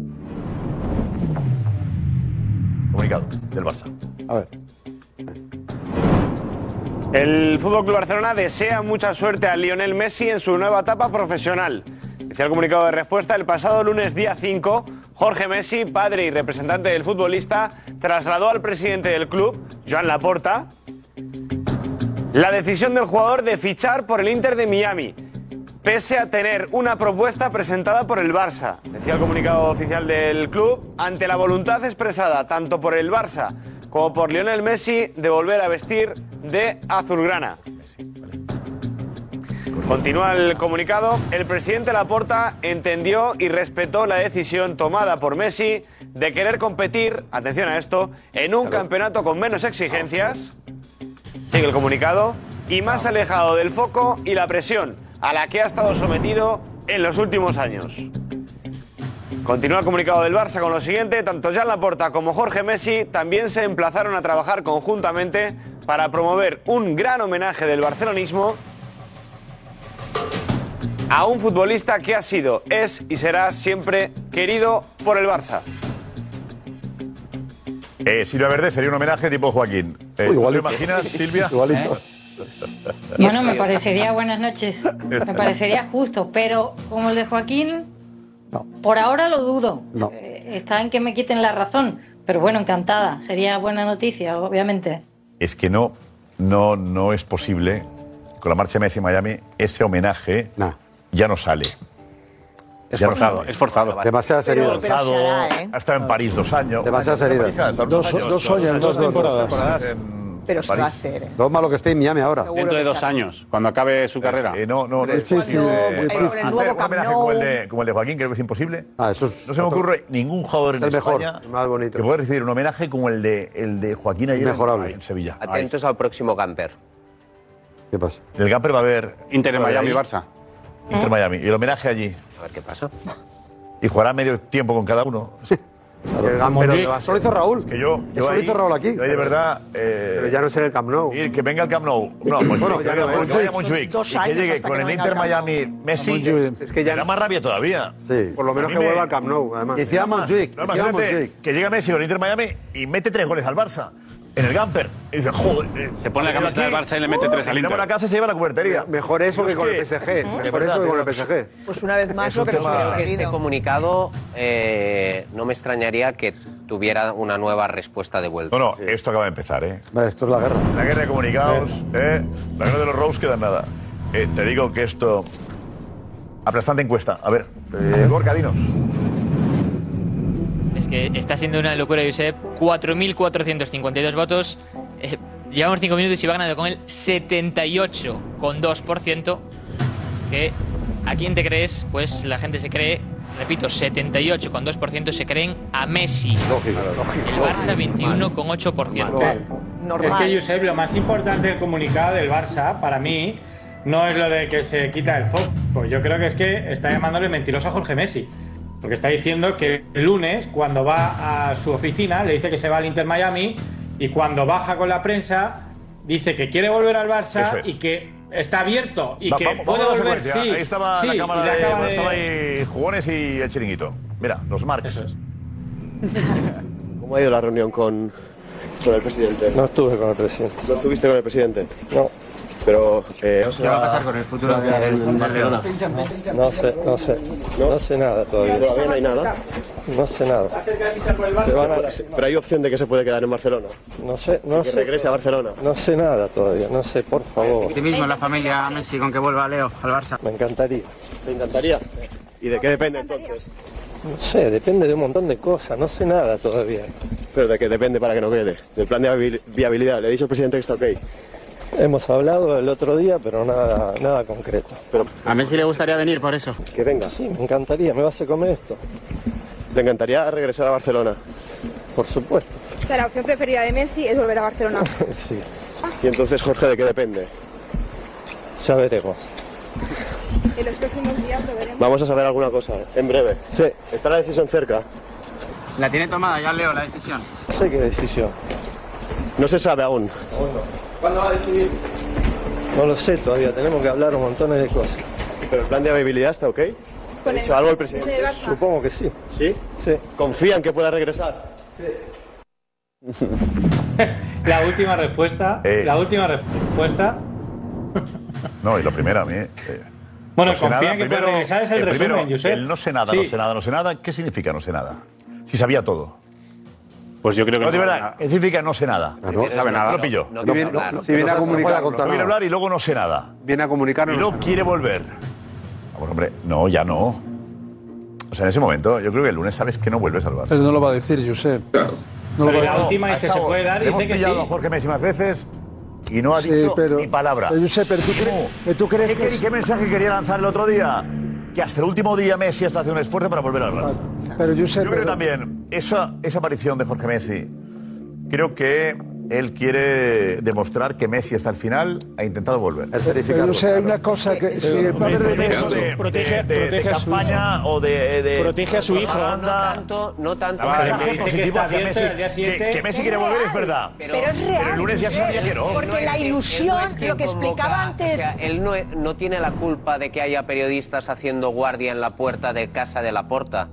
Speaker 3: Comunicado del Barça.
Speaker 19: A ver.
Speaker 13: El Fútbol Club Barcelona desea mucha suerte a Lionel Messi en su nueva etapa profesional. Decía el comunicado de respuesta el pasado lunes día 5, Jorge Messi, padre y representante del futbolista, trasladó al presidente del club, Joan Laporta, la decisión del jugador de fichar por el Inter de Miami, pese a tener una propuesta presentada por el Barça, decía el comunicado oficial del club, ante la voluntad expresada tanto por el Barça como por Lionel Messi de volver a vestir de azulgrana. Continúa el comunicado. El presidente Laporta entendió y respetó la decisión tomada por Messi de querer competir, atención a esto, en un campeonato con menos exigencias. Sigue el comunicado. Y más alejado del foco y la presión a la que ha estado sometido en los últimos años. Continúa el comunicado del Barça con lo siguiente, tanto Jan Laporta como Jorge Messi también se emplazaron a trabajar conjuntamente para promover un gran homenaje del barcelonismo a un futbolista que ha sido, es y será siempre querido por el Barça.
Speaker 3: Eh, Silvia Verde sería un homenaje tipo Joaquín. Eh, ¿tú ¿Te lo imaginas, Silvia? ¿Eh? Igualito.
Speaker 12: Bueno, me parecería buenas noches. Me parecería justo, pero como el de Joaquín, por ahora lo dudo.
Speaker 7: No.
Speaker 12: Eh, Está en que me quiten la razón. Pero bueno, encantada. Sería buena noticia, obviamente.
Speaker 3: es que no, no, no es posible. Con la marcha de Messi en Miami, ese homenaje ya no sale.
Speaker 17: Es forzado, es
Speaker 19: eh,
Speaker 17: forzado. Demasiadas
Speaker 3: Pero-
Speaker 17: heridas.
Speaker 3: pero
Speaker 17: Forzado,
Speaker 3: será, ¿eh? Ha estado en París dos años.
Speaker 19: Demasiadas
Speaker 3: Bueno,
Speaker 19: heridas.
Speaker 3: París ha estado
Speaker 19: Dos- dos años, dos- dos temporadas.
Speaker 3: En
Speaker 9: Pero se va a
Speaker 3: París.
Speaker 9: hacer. ¿eh?
Speaker 19: Lo malo que esté en Miami ahora.
Speaker 17: Dentro de dos años, cuando acabe su carrera.
Speaker 3: no, no, no es
Speaker 19: Difícil,
Speaker 3: posible.
Speaker 19: difícil.
Speaker 3: Bueno,
Speaker 19: Con el
Speaker 3: hacer
Speaker 19: nuevo
Speaker 3: un homenaje
Speaker 19: Camp Nou.
Speaker 3: como el, de, como el de Joaquín creo que es imposible.
Speaker 19: Ah,
Speaker 3: no se me ocurre ningún jugador en
Speaker 19: Es el mejor,
Speaker 3: España
Speaker 19: el más bonito.
Speaker 3: que pueda recibir un homenaje como el de, el de Joaquín ayer en-
Speaker 19: Mejorable.
Speaker 3: en Sevilla.
Speaker 15: Atentos al próximo camper.
Speaker 19: ¿Qué pasa?
Speaker 3: El Gamper va a haber.
Speaker 17: Inter en
Speaker 3: va a haber
Speaker 17: Miami,
Speaker 3: ahí.
Speaker 17: Barça.
Speaker 3: Inter Miami. Y el homenaje allí.
Speaker 15: A ver qué pasa.
Speaker 3: Y jugará medio tiempo con cada uno.
Speaker 18: El Gamper dónde va a ser. Solo hizo Raúl.
Speaker 3: Que yo, yo
Speaker 18: Eso lo
Speaker 3: ahí-
Speaker 18: hizo Raúl aquí.
Speaker 3: yo ahí de verdad. Pero
Speaker 18: ya no es en el Camp Nou.
Speaker 3: que venga el Camp Nou. No, Montjuic.
Speaker 18: Bueno,
Speaker 3: que
Speaker 18: ya
Speaker 3: venga
Speaker 18: no,
Speaker 3: Montjuic,
Speaker 18: eh.
Speaker 3: que Montjuic.
Speaker 18: Dos
Speaker 3: Y que
Speaker 18: años
Speaker 3: llegue
Speaker 18: hasta
Speaker 3: con el
Speaker 18: que no venga
Speaker 3: Inter
Speaker 18: el Camp
Speaker 3: Miami Messi. Es que ya era más rabia todavía.
Speaker 19: Sí.
Speaker 18: Por lo menos que vuelva al Camp Nou, además.
Speaker 3: Y
Speaker 18: Decía Montjuic,
Speaker 3: No,
Speaker 18: decía
Speaker 3: imagínate
Speaker 18: Montjuic.
Speaker 3: que llega Messi con el Inter Miami y mete tres goles al Barça. En el Gamper. Y dice, joder. eh, Se
Speaker 17: pone la camiseta del Barça y le mete tres al Inter.
Speaker 3: Uh, la casa y se lleva la cubertería.
Speaker 18: Mejor eso que
Speaker 3: Es
Speaker 18: con
Speaker 3: que-
Speaker 18: el PSG.
Speaker 3: De
Speaker 18: Mejor
Speaker 3: verdad,
Speaker 18: eso que con el
Speaker 3: tío.
Speaker 18: PSG.
Speaker 9: Pues una vez más
Speaker 15: Es
Speaker 9: lo
Speaker 15: un
Speaker 9: que nos
Speaker 15: tema-
Speaker 9: hemos
Speaker 15: creo que este
Speaker 9: querido.
Speaker 15: comunicado eh, no me extrañaría que tuviera una nueva respuesta de vuelta.
Speaker 3: No, no, esto acaba de empezar, ¿eh?
Speaker 19: Esto es la guerra.
Speaker 3: La guerra de comunicados, ¿eh? La guerra de los Rose queda en nada. Eh, te digo que esto. Aplastante encuesta. A ver, eh, Gorka, dinos.
Speaker 21: Es que está siendo una locura, Josep. 4.452 votos. Eh, llevamos 5 minutos y va ganando con el 78,2%. Que, ¿A quién te crees? Pues la gente se cree, repito, 78,2% se creen a Messi. El Barça 21,8%.
Speaker 11: Es que, Josep, lo más importante del comunicado del Barça, para mí, no es lo de que se quita el foco. Pues Yo creo que es que está llamándole mentiroso a Jorge Messi. Porque está diciendo que el lunes, cuando va a su oficina, le dice que se va al Inter Miami y cuando baja con la prensa, dice que quiere volver al
Speaker 3: Eso
Speaker 11: Barça
Speaker 3: es.
Speaker 11: y que está abierto y
Speaker 3: Va-
Speaker 11: que
Speaker 3: vamos-
Speaker 11: puede
Speaker 3: vamos a la
Speaker 11: volver.
Speaker 3: secuencia.
Speaker 11: Sí,
Speaker 3: ahí estaba
Speaker 11: sí,
Speaker 3: la
Speaker 11: y
Speaker 3: cámara
Speaker 11: le
Speaker 3: de,
Speaker 11: acaba de-
Speaker 3: Estaba ahí jugones y el chiringuito. Mira, los marques.
Speaker 1: ¿Cómo ha ido la reunión con, con el presidente? No estuve con el presidente. ¿No estuviste con el presidente? No. Pero, eh,
Speaker 16: ¿Qué va a pasar con el futuro
Speaker 1: ¿qué va a
Speaker 16: de-
Speaker 1: pasar
Speaker 16: del
Speaker 1: Barcelona?
Speaker 16: No sé, no sé. No sé nada todavía.
Speaker 1: Todavía no hay nada.
Speaker 16: No sé nada.
Speaker 1: Se van a- se- Pero hay opción de que se puede quedar en Barcelona.
Speaker 16: No sé, no
Speaker 1: que
Speaker 16: sé.
Speaker 1: regrese a Barcelona.
Speaker 16: No sé nada todavía. No sé, por favor. Ti mismo, la familia Messi, con que vuelva Leo al Barça. Me encantaría.
Speaker 1: ¿Te encantaría? ¿Y de qué depende entonces?
Speaker 16: No sé, depende de un montón de cosas. No sé nada todavía.
Speaker 1: Pero de qué depende para que no quede. Del plan de habil- viabilidad. Le he dicho al presidente que está ok.
Speaker 16: Hemos hablado el otro día, pero nada, nada concreto. A Messi le gustaría venir por eso.
Speaker 1: Que venga.
Speaker 16: Sí, me encantaría. ¿Me vas a comer esto?
Speaker 1: Le encantaría regresar a Barcelona.
Speaker 16: Por supuesto.
Speaker 23: O sea, la opción preferida de Messi es volver a Barcelona.
Speaker 16: Sí.
Speaker 1: Y entonces, Jorge, ¿de qué depende?
Speaker 16: Ya veremos.
Speaker 23: En los próximos días lo veremos.
Speaker 1: Vamos a saber alguna cosa ¿eh? en breve.
Speaker 16: Sí.
Speaker 1: ¿Está la decisión cerca?
Speaker 16: La tiene tomada ya Leo la decisión. No sé qué decisión.
Speaker 1: No se sabe aún.
Speaker 16: ¿Cuándo va a decidir? No lo sé todavía, tenemos que hablar un montón de cosas.
Speaker 1: ¿Pero el plan de viabilidad está ok? ¿Ha
Speaker 16: Con
Speaker 1: dicho
Speaker 16: el-
Speaker 1: algo el
Speaker 16: con
Speaker 1: presidente?
Speaker 16: el Barça. Supongo que sí.
Speaker 1: ¿Sí?
Speaker 16: Sí.
Speaker 1: ¿Confía en que pueda regresar?
Speaker 11: La última respuesta. La última respuesta.
Speaker 3: No, y la primera, a mí. eh,
Speaker 11: Bueno,
Speaker 3: sé
Speaker 11: confía
Speaker 3: nada.
Speaker 11: en que pueda regresar, es el
Speaker 3: primero,
Speaker 11: resumen, Josep.
Speaker 3: el no sé nada,
Speaker 11: Sí.
Speaker 3: no sé nada, no sé nada. ¿Qué significa no sé nada? Si sabía todo.
Speaker 17: Pues yo creo que
Speaker 3: No, de
Speaker 17: no sabe
Speaker 3: verdad,
Speaker 17: nada.
Speaker 3: ¿qué significa no sé nada?
Speaker 17: no sabe nada.
Speaker 3: No lo pilló.
Speaker 17: No, no quiere hablar.
Speaker 18: Si viene a comunicarlo.
Speaker 3: No quiere hablar y luego no sé nada.
Speaker 18: Viene a comunicarnos.
Speaker 3: Y no quiere volver. Vamos, hombre, no, ya no. O sea, en ese momento, yo creo que el lunes sabes que no vuelves al Barça.
Speaker 7: Pero no lo va a decir, Josep. No lo va a decir.
Speaker 3: Ha estado- le hemos pillado a Jorge Messi más veces y no ha
Speaker 7: Sí,
Speaker 3: dicho
Speaker 7: pero-
Speaker 3: ni palabra.
Speaker 7: pero Josep, ¿pero tú
Speaker 3: crees, ¿Qué, qué- qué mensaje quería lanzar el otro día? Que hasta el último día Messi está haciendo un esfuerzo para volver al Barça.
Speaker 7: Ah, Pero
Speaker 3: Yo creo también, esa, esa aparición de Jorge Messi, creo que Él quiere demostrar que Messi hasta el final ha intentado volver. El
Speaker 7: Pero, o sea, hay una cosa que si el padre de Messi...
Speaker 3: protege, a su España o de, de-
Speaker 6: Protege a su hijo.
Speaker 3: Holanda.
Speaker 15: tanto, no tanto.
Speaker 3: Vale, me dice que está bien, pero al día siguiente- que Messi quiere volver, es verdad.
Speaker 15: Pero,
Speaker 3: es real, Pero el lunes ya sabía que no.
Speaker 8: porque
Speaker 15: es
Speaker 8: la
Speaker 15: que- él
Speaker 8: ilusión,
Speaker 15: es quien
Speaker 8: lo que explicaba antes-
Speaker 15: O sea, él no, no tiene la culpa de que haya periodistas haciendo guardia en la puerta de casa de la porta.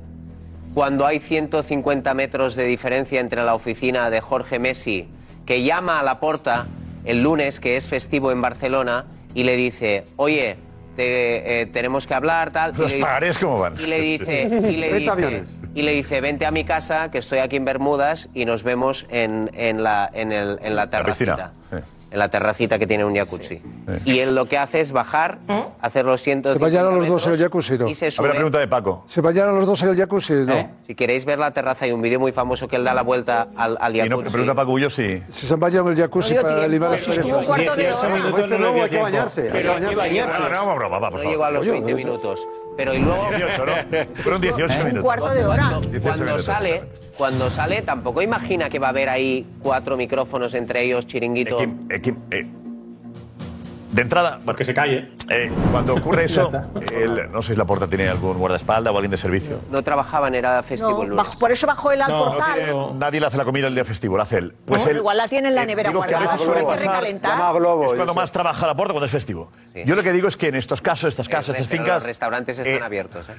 Speaker 15: Cuando hay 150 metros de diferencia entre la oficina de Jorge Messi, que llama a la porta el lunes, que es festivo en Barcelona, y le dice, oye, te- eh, tenemos que hablar, tal. y
Speaker 3: Los
Speaker 15: le dice-
Speaker 3: pagarés, ¿cómo van?
Speaker 15: Y le dice, y le
Speaker 3: 30
Speaker 15: dice-
Speaker 3: aviones.
Speaker 15: y le dice, vente a mi casa, que estoy aquí en Bermudas y nos vemos en, en la, en, el- en la terracita. en la terracita que tiene un jacuzzi. Y él lo que hace es bajar, hacer los
Speaker 7: Se
Speaker 15: 150
Speaker 7: bañaron los dos en el
Speaker 15: metros
Speaker 7: jacuzzi, ¿no?
Speaker 15: y se sube.
Speaker 3: de Paco. ¿Eh?
Speaker 7: ¿Se bañaron los dos en el jacuzzi? No.
Speaker 15: Si queréis ver la terraza, hay un vídeo muy famoso que él da la vuelta al, al jacuzzi.
Speaker 3: Pregunta Paco Bullo si...
Speaker 7: Si se han bañado en el jacuzzi
Speaker 15: No dio
Speaker 7: para
Speaker 15: tiempo,
Speaker 7: liberar
Speaker 15: sí,
Speaker 7: el
Speaker 15: estuvo
Speaker 7: teléfono.
Speaker 15: un cuarto de 18 hora. minutos
Speaker 3: Pues este
Speaker 7: Como dice
Speaker 15: no le
Speaker 7: Lobo,
Speaker 15: dio
Speaker 7: hay que
Speaker 15: tiempo.
Speaker 7: bañarse. hay que
Speaker 15: Pero hay que
Speaker 7: bañarse.
Speaker 15: bañarse.
Speaker 3: Bueno, no hagamos broma, va, por
Speaker 15: no
Speaker 3: favor.
Speaker 15: llegó a los
Speaker 3: Oye,
Speaker 15: 20
Speaker 3: oye.
Speaker 15: minutos. Pero y luego.
Speaker 3: 18, ¿no? Fueron 18
Speaker 15: ¿Eh?
Speaker 3: minutos.
Speaker 15: Cuando-
Speaker 3: 18
Speaker 15: Cuando,
Speaker 3: minutos.
Speaker 15: sale, cuando sale, tampoco imagina que va a haber ahí cuatro micrófonos entre ellos, chiringuito.
Speaker 3: eh. De entrada. Porque
Speaker 11: se calle.
Speaker 3: cuando ocurre eso, el- no sé si la puerta tiene algún guardaespaldas o alguien de servicio.
Speaker 15: No trabajaban, era festivo el
Speaker 9: No,
Speaker 15: lunes.
Speaker 9: bajo- por eso bajó él al
Speaker 3: No, no
Speaker 9: portal.
Speaker 3: tiene- nadie le hace la comida el día festivo, la hace él. Pues
Speaker 9: No,
Speaker 3: él
Speaker 9: igual la tiene en la nevera
Speaker 3: digo que a
Speaker 9: guardada,
Speaker 3: veces
Speaker 9: solo
Speaker 3: suele
Speaker 9: hay que
Speaker 3: pasar-
Speaker 9: recalentar.
Speaker 3: es cuando más trabaja la puerta cuando es festivo. Yo lo que digo es que en estos casos, estas casas,
Speaker 15: Eh, Pero
Speaker 3: estas fincas,
Speaker 15: Los restaurantes están abiertos. ¿eh?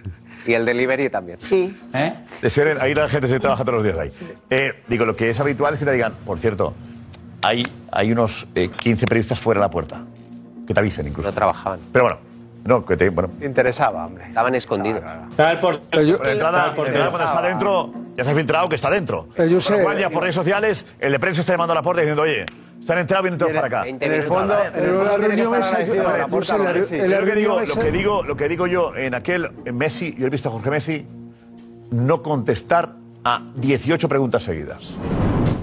Speaker 15: Y el delivery también.
Speaker 9: Sí.
Speaker 3: ¿eh? De ser- ahí la gente se trabaja todos los días ahí. Eh, digo, lo que es habitual es que te digan, por cierto, hay, hay unos eh, 15 periodistas fuera de la puerta. Que te avisen incluso. No
Speaker 15: trabajaban.
Speaker 3: Pero bueno, no, que te. Bueno.
Speaker 15: interesaba, hombre. Estaban escondidos.
Speaker 3: Por la entrada, la entrada cuando está dentro, ya se ha filtrado que está dentro.
Speaker 7: Pero Eh, yo
Speaker 3: Con lo
Speaker 7: sé-
Speaker 3: cual, ya por redes sociales, el de prensa está llamando a la puerta diciendo, oye, están entrados, vienen todos para acá.
Speaker 7: en el fondo- en el fondo tiene que estar agradecido a la puerta,
Speaker 3: Yo
Speaker 7: ¿no?
Speaker 3: lo
Speaker 7: Sí.
Speaker 3: que digo-
Speaker 7: En la reunión
Speaker 3: lo
Speaker 7: esa-
Speaker 3: que digo, lo que digo yo en aquel en Messi, yo he visto a Jorge Messi no contestar a 18 preguntas seguidas.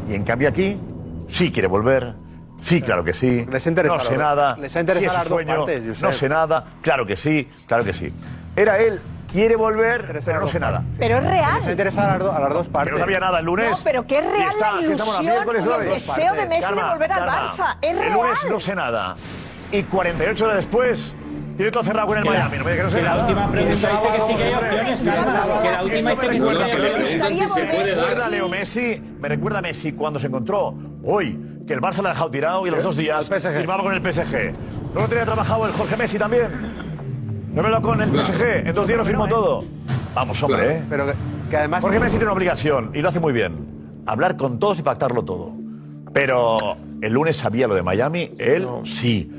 Speaker 3: Y en cambio aquí sí quiere volver. Sí, claro que sí.
Speaker 18: Les ha interesado.
Speaker 3: No sé nada.
Speaker 18: Les ha interesado
Speaker 3: Sí, es
Speaker 18: las
Speaker 3: su
Speaker 18: dos
Speaker 3: sueño.
Speaker 18: partes, Josep.
Speaker 3: No sé nada. Claro que sí. Claro que sí. Era él. Quiere volver, pero no sé nada.
Speaker 9: Pero es real.
Speaker 18: Se interesa a las, do- a las dos partes.
Speaker 3: no sabía nada el lunes.
Speaker 9: No, pero qué real la
Speaker 3: que estamos a
Speaker 9: ilusión
Speaker 3: miércoles
Speaker 9: y el
Speaker 3: hoy.
Speaker 9: deseo de Messi de volver al Barça. Es
Speaker 3: el
Speaker 9: real.
Speaker 3: lunes no sé nada. Y 48 horas después, tiene todo cerrado con el Miami. No me digas que no sé
Speaker 11: que la
Speaker 3: nada.
Speaker 11: última pregunta dice que sí que hay opciones, Carlos, que la última
Speaker 3: Esto me
Speaker 11: dice que sí
Speaker 3: recuerda-
Speaker 11: que hay opciones.
Speaker 3: me recuerda a Leo Messi, me recuerda a Messi cuando se encontró hoy que el Barça lo ha dejado tirado y a
Speaker 18: ¿Eh?
Speaker 3: los dos días firmaba con el PSG. ¿No lo tenía trabajado el Jorge Messi también? No me lo con el PSG, en dos días lo firmó
Speaker 11: ¿eh?
Speaker 3: todo. Vamos, hombre,
Speaker 18: Claro.
Speaker 3: ¿eh?
Speaker 18: Pero que, que además.
Speaker 3: Jorge Messi tiene una obligación y lo hace muy bien. Hablar con todos y pactarlo todo. Pero el lunes sabía lo de Miami, él sí.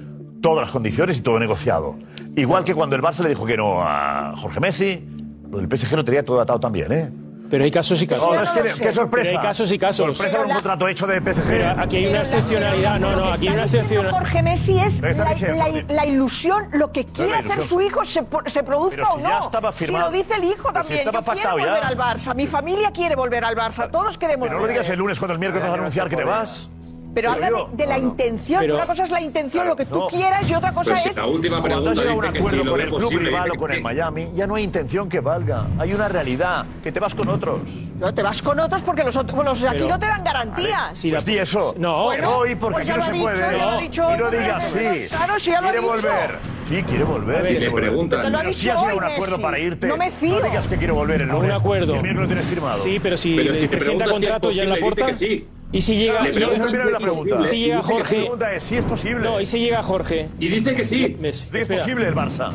Speaker 3: Todas las condiciones y todo negociado. Igual que cuando el Barça le dijo que no a Jorge Messi, lo del PSG lo tenía todo atado también, ¿eh?
Speaker 6: Pero hay casos y casos.
Speaker 3: No, no, es que-
Speaker 6: Pero
Speaker 3: qué sorpresa.
Speaker 6: hay casos y casos.
Speaker 3: Sorpresa con un contrato hecho de PSG.
Speaker 6: Pero aquí hay una excepcionalidad. No, no, aquí hay una excepcionalidad.
Speaker 9: Jorge Messi es
Speaker 6: Pero
Speaker 9: la,
Speaker 6: esta leche,
Speaker 9: la-
Speaker 6: Jorge.
Speaker 9: la ilusión, lo que quiere
Speaker 3: la
Speaker 9: hacer
Speaker 3: ilusión.
Speaker 9: su hijo, se, po- se produzca
Speaker 3: Pero si
Speaker 9: o no.
Speaker 3: ya estaba firmado.
Speaker 9: Si lo dice el hijo
Speaker 3: Pero si
Speaker 9: también.
Speaker 3: estaba
Speaker 9: Yo quiero
Speaker 3: pactado ya.
Speaker 9: volver al Barça, mi familia quiere volver al Barça, todos queremos
Speaker 3: Pero no lo
Speaker 9: volver.
Speaker 3: digas el lunes cuando el miércoles vas a anunciar que te vas.
Speaker 9: Pero habla
Speaker 3: yo-
Speaker 9: de, de la intención.
Speaker 3: Pero-
Speaker 9: una cosa es la intención, lo que tú
Speaker 3: No.
Speaker 9: quieras, y otra cosa
Speaker 3: Pero si
Speaker 9: es.
Speaker 3: la última Cuando has llegado a un acuerdo con el club rival o con el Miami, ya no hay intención que valga. Hay una realidad, que te vas con otros.
Speaker 9: No, te vas con otros porque los, otros, los de aquí
Speaker 3: Pero-
Speaker 9: no te dan garantías.
Speaker 3: Si
Speaker 6: Pues
Speaker 3: di eso.
Speaker 6: No.
Speaker 9: Bueno,
Speaker 3: hoy porque
Speaker 9: pues ya
Speaker 3: aquí no
Speaker 9: lo
Speaker 3: se
Speaker 9: ha dicho,
Speaker 3: puede.
Speaker 9: ya lo ha dicho
Speaker 3: y no
Speaker 9: hoy,
Speaker 3: digas
Speaker 9: pero
Speaker 3: sí.
Speaker 9: claro, si ya lo ha
Speaker 3: quiere
Speaker 9: dicho.
Speaker 3: volver. Sí, quiere volver.
Speaker 6: A ver,
Speaker 3: quiere
Speaker 6: si le
Speaker 3: volver.
Speaker 6: preguntas.
Speaker 3: Pero
Speaker 6: Te lo ha
Speaker 3: si
Speaker 6: dicho
Speaker 3: has llegado a un
Speaker 6: hoy,
Speaker 3: acuerdo
Speaker 6: Messi.
Speaker 3: para irte.
Speaker 6: No me fío.
Speaker 3: digas que quiero volver el
Speaker 6: A un
Speaker 3: lunes. Pues
Speaker 6: acuerdo.
Speaker 3: Si el miércoles lo tienes firmado.
Speaker 6: Sí, pero si Pero es que presenta pregunta si es contrato ya en la posible, porta. dice que sí. Y si llega- Le y- pregunta-
Speaker 3: Pero mira la
Speaker 6: y si-
Speaker 3: pregunta.
Speaker 6: y si llega
Speaker 3: Dice que sí,
Speaker 6: Jorge-
Speaker 3: La pregunta es si es posible.
Speaker 6: No, y si llega Jorge.
Speaker 3: Y dice que sí.
Speaker 6: Messi.
Speaker 3: que es
Speaker 6: Espera.
Speaker 3: posible el Barça.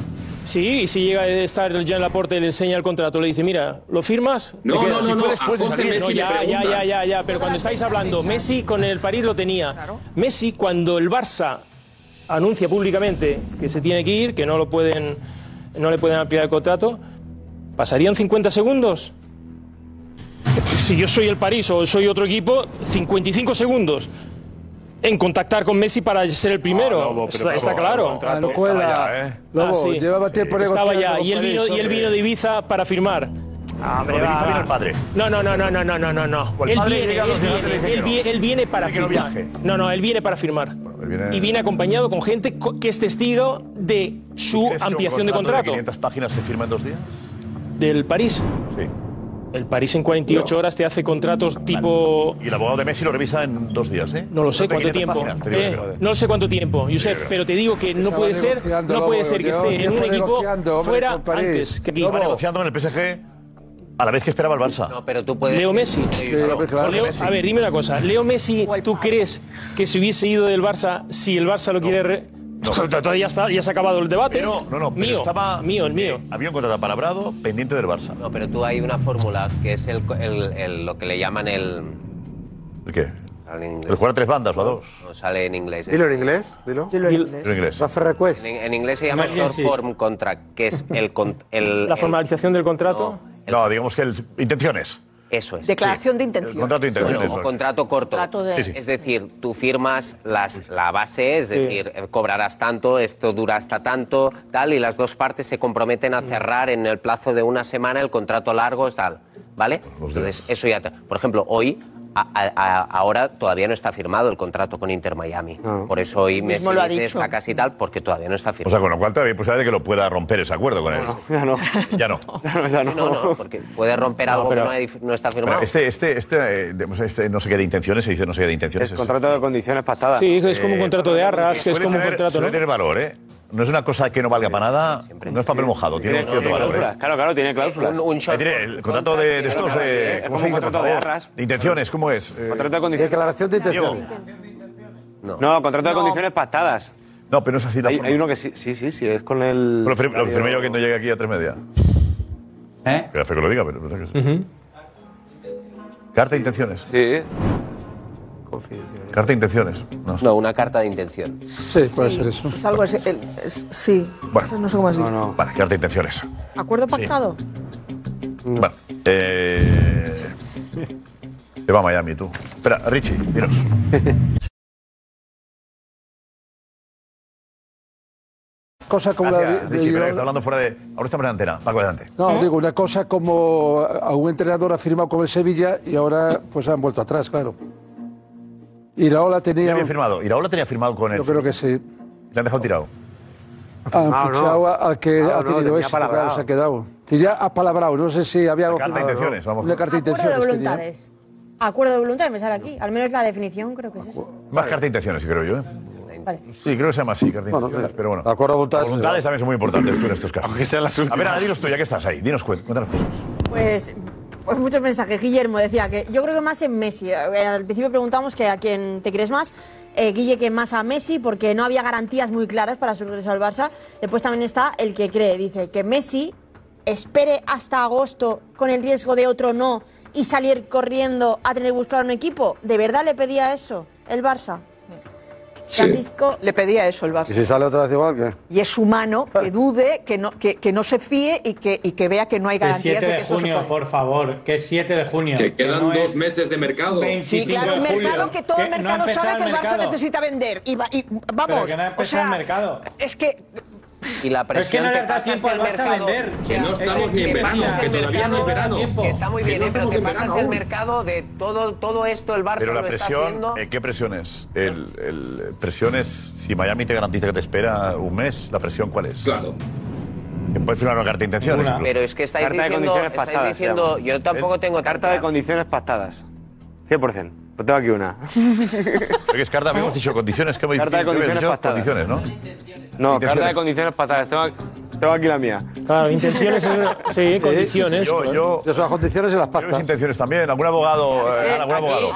Speaker 6: Sí, y si llega a estar ya en la puerta y le enseña el contrato, le dice, mira, ¿lo firmas?
Speaker 3: No,
Speaker 6: Te
Speaker 3: no, no,
Speaker 6: quedas. Si
Speaker 3: no,
Speaker 6: fue
Speaker 3: a
Speaker 6: después de
Speaker 3: Jorge
Speaker 6: salir.
Speaker 3: Messi
Speaker 6: No,
Speaker 3: le
Speaker 6: ya, ya,
Speaker 3: preguntan.
Speaker 6: ya, ya, ya, pero cuando estáis hablando, Messi con el París lo tenía. Messi, cuando el Barça anuncia públicamente que se tiene que ir, que no lo pueden, no le pueden ampliar el contrato, ¿pasarían 50 segundos? Si yo soy el París o soy otro equipo, 55 segundos en contactar con Messi para ser el primero. está, está claro.
Speaker 7: Ah, no cuela.
Speaker 3: ¿eh?
Speaker 7: Lobo,
Speaker 6: Ah, sí.
Speaker 7: llevaba tiempo
Speaker 6: Estaba
Speaker 7: negociando
Speaker 6: ya.
Speaker 7: con
Speaker 6: Y él, vino,
Speaker 7: París,
Speaker 6: y él
Speaker 7: hombre.
Speaker 6: vino de Ibiza para firmar.
Speaker 3: Ah, hombre, No, de va, Ibiza vino va. el padre.
Speaker 6: No, no, no, no, no, no, no, no, no.
Speaker 3: O el
Speaker 6: él,
Speaker 3: padre
Speaker 6: viene,
Speaker 3: llega a
Speaker 6: él,
Speaker 3: los días y le
Speaker 6: viene,
Speaker 3: dice que
Speaker 6: él
Speaker 3: no.
Speaker 6: vi- él viene para
Speaker 3: Dice que no
Speaker 6: firmar.
Speaker 3: viaje. Eh.
Speaker 6: No, no, él viene para firmar.
Speaker 3: pues viene-
Speaker 6: Y viene acompañado con gente co- que es testigo de su
Speaker 3: ¿Crees que un
Speaker 6: ampliación de contrato.
Speaker 3: de 500 páginas se firma en dos días?
Speaker 6: ¿Del París?
Speaker 3: Sí.
Speaker 6: El París en 48 horas te hace contratos tipo.
Speaker 3: Y el abogado de Messi lo revisa en dos días, ¿eh?
Speaker 6: No lo sé
Speaker 3: Son de 500
Speaker 6: cuánto tiempo.
Speaker 3: páginas, te digo
Speaker 6: Eh,
Speaker 3: yo.
Speaker 6: no sé cuánto tiempo, Josep,
Speaker 3: creo.
Speaker 6: pero te digo que no
Speaker 3: Estaba
Speaker 6: puede ser,
Speaker 3: negociando,
Speaker 6: no
Speaker 3: Lobo,
Speaker 6: puede ser que
Speaker 3: yo-
Speaker 6: esté
Speaker 3: yo
Speaker 6: en un
Speaker 3: estaba
Speaker 6: equipo
Speaker 3: negociando, hombre,
Speaker 6: fuera
Speaker 3: con París.
Speaker 6: antes que aquí.
Speaker 3: Estaba negociando en el PSG a la vez que esperaba el Barça. No,
Speaker 15: pero tú
Speaker 6: Leo Messi.
Speaker 3: claro, Jorge
Speaker 6: Leo-
Speaker 3: Messi.
Speaker 6: A ver, dime una cosa. Leo Messi, ¿tú crees que se hubiese ido del Barça si el Barça lo quiere? re- Entonces ya está, ya se ha acabado el debate.
Speaker 3: Pero, no, no, pero
Speaker 6: mío,
Speaker 3: estaba- Eh,
Speaker 6: mío, el mío.
Speaker 3: Había un contrato apalabrado pendiente del Barça.
Speaker 15: No, pero tú hay una fórmula que es el, el- el- lo que le llaman el.
Speaker 3: ¿El qué?
Speaker 15: sale en inglés.
Speaker 3: El jugar a tres bandas o a dos.
Speaker 15: No sale en inglés.
Speaker 3: Dilo en
Speaker 19: inglés, dilo.
Speaker 3: en inglés. Dilo en inglés.
Speaker 19: Rafa Request.
Speaker 15: En, en inglés se llama short
Speaker 3: Emergency.
Speaker 15: form contract, que es el. con- el-
Speaker 6: La
Speaker 15: el-
Speaker 6: formalización del contrato.
Speaker 3: No, digamos que el, intenciones.
Speaker 15: Eso es.
Speaker 9: Declaración de
Speaker 15: El
Speaker 9: intención.
Speaker 3: contrato de intenciones,
Speaker 15: Bueno, o
Speaker 3: ¿no?
Speaker 15: contrato corto.
Speaker 9: Contrato de- Sí, sí.
Speaker 15: Es decir, tú firmas las, la base, es
Speaker 9: Sí.
Speaker 15: decir, eh, cobrarás tanto, esto dura hasta tanto, tal, y las dos partes se comprometen a cerrar en el plazo de una semana el contrato largo, tal, ¿vale? Entonces, eso ya... te- Por ejemplo, hoy... a- a- a- ahora todavía no está firmado el contrato con Inter Miami. Por eso hoy me
Speaker 9: Ah. Mismo lo ha dicho.
Speaker 15: está casi tal, porque todavía no está
Speaker 3: O
Speaker 15: firmado.
Speaker 3: sea, con lo cual todavía hay posibilidad de que lo pueda romper ese acuerdo con él.
Speaker 15: ya no.
Speaker 3: Ya no.
Speaker 15: no. porque puede romper
Speaker 3: No,
Speaker 15: algo
Speaker 3: pero-
Speaker 15: que no, hay- no está firmado.
Speaker 3: Pero Este, este, este, eh, digamos, este no sé qué de intenciones, se dice no sé qué de intenciones.
Speaker 13: Es contrato de condiciones pactadas.
Speaker 6: Sí, es como un contrato de arras,
Speaker 3: y
Speaker 6: que es
Speaker 3: suele
Speaker 6: como un
Speaker 3: tener-
Speaker 6: contrato,
Speaker 3: Suele
Speaker 6: ¿no?
Speaker 3: tener valor, ¿eh? No es una cosa que no valga para nada, no es papel mojado, tiene
Speaker 13: Tiene-
Speaker 3: cierto
Speaker 13: tiene
Speaker 3: valor.
Speaker 13: cláusulas,
Speaker 3: ¿eh?
Speaker 13: Claro, claro, tiene cláusulas.
Speaker 3: Un- Ahí tiene el contrato de, de estos. eh,
Speaker 13: Es
Speaker 3: ¿Cómo se
Speaker 13: como
Speaker 3: dice,
Speaker 13: un
Speaker 3: por
Speaker 13: contrato de
Speaker 3: favor?
Speaker 13: arras.
Speaker 3: De intenciones, ¿cómo es? Eh,
Speaker 13: Contrato de condiciones. Declaración de intenciones.
Speaker 15: No.
Speaker 13: contrato
Speaker 3: No.
Speaker 13: de condiciones pactadas.
Speaker 3: No, pero no es así.
Speaker 13: Hay, hay uno que sí, sí, sí, sí, es con el.
Speaker 3: Lo, fir- lo firmé yo que no llegue aquí a tres media. ¿Eh? Queda feo que lo diga, pero es verdad que sí. Carta de intenciones.
Speaker 13: Sí.
Speaker 3: Carta de intenciones. No,
Speaker 15: No, una carta de intención.
Speaker 7: Sí, puede ser eso.
Speaker 9: Es algo así, el- es- sí.
Speaker 3: Bueno,
Speaker 9: no sé cómo es.
Speaker 3: no, no. Vale, carta de intenciones.
Speaker 9: ¿Acuerdo
Speaker 3: pactado? Bueno, eh. Te va a Miami tú. Espera, Richie, dinos.
Speaker 7: Cosa como la
Speaker 3: Gracias,
Speaker 7: de- de,
Speaker 3: Richie, pero
Speaker 7: Yolanda-
Speaker 3: está hablando fuera de. Ahora estamos en la antena. Paco, adelante.
Speaker 7: No,
Speaker 15: ¿Eh?
Speaker 7: digo, una cosa como a un entrenador ha firmado con el Sevilla y ahora pues han vuelto atrás, claro. Y la ola
Speaker 3: Ya
Speaker 7: tenía...
Speaker 3: había firmado. Iraola tenía firmado con él. Yo creo
Speaker 7: que sí.
Speaker 3: Le han dejado tirado.
Speaker 7: Han
Speaker 3: Ah, no.
Speaker 7: fichado a- al que
Speaker 3: Ah,
Speaker 7: ha
Speaker 3: no,
Speaker 7: tenido
Speaker 3: tenía
Speaker 7: éxito, claro,
Speaker 3: apalabrado.
Speaker 7: se ha quedado. Tenía apalabrado, no sé si había...
Speaker 3: carta de intenciones, vamos.
Speaker 7: Una
Speaker 15: Ah,
Speaker 7: carta de
Speaker 8: Acuerdo de
Speaker 7: intenciones tenía.
Speaker 8: voluntades. Acuerdo de voluntades, me sale aquí. Al menos la definición creo que es eso.
Speaker 3: Más carta de intenciones, creo yo. ¿eh?
Speaker 8: Vale.
Speaker 3: Sí, creo que se llama así, carta de
Speaker 8: Bueno,
Speaker 3: intenciones.
Speaker 8: claro.
Speaker 3: Pero bueno. De acuerdo, voluntades. Voluntades también son muy importantes tú en estos casos. A ver,
Speaker 4: últimas.
Speaker 3: Ana, dinos tú, ya que estás ahí. Dinos, cuen- cuéntanos cosas.
Speaker 8: Pues, pues muchos mensajes. Guillermo decía que yo creo que más en Messi. Eh, Al principio preguntamos que a quién te crees más. Eh, Guille que más a Messi porque no había garantías muy claras para su regreso al Barça. Después también está el que cree. Dice que Messi espere hasta agosto con el riesgo de otro no y salir corriendo a tener que buscar un equipo. ¿De verdad le pedía eso el Barça? Francisco
Speaker 9: le pedía eso el Barça.
Speaker 19: ¿Y si sale otra vez igual, qué?
Speaker 9: Y es humano que dude, que no, que, que no se fíe y que, y que vea que no hay
Speaker 11: Que
Speaker 9: garantías
Speaker 11: 7
Speaker 9: de que
Speaker 11: de
Speaker 9: eso se
Speaker 11: junio, por favor. Que es 7 de junio.
Speaker 10: Que quedan
Speaker 11: no
Speaker 10: dos
Speaker 11: es
Speaker 10: meses de mercado.
Speaker 11: 25
Speaker 9: Sí, claro,
Speaker 11: de
Speaker 9: un
Speaker 11: julio.
Speaker 9: mercado que todo
Speaker 11: Que
Speaker 9: el
Speaker 11: no ha
Speaker 9: mercado
Speaker 11: empezado
Speaker 9: sabe
Speaker 11: el
Speaker 9: que el Barça
Speaker 11: mercado.
Speaker 9: necesita vender. Y, va- y
Speaker 11: Pero
Speaker 9: vamos,
Speaker 11: que no ha
Speaker 9: o
Speaker 11: empezado
Speaker 9: sea,
Speaker 11: el mercado.
Speaker 9: es que...
Speaker 15: Y la
Speaker 11: Pero es que
Speaker 15: presión
Speaker 11: no
Speaker 15: que
Speaker 11: le da
Speaker 15: pasas
Speaker 11: tiempo al
Speaker 15: el
Speaker 11: Barça a
Speaker 15: mercado.
Speaker 11: vender.
Speaker 15: Que no
Speaker 11: estamos
Speaker 15: ni en
Speaker 11: verano, que todavía no es verano.
Speaker 15: Que está muy
Speaker 11: Que
Speaker 15: bien,
Speaker 11: no
Speaker 15: eh, pero
Speaker 11: estamos
Speaker 15: que
Speaker 11: en
Speaker 15: pasas
Speaker 11: verano
Speaker 15: el
Speaker 11: aún.
Speaker 15: mercado de todo, todo esto, el Barça
Speaker 3: Pero la
Speaker 15: lo está
Speaker 3: presión,
Speaker 15: haciendo.
Speaker 3: eh, ¿qué presión es? El, el- presión es, si Miami te garantiza que te espera un mes, ¿la presión cuál es? Claro. Se puede firmar una carta de intenciones. incluso.
Speaker 15: Pero es que estáis
Speaker 13: Carta de
Speaker 15: diciendo,
Speaker 13: condiciones
Speaker 15: estáis
Speaker 13: pactadas. se
Speaker 15: diciendo,
Speaker 13: llama.
Speaker 15: yo tampoco
Speaker 13: ¿Eh?
Speaker 15: tengo
Speaker 13: Carta de condiciones pactadas. 100%. Pues tengo aquí una.
Speaker 3: Porque es carta, habíamos dicho condiciones. ¿Qué habéis
Speaker 13: Carta de
Speaker 3: qué habéis
Speaker 13: condiciones
Speaker 3: dicho?
Speaker 13: pactadas.
Speaker 3: Condiciones, ¿no?
Speaker 13: No,
Speaker 3: Intenciones.
Speaker 13: carta de condiciones pactadas. Tengo, tengo aquí la mía.
Speaker 6: Claro, intenciones es una- sí, condiciones.
Speaker 3: Yo, yo. Yo las condiciones y las pastas. intenciones también. Algún abogado. eh, algún abogado.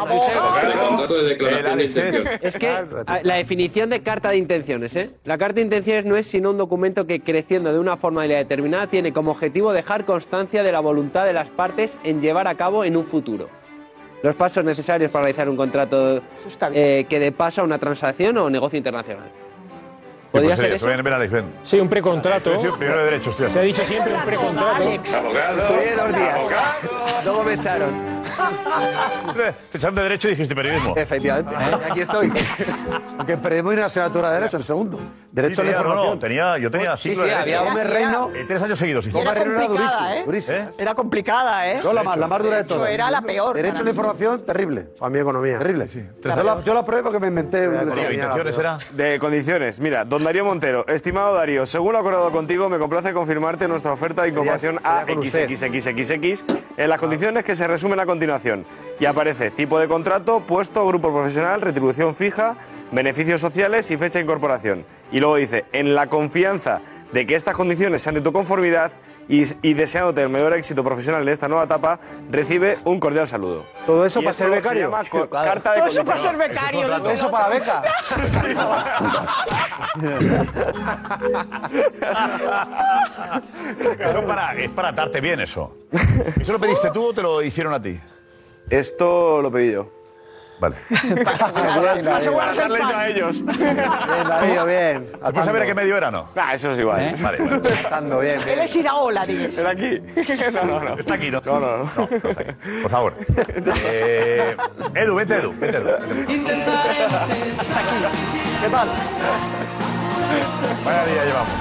Speaker 10: Contrato de
Speaker 3: El
Speaker 10: declaración de
Speaker 3: Alex
Speaker 10: intención.
Speaker 14: Es que a- la definición de carta de intenciones, ¿eh? La carta de intenciones no es sino un documento que creciendo de una forma determinada tiene como objetivo dejar constancia de la voluntad de las partes en llevar a cabo en un futuro. Los pasos necesarios para realizar un contrato eh, que dé paso a una transacción o negocio internacional. ¿Podría
Speaker 3: Sí,
Speaker 14: ser
Speaker 3: pues,
Speaker 14: eso?
Speaker 3: Ven, ven, Alex, ven.
Speaker 6: Sí, un precontrato.
Speaker 3: Sí, primero de derechos, tío.
Speaker 6: Se ha dicho siempre un precontrato.
Speaker 14: Estudié dos días. Luego me echaron.
Speaker 3: Te echaron de derecho y dijiste periodismo.
Speaker 18: Efectivamente.
Speaker 19: Ah.
Speaker 18: Aquí estoy.
Speaker 19: Aunque perdemos una asignatura de Derecho, el segundo. Derecho a la
Speaker 3: tenía, no,
Speaker 19: información.
Speaker 3: no, tenía, yo tenía
Speaker 19: Sí,
Speaker 3: ciclo
Speaker 19: sí,
Speaker 3: de
Speaker 19: había
Speaker 3: derecho.
Speaker 19: Gómez Reino.
Speaker 3: Eh, tres años seguidos. hice.
Speaker 19: Gómez
Speaker 9: Era
Speaker 19: Reino era durísimo.
Speaker 9: complicada, ¿eh?
Speaker 19: durísimo.
Speaker 9: Era complicada, ¿eh?
Speaker 19: Yo la más, la más dura de
Speaker 9: Derecho
Speaker 19: todas.
Speaker 9: era la peor.
Speaker 19: Derecho a la
Speaker 9: para mí.
Speaker 19: información, terrible.
Speaker 18: A mi economía.
Speaker 19: Terrible. Yo la, yo la probé porque me inventé. un-
Speaker 13: De condiciones. Mira, don Darío Montero. Estimado Darío, según lo acordado contigo, me complace confirmarte nuestra oferta de incorporación a
Speaker 18: sería con usted.
Speaker 13: XXXXX en las condiciones que se resumen a continuación. Y aparece tipo de contrato, puesto, grupo profesional, retribución fija, beneficios sociales y fecha de incorporación. Y luego dice, en la confianza de que estas condiciones sean de tu conformidad y, y deseándote el mayor éxito profesional en esta nueva etapa, recibe un cordial saludo.
Speaker 18: Todo eso
Speaker 13: Y
Speaker 18: para
Speaker 13: esto
Speaker 18: ser
Speaker 13: se
Speaker 18: becario.
Speaker 13: llama co-
Speaker 18: Claro.
Speaker 13: carta de
Speaker 18: Todo eso para
Speaker 13: condiciones.
Speaker 18: ser becario,
Speaker 13: Es un
Speaker 18: Todo eso para beca.
Speaker 3: Eso para, es para atarte bien eso. ¿Eso lo pediste tú o te lo hicieron a ti?
Speaker 13: Esto lo pedí yo.
Speaker 3: Vale.
Speaker 13: Para asegurarse el pan. a ellos.
Speaker 18: Darío, bien.
Speaker 3: ¿Se puede saber Pues a qué medio era no?
Speaker 13: Ah, eso es igual.
Speaker 3: Vale, vale.
Speaker 18: Atando bien.
Speaker 9: Él es Iraola, dices.
Speaker 13: Era aquí. No, no, no.
Speaker 3: Está aquí, ¿no?
Speaker 13: No, no, no.
Speaker 3: Por favor. Eh, Edu, vete, Edu. Vete, Edu.
Speaker 19: ¿Qué tal?
Speaker 3: Vaya día llevamos.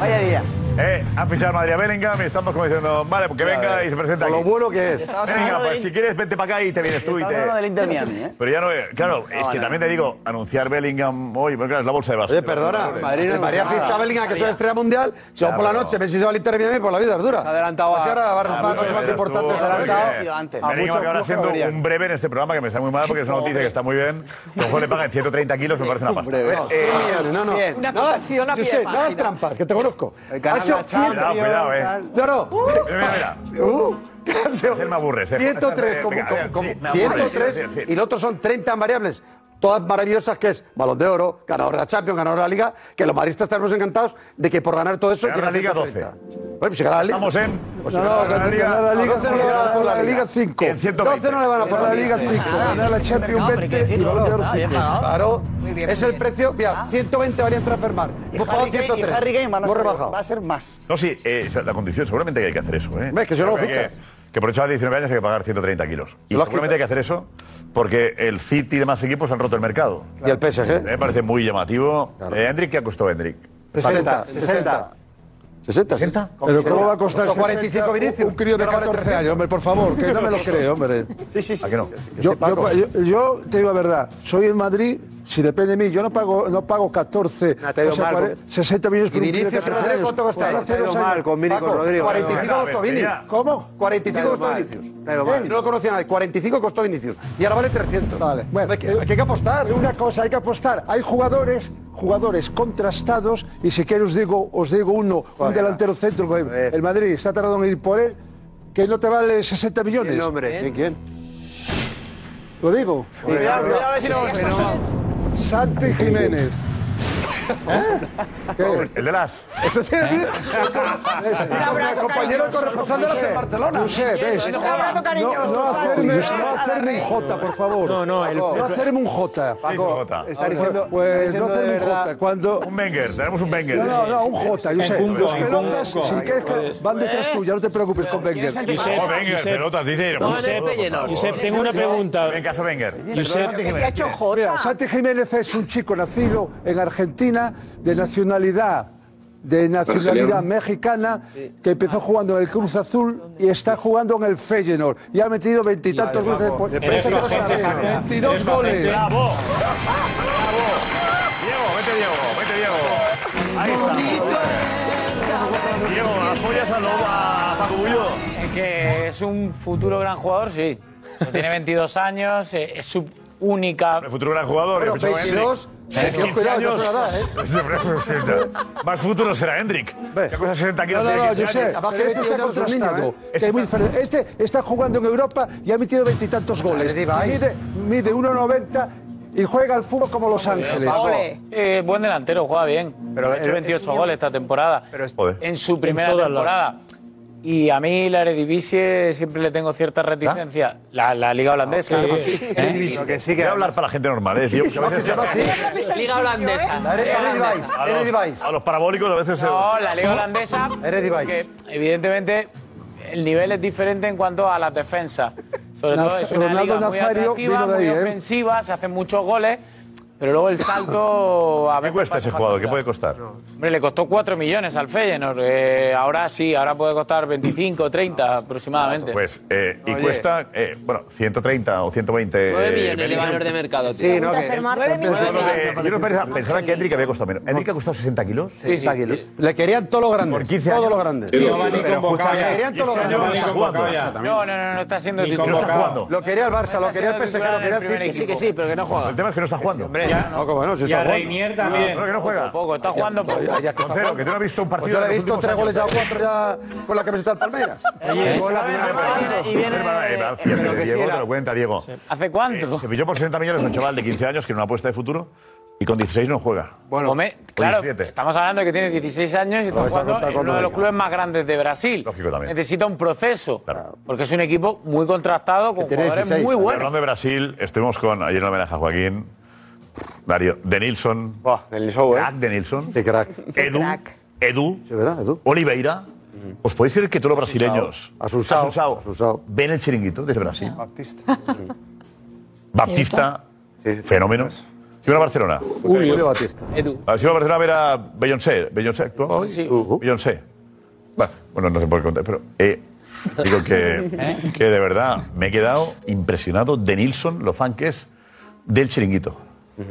Speaker 19: Vaya día.
Speaker 3: Eh, han fichado a Madrid Bellingham y estamos como diciendo, vale, pues que venga y se presenta.
Speaker 19: Con lo
Speaker 3: aquí.
Speaker 19: bueno que es. Estamos
Speaker 3: Venga,
Speaker 19: hablando
Speaker 3: pues
Speaker 19: del-
Speaker 3: si quieres, vente para acá y te vienes tú y te.
Speaker 19: Estamos hablando del Inter Miami, ¿eh?
Speaker 3: Pero ya no. eh, Claro, es que
Speaker 19: no.
Speaker 3: también te digo, anunciar Bellingham hoy, bueno, claro, es la bolsa de basura.
Speaker 19: Oye, perdona,
Speaker 3: Vale.
Speaker 19: Madrid, María ficha a Bellingham, que es una estrella mundial. Si va
Speaker 3: Claro,
Speaker 19: por la
Speaker 3: no.
Speaker 19: noche, Messi se va al Inter Miami, por la vida es dura.
Speaker 18: Se ha adelantado
Speaker 19: Pues
Speaker 18: a-
Speaker 19: ahora va a
Speaker 18: a
Speaker 19: raspar
Speaker 18: muchos
Speaker 19: cosas más
Speaker 18: eventos,
Speaker 19: importantes.
Speaker 18: tú,
Speaker 19: Se ha adelantado Ah,
Speaker 3: Eh,
Speaker 19: a
Speaker 3: Bellingham
Speaker 19: muchos
Speaker 3: que ahora
Speaker 19: clubes
Speaker 3: siendo
Speaker 19: deberían.
Speaker 3: un breve en este programa, que me sale muy mal porque es una noticia que está muy bien. A lo mejor le pagan 130 kilos, me parece una pasta.
Speaker 19: No,
Speaker 3: Eh,
Speaker 19: cien millones, no, no.
Speaker 9: Bien. Una
Speaker 19: No,
Speaker 9: corrección a pie de
Speaker 19: Josep, no hagas
Speaker 9: página.
Speaker 19: trampas, que te conozco.
Speaker 3: canal
Speaker 19: Ha sido
Speaker 3: La Champions,
Speaker 19: 100.
Speaker 3: cuidado, eh.
Speaker 19: No, no.
Speaker 3: Mira,
Speaker 19: Uh,
Speaker 3: me aburres. eh.
Speaker 19: 103, como,
Speaker 3: Venga,
Speaker 19: como- como-
Speaker 3: sí, me aburres,
Speaker 19: 103
Speaker 3: quiero decir,
Speaker 19: y el otro son 30 variables. Todas maravillosas, que es balón de oro, ganador de la Champions, ganador de la Liga, que los madridistas estaremos encantados de que por ganar todo eso...
Speaker 3: Ganar la Liga
Speaker 19: 12. Bueno, pues si gana la Liga...
Speaker 3: Estamos en-
Speaker 19: Pues
Speaker 3: No,
Speaker 19: si gana
Speaker 3: no,
Speaker 19: la Liga...
Speaker 3: ganar la Liga,
Speaker 19: 12 no le van a por la Liga 5.
Speaker 3: En 120.
Speaker 19: 12 no le van a por la Liga 5. Ganar la Champions 20 y balón de
Speaker 3: ¿eh?
Speaker 19: oro 5. Claro, es el precio... Mira,
Speaker 3: Ah.
Speaker 19: 120 varían transfermar. Hemos pagado 103. Hemos rebajado.
Speaker 3: a ser más. No, sí, eh, o sea, la condición, seguramente que hay que hacer eso. ¿eh?
Speaker 19: Ves, que yo no lo
Speaker 3: Creo
Speaker 19: ficho.
Speaker 3: Que, que por echar 19 años hay que pagar 130 kilos. Y
Speaker 19: Lo has
Speaker 3: seguramente
Speaker 19: quitado.
Speaker 3: hay que hacer eso porque el City y demás equipos han roto el mercado. Eh,
Speaker 19: Y el PSG.
Speaker 3: Me parece muy llamativo. Eh, Hendrik, ¿qué ha costado Hendrik?
Speaker 19: 60, 60. 60,
Speaker 3: 60.
Speaker 7: Pero ¿cómo va a costar
Speaker 19: 45
Speaker 7: Vinicius? Un crío de 14 años, hombre, por favor, que no me lo creo, hombre.
Speaker 19: Sí, sí, sí.
Speaker 3: ¿A que no?
Speaker 7: Yo, yo, yo- yo te digo la verdad, soy en Madrid, si depende de mí, yo no pago, no pago 14,
Speaker 18: Ah, te ha ido mal,
Speaker 7: cuare- 60 millones por
Speaker 19: ¿Y
Speaker 7: un crío de
Speaker 19: Vinicius
Speaker 7: 14
Speaker 19: Rodríguez
Speaker 7: años.
Speaker 19: cuánto costó?
Speaker 7: Por
Speaker 19: Te ha
Speaker 7: hace
Speaker 19: ido
Speaker 7: dos
Speaker 19: mal
Speaker 7: años.
Speaker 19: con Vini, con
Speaker 7: Paco,
Speaker 19: Rodrigo. ¿eh? 45
Speaker 7: Vale,
Speaker 19: costó
Speaker 7: vale,
Speaker 19: Vini.
Speaker 7: ya.
Speaker 19: ¿Cómo? 45 costó
Speaker 7: mal,
Speaker 19: Vinicius.
Speaker 7: te ha ido mal.
Speaker 19: Él No lo conocía nadie. 45 costó Vinicius. Y ahora vale 300. Vale. Bueno, hay que, hay que apostar.
Speaker 7: eh, Una cosa, hay que apostar. Hay jugadores, jugadores contrastados y si queréis os digo, os digo uno, un delantero centro, que el Madrid está tardado en ir por él, que no te vale 60 millones.
Speaker 19: ¿Quién, hombre? ¿Quién, Pues
Speaker 7: Lo digo.
Speaker 19: Cuidado, cuidado, a ver si lo vamos a hacer.
Speaker 7: Santi Jiménez.
Speaker 3: El de las.
Speaker 7: Eso te decir.
Speaker 6: ¿Eh?
Speaker 19: Compañero corresponsal de en Barcelona.
Speaker 7: No sé, ves. No, no hacerme, no hacerme un J, por favor. No, no, el, no hacerme un J.
Speaker 3: Paco, está
Speaker 7: diciendo. Pues
Speaker 3: diciendo
Speaker 7: no hacerme
Speaker 3: de
Speaker 7: un
Speaker 3: verdad-
Speaker 7: J. Cuando.
Speaker 3: Un Wenger, tenemos un Wenger.
Speaker 7: No, no, no, un J, yo sé.
Speaker 3: Enkunku,
Speaker 7: Los
Speaker 3: Enkunku.
Speaker 7: pelotas, si quieres que van detrás tuya, no te preocupes con Wenger.
Speaker 3: Oh, Wenger, pelotas, dice.
Speaker 6: Josep, tengo una pregunta.
Speaker 3: En caso Wenger.
Speaker 7: Mira, Santi Jiménez es un chico nacido en Argentina de nacionalidad de nacionalidad
Speaker 18: Brasileño.
Speaker 7: mexicana que empezó jugando en el Cruz Azul y está jugando en el Feyenoord y ha metido veintitantos goles de po- Parece que no se la dejan. 22 goles.
Speaker 3: ¡Bravo! ¡Bravo! Diego, vete Diego, vete Diego. Ahí está. Diego, apoyas a Loba, a Paco Bullo.
Speaker 2: Es que es un futuro gran jugador, sí. Tiene 22 años, eh, es su única. El
Speaker 3: futuro gran jugador,
Speaker 19: Bueno,
Speaker 3: efectivamente.
Speaker 19: 22,
Speaker 3: En 15
Speaker 19: cuidado, que es
Speaker 3: años.
Speaker 19: una edad, ¿eh?
Speaker 3: Ese brazo es cierto. Más futuro será Hendrik. ¿Qué cosa 60
Speaker 7: No,
Speaker 3: kilos
Speaker 7: no,
Speaker 3: tiene
Speaker 7: no,
Speaker 3: 15
Speaker 7: yo sé.
Speaker 3: años?
Speaker 7: Pero Este está contrastado. que es muy diferente. Este está jugando en Europa y ha metido veintitantos goles. Mide, mide 1,90 y juega al fútbol como Los Ángeles.
Speaker 2: Eh, buen delantero, juega bien. Pero ha hecho 28 goles esta temporada. en su primera
Speaker 6: todas las-
Speaker 2: temporada. Y a mí la Eredivisie siempre le tengo cierta reticencia. La, la liga holandesa.
Speaker 3: Ah,
Speaker 2: sí.
Speaker 3: sí.
Speaker 2: ¿Eh?
Speaker 3: Eredivisie. Voy a hablar para la gente normal, ¿eh? Tío, que a veces se
Speaker 2: Liga holandesa.
Speaker 3: A los- A los parabólicos a veces se.
Speaker 2: No, la liga holandesa.
Speaker 19: Eredivisie.
Speaker 2: que, Evidentemente, el nivel es diferente en cuanto a las defensas. Sobre todo
Speaker 7: Naz-
Speaker 2: es una
Speaker 7: Ronaldo
Speaker 2: liga muy
Speaker 7: Nazario
Speaker 2: atractiva,
Speaker 7: vino de
Speaker 2: muy
Speaker 7: ahí, ¿eh?
Speaker 2: ofensiva, se hacen muchos goles, pero luego el salto... A
Speaker 3: ¿Qué cuesta ese jugador? ¿Qué puede costar?
Speaker 2: Hombre, le costó 4 millones al Feyenoord. eh, ahora sí, ahora puede costar 25, 30 aproximadamente.
Speaker 3: Pues, eh, y
Speaker 2: Oye.
Speaker 3: cuesta, eh, bueno, 130 o 120.
Speaker 2: Nueve
Speaker 3: eh,
Speaker 2: millones de
Speaker 3: Bellingham.
Speaker 2: valor de
Speaker 15: mercado,
Speaker 3: tío. Sí, no, que-
Speaker 15: Nueve millones.
Speaker 3: Eh, yo no pensaba, pensaba que Endrick había costado menos. ¿Endrick ha costado 60 kilos?
Speaker 19: 60 kilos. Le querían todo lo grande.
Speaker 3: Por 15
Speaker 19: Todo lo
Speaker 3: años.
Speaker 19: grande.
Speaker 3: Sí, Giovanni
Speaker 19: Pero,
Speaker 3: convocado
Speaker 19: escucha,
Speaker 3: ya.
Speaker 19: le querían
Speaker 3: Y
Speaker 19: todo lo
Speaker 3: este
Speaker 19: grande.
Speaker 3: año no está jugando.
Speaker 2: No, no, no, no está siendo titular.
Speaker 3: no está jugando.
Speaker 19: Lo quería el Barça, lo quería el PSG, lo quería el City.
Speaker 15: pero que no juega.
Speaker 3: El tema es que no está jugando.
Speaker 19: Hombre, ya no. No, como
Speaker 2: Pues
Speaker 19: no, si
Speaker 3: Y
Speaker 19: está
Speaker 3: a
Speaker 19: jugando.
Speaker 3: Reinier también.
Speaker 19: No, no, que no
Speaker 3: Poco
Speaker 19: juega.
Speaker 3: a poco, está jugando poco.
Speaker 19: Ya, ya que está
Speaker 3: Concero,
Speaker 19: jugando.
Speaker 3: que tú no has visto un partido
Speaker 19: Pues yo
Speaker 3: de
Speaker 19: le he
Speaker 3: los
Speaker 19: visto
Speaker 3: últimos
Speaker 19: tres goles ya o
Speaker 3: años.
Speaker 19: cuatro ya con la camiseta del Palmeiras.
Speaker 3: Oye,
Speaker 19: Con la
Speaker 3: ¿sabes?
Speaker 19: primera parte.
Speaker 3: Y viene- Eh, gracias, eh, Diego, te lo cuenta, Diego.
Speaker 2: ¿Hace cuánto?
Speaker 3: Eh, se pilló por 60 millones un chaval de 15 años que en una apuesta de futuro y con 16 no juega.
Speaker 2: Bueno, claro,
Speaker 3: 17.
Speaker 2: estamos hablando de que tiene 16 años
Speaker 3: Lo
Speaker 2: y está
Speaker 3: vais a
Speaker 2: jugando
Speaker 3: contar
Speaker 2: en
Speaker 3: cuando
Speaker 2: uno de los
Speaker 3: venga.
Speaker 2: clubes más grandes de Brasil. Necesita un proceso, porque es un equipo muy contrastado con jugadores muy buenos.
Speaker 3: Hablando de Brasil, estuvimos con, ayer en el homenaje a Joaquín, Darío, De Nilsson. Crack De Nilsson. Edu. Edu. Oliveira. ¿Os podéis creer que todos los brasileños
Speaker 19: Asustado.
Speaker 3: Asustado. ven el chiringuito desde Brasil?
Speaker 2: Ah.
Speaker 3: Baptista. Baptista, fenómeno. Si iba a Barcelona.
Speaker 19: Julio. Julio Batista.
Speaker 3: Edu. Si iba a Barcelona a ver a Beyoncé. ¿Beyoncé actuaba hoy? Sí.
Speaker 19: Uh,
Speaker 3: Beyoncé. Bueno, bueno, no sé por qué contar, pero... eh, digo que, que de verdad me he quedado impresionado de Nilsson, lo fan que es, del chiringuito.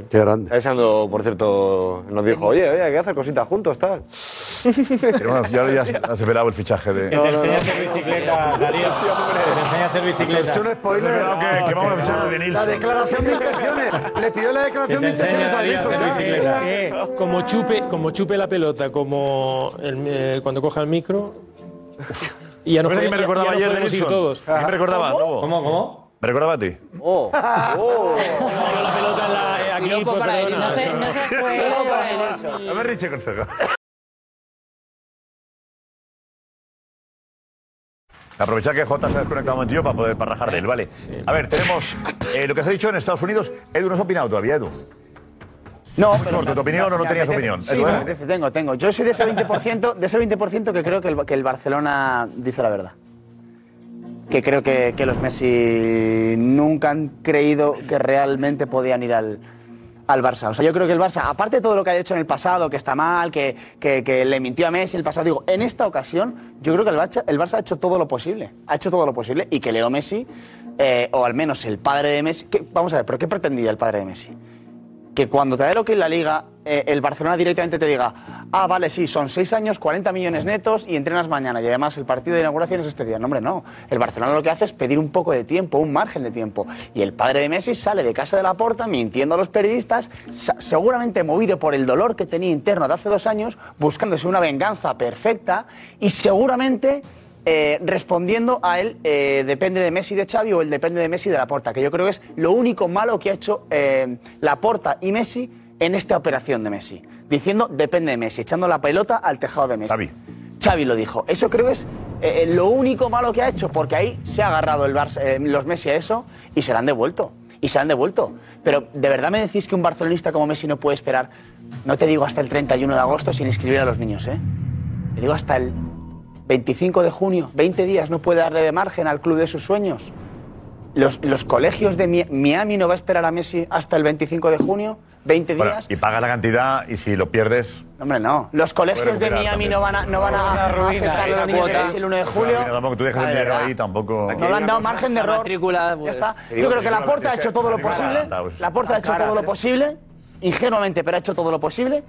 Speaker 19: Qué grande.
Speaker 13: Alessandro, por cierto, nos dijo, oye, oye, hay que hacer cositas juntos, tal.
Speaker 3: Pero bueno, ya, ya has revelado el fichaje de...
Speaker 11: Que te enseñe a hacer bicicleta, Darío. Que te enseñe a hacer bicicleta.
Speaker 3: Esto es un spoiler. Revelado que- que vamos a fichar a De
Speaker 19: La declaración de intenciones. Le pidió la declaración de intenciones a Wilson.
Speaker 6: Eh, como, chupe, como chupe la pelota, como el, eh, cuando coja el micro. Y ya nos
Speaker 3: ¿Sabes a quién
Speaker 6: podemos-
Speaker 3: me recordaba
Speaker 6: ya nos
Speaker 3: ayer de
Speaker 6: podemos ir
Speaker 3: Nilsson?
Speaker 6: todos.
Speaker 3: ¿A quién me recordaba, Lobo?
Speaker 6: ¿Cómo, cómo?
Speaker 3: ¿Me recordaba a ti?
Speaker 15: Oh.
Speaker 6: la pelota en la, eh, aquí, pues, perdona.
Speaker 12: No sé, no sé, fue-
Speaker 3: A ver, Richie Consejo. Aprovechar que J se ha desconectado un momentillo para poder para rajar de él, vale. A ver, tenemos eh, lo que se ha dicho en Estados Unidos. Edu, ¿no has opinado todavía, Edu?
Speaker 4: No,
Speaker 3: Muy corto, ¿tu opinión o no
Speaker 4: me
Speaker 3: tenías
Speaker 4: apetece.
Speaker 3: opinión?
Speaker 4: Sí,
Speaker 3: Edu,
Speaker 4: me
Speaker 3: ¿eh?
Speaker 4: apetece, tengo, tengo. Yo soy de ese 20%, de ese 20% que creo que el, que el Barcelona dice la verdad. Que creo que, que los Messi nunca han creído que realmente podían ir al, al Barça. O sea, yo creo que el Barça, aparte de todo lo que ha hecho en el pasado, que está mal, que, que- que le mintió a Messi en el pasado, digo, en esta ocasión yo creo que el Barça, el Barça ha hecho todo lo posible. Ha hecho todo lo posible y que Leo Messi, eh, o al menos el padre de Messi, que- vamos a ver, ¿pero qué pretendía el padre de Messi? que cuando te dé lo que es la liga, eh, el Barcelona directamente te diga, ah, vale, sí, son seis años, 40 millones netos y entrenas mañana. Y además el partido de inauguración es este día. No, hombre, no. El Barcelona lo que hace es pedir un poco de tiempo, un margen de tiempo. Y el padre de Messi sale de casa de la porta mintiendo a los periodistas, sa- seguramente movido por el dolor que tenía interno de hace dos años, buscándose una venganza perfecta y seguramente eh, respondiendo a él eh, depende de Messi de Xavi o el depende de Messi de Laporta, que yo creo que es lo único malo que ha hecho eh, Laporta y Messi en esta operación de Messi. Diciendo depende de Messi, echando la pelota al tejado de Messi. Xavi. Xavi lo dijo. Eso creo que es eh, eh, lo único malo que ha hecho, porque ahí se ha agarrado el Barça- eh, los Messi a eso y se la han devuelto. Y se la han devuelto. Pero ¿de verdad me decís que un barcelonista como Messi no puede esperar, no te digo hasta el 31 de agosto sin inscribir a los niños, ¿eh? Te digo hasta el 25 de junio, 20 días, no puede darle de margen al club de sus sueños. Los, los colegios de Mi- Miami no va a esperar a Messi hasta el 25 de junio, 20 días.
Speaker 3: Bueno, y pagas la cantidad y si lo pierdes...
Speaker 4: Hombre, no. Los colegios de Miami no van a, no van a aceptar
Speaker 3: ¿eh?
Speaker 4: a los niños de Messi el 1 de julio.
Speaker 3: Pues Tampoco tú dejas el
Speaker 4: Vale,
Speaker 3: dinero
Speaker 4: ¿verdad?
Speaker 3: ahí, tampoco...
Speaker 4: No le han dado margen de error. Ya está.
Speaker 3: pues, Te digo,
Speaker 4: Yo creo que
Speaker 3: matrícula
Speaker 4: la Porta ha hecho todo lo
Speaker 3: matrícula
Speaker 4: posible.
Speaker 3: barata, pues.
Speaker 4: La Porta ha hecho todo lo posible, ingenuamente, pero ha hecho todo lo posible.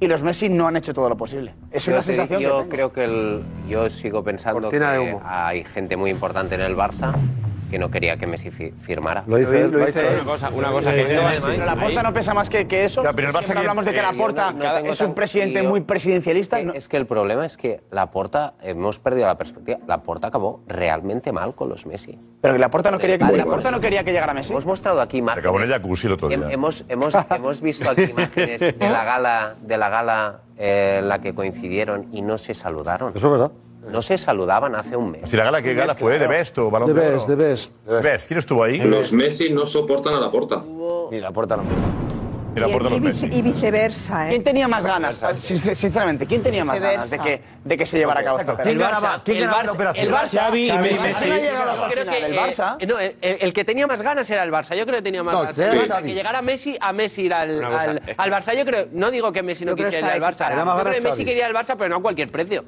Speaker 4: Y los Messi no han hecho todo lo posible. Es
Speaker 15: Yo
Speaker 4: una
Speaker 15: sé-
Speaker 4: sensación que
Speaker 15: Yo
Speaker 4: tengo.
Speaker 15: creo que el, yo sigo pensando
Speaker 4: Cortina de
Speaker 15: que
Speaker 4: humo.
Speaker 15: hay gente muy importante en el Barça que no quería que Messi fi- firmara.
Speaker 19: Lo dice él, lo dice él.
Speaker 15: Una cosa, una cosa que
Speaker 19: Pero
Speaker 4: Pero la Porta no pesa más que, que eso.
Speaker 15: Ya, pero el Barça
Speaker 4: Siempre
Speaker 15: que-
Speaker 4: hablamos de que
Speaker 15: eh,
Speaker 4: la
Speaker 15: yo
Speaker 4: Porta
Speaker 15: no- no tengo
Speaker 4: es un
Speaker 15: tan-
Speaker 4: presidente
Speaker 15: yo-
Speaker 4: muy presidencialista. no-
Speaker 15: Es que el problema es que la porta hemos perdido la perspectiva. La porta acabó realmente mal con los Messi.
Speaker 4: Pero que la porta no quería que- la Porta
Speaker 15: no
Speaker 4: quería que llegara Messi.
Speaker 15: Hemos mostrado aquí imágenes.
Speaker 3: Acabó en el jacuzzi el otro día.
Speaker 15: Hem- Hemos, hemos, hemos visto aquí imágenes de la gala de la gala eh, en la que coincidieron y no se saludaron. Eso
Speaker 19: es verdad.
Speaker 15: No se saludaban hace un mes.
Speaker 3: Si la gala, ¿qué gala fue? ¿De Best o Balón
Speaker 7: De
Speaker 3: de Oro?
Speaker 7: ves, de ves.
Speaker 3: ¿Ves? ¿Quién estuvo ahí?
Speaker 10: Los Messi no soportan a la porta.
Speaker 15: Ni la puerta no.
Speaker 3: Y la Porta
Speaker 23: y,
Speaker 3: los
Speaker 23: vice-
Speaker 3: Messi.
Speaker 23: y viceversa, ¿eh?
Speaker 4: ¿Quién tenía más ganas? Sin- Sinceramente, ¿quién tenía más
Speaker 23: Viceversa.
Speaker 4: ganas de que, de que se llevara a cabo esta
Speaker 16: ¿Quién
Speaker 4: operación?
Speaker 16: ganaba? ¿Quién ganaba la operación?
Speaker 4: El Barça.
Speaker 16: Xavi y
Speaker 4: Xavi,
Speaker 16: Messi.
Speaker 4: Barcelona llega a la
Speaker 16: Yo
Speaker 4: final, el
Speaker 14: eh,
Speaker 4: Barça.
Speaker 14: no, el, el que tenía más ganas era el Barça. Yo creo que tenía más
Speaker 4: No,
Speaker 14: ganas.
Speaker 4: era
Speaker 14: El Barça,
Speaker 4: Xavi.
Speaker 14: que llegara Messi a Messi ir al,
Speaker 4: Una cosa,
Speaker 14: al,
Speaker 4: es que-
Speaker 14: al Barça. Yo creo, no digo que Messi no
Speaker 4: Yo creo que
Speaker 14: quisiera ir
Speaker 4: está
Speaker 14: al Barça.
Speaker 4: equilibrado. Era más
Speaker 14: Yo creo
Speaker 4: ganas
Speaker 14: que Messi
Speaker 4: Xavi.
Speaker 14: quería ir al Barça, pero no a cualquier precio.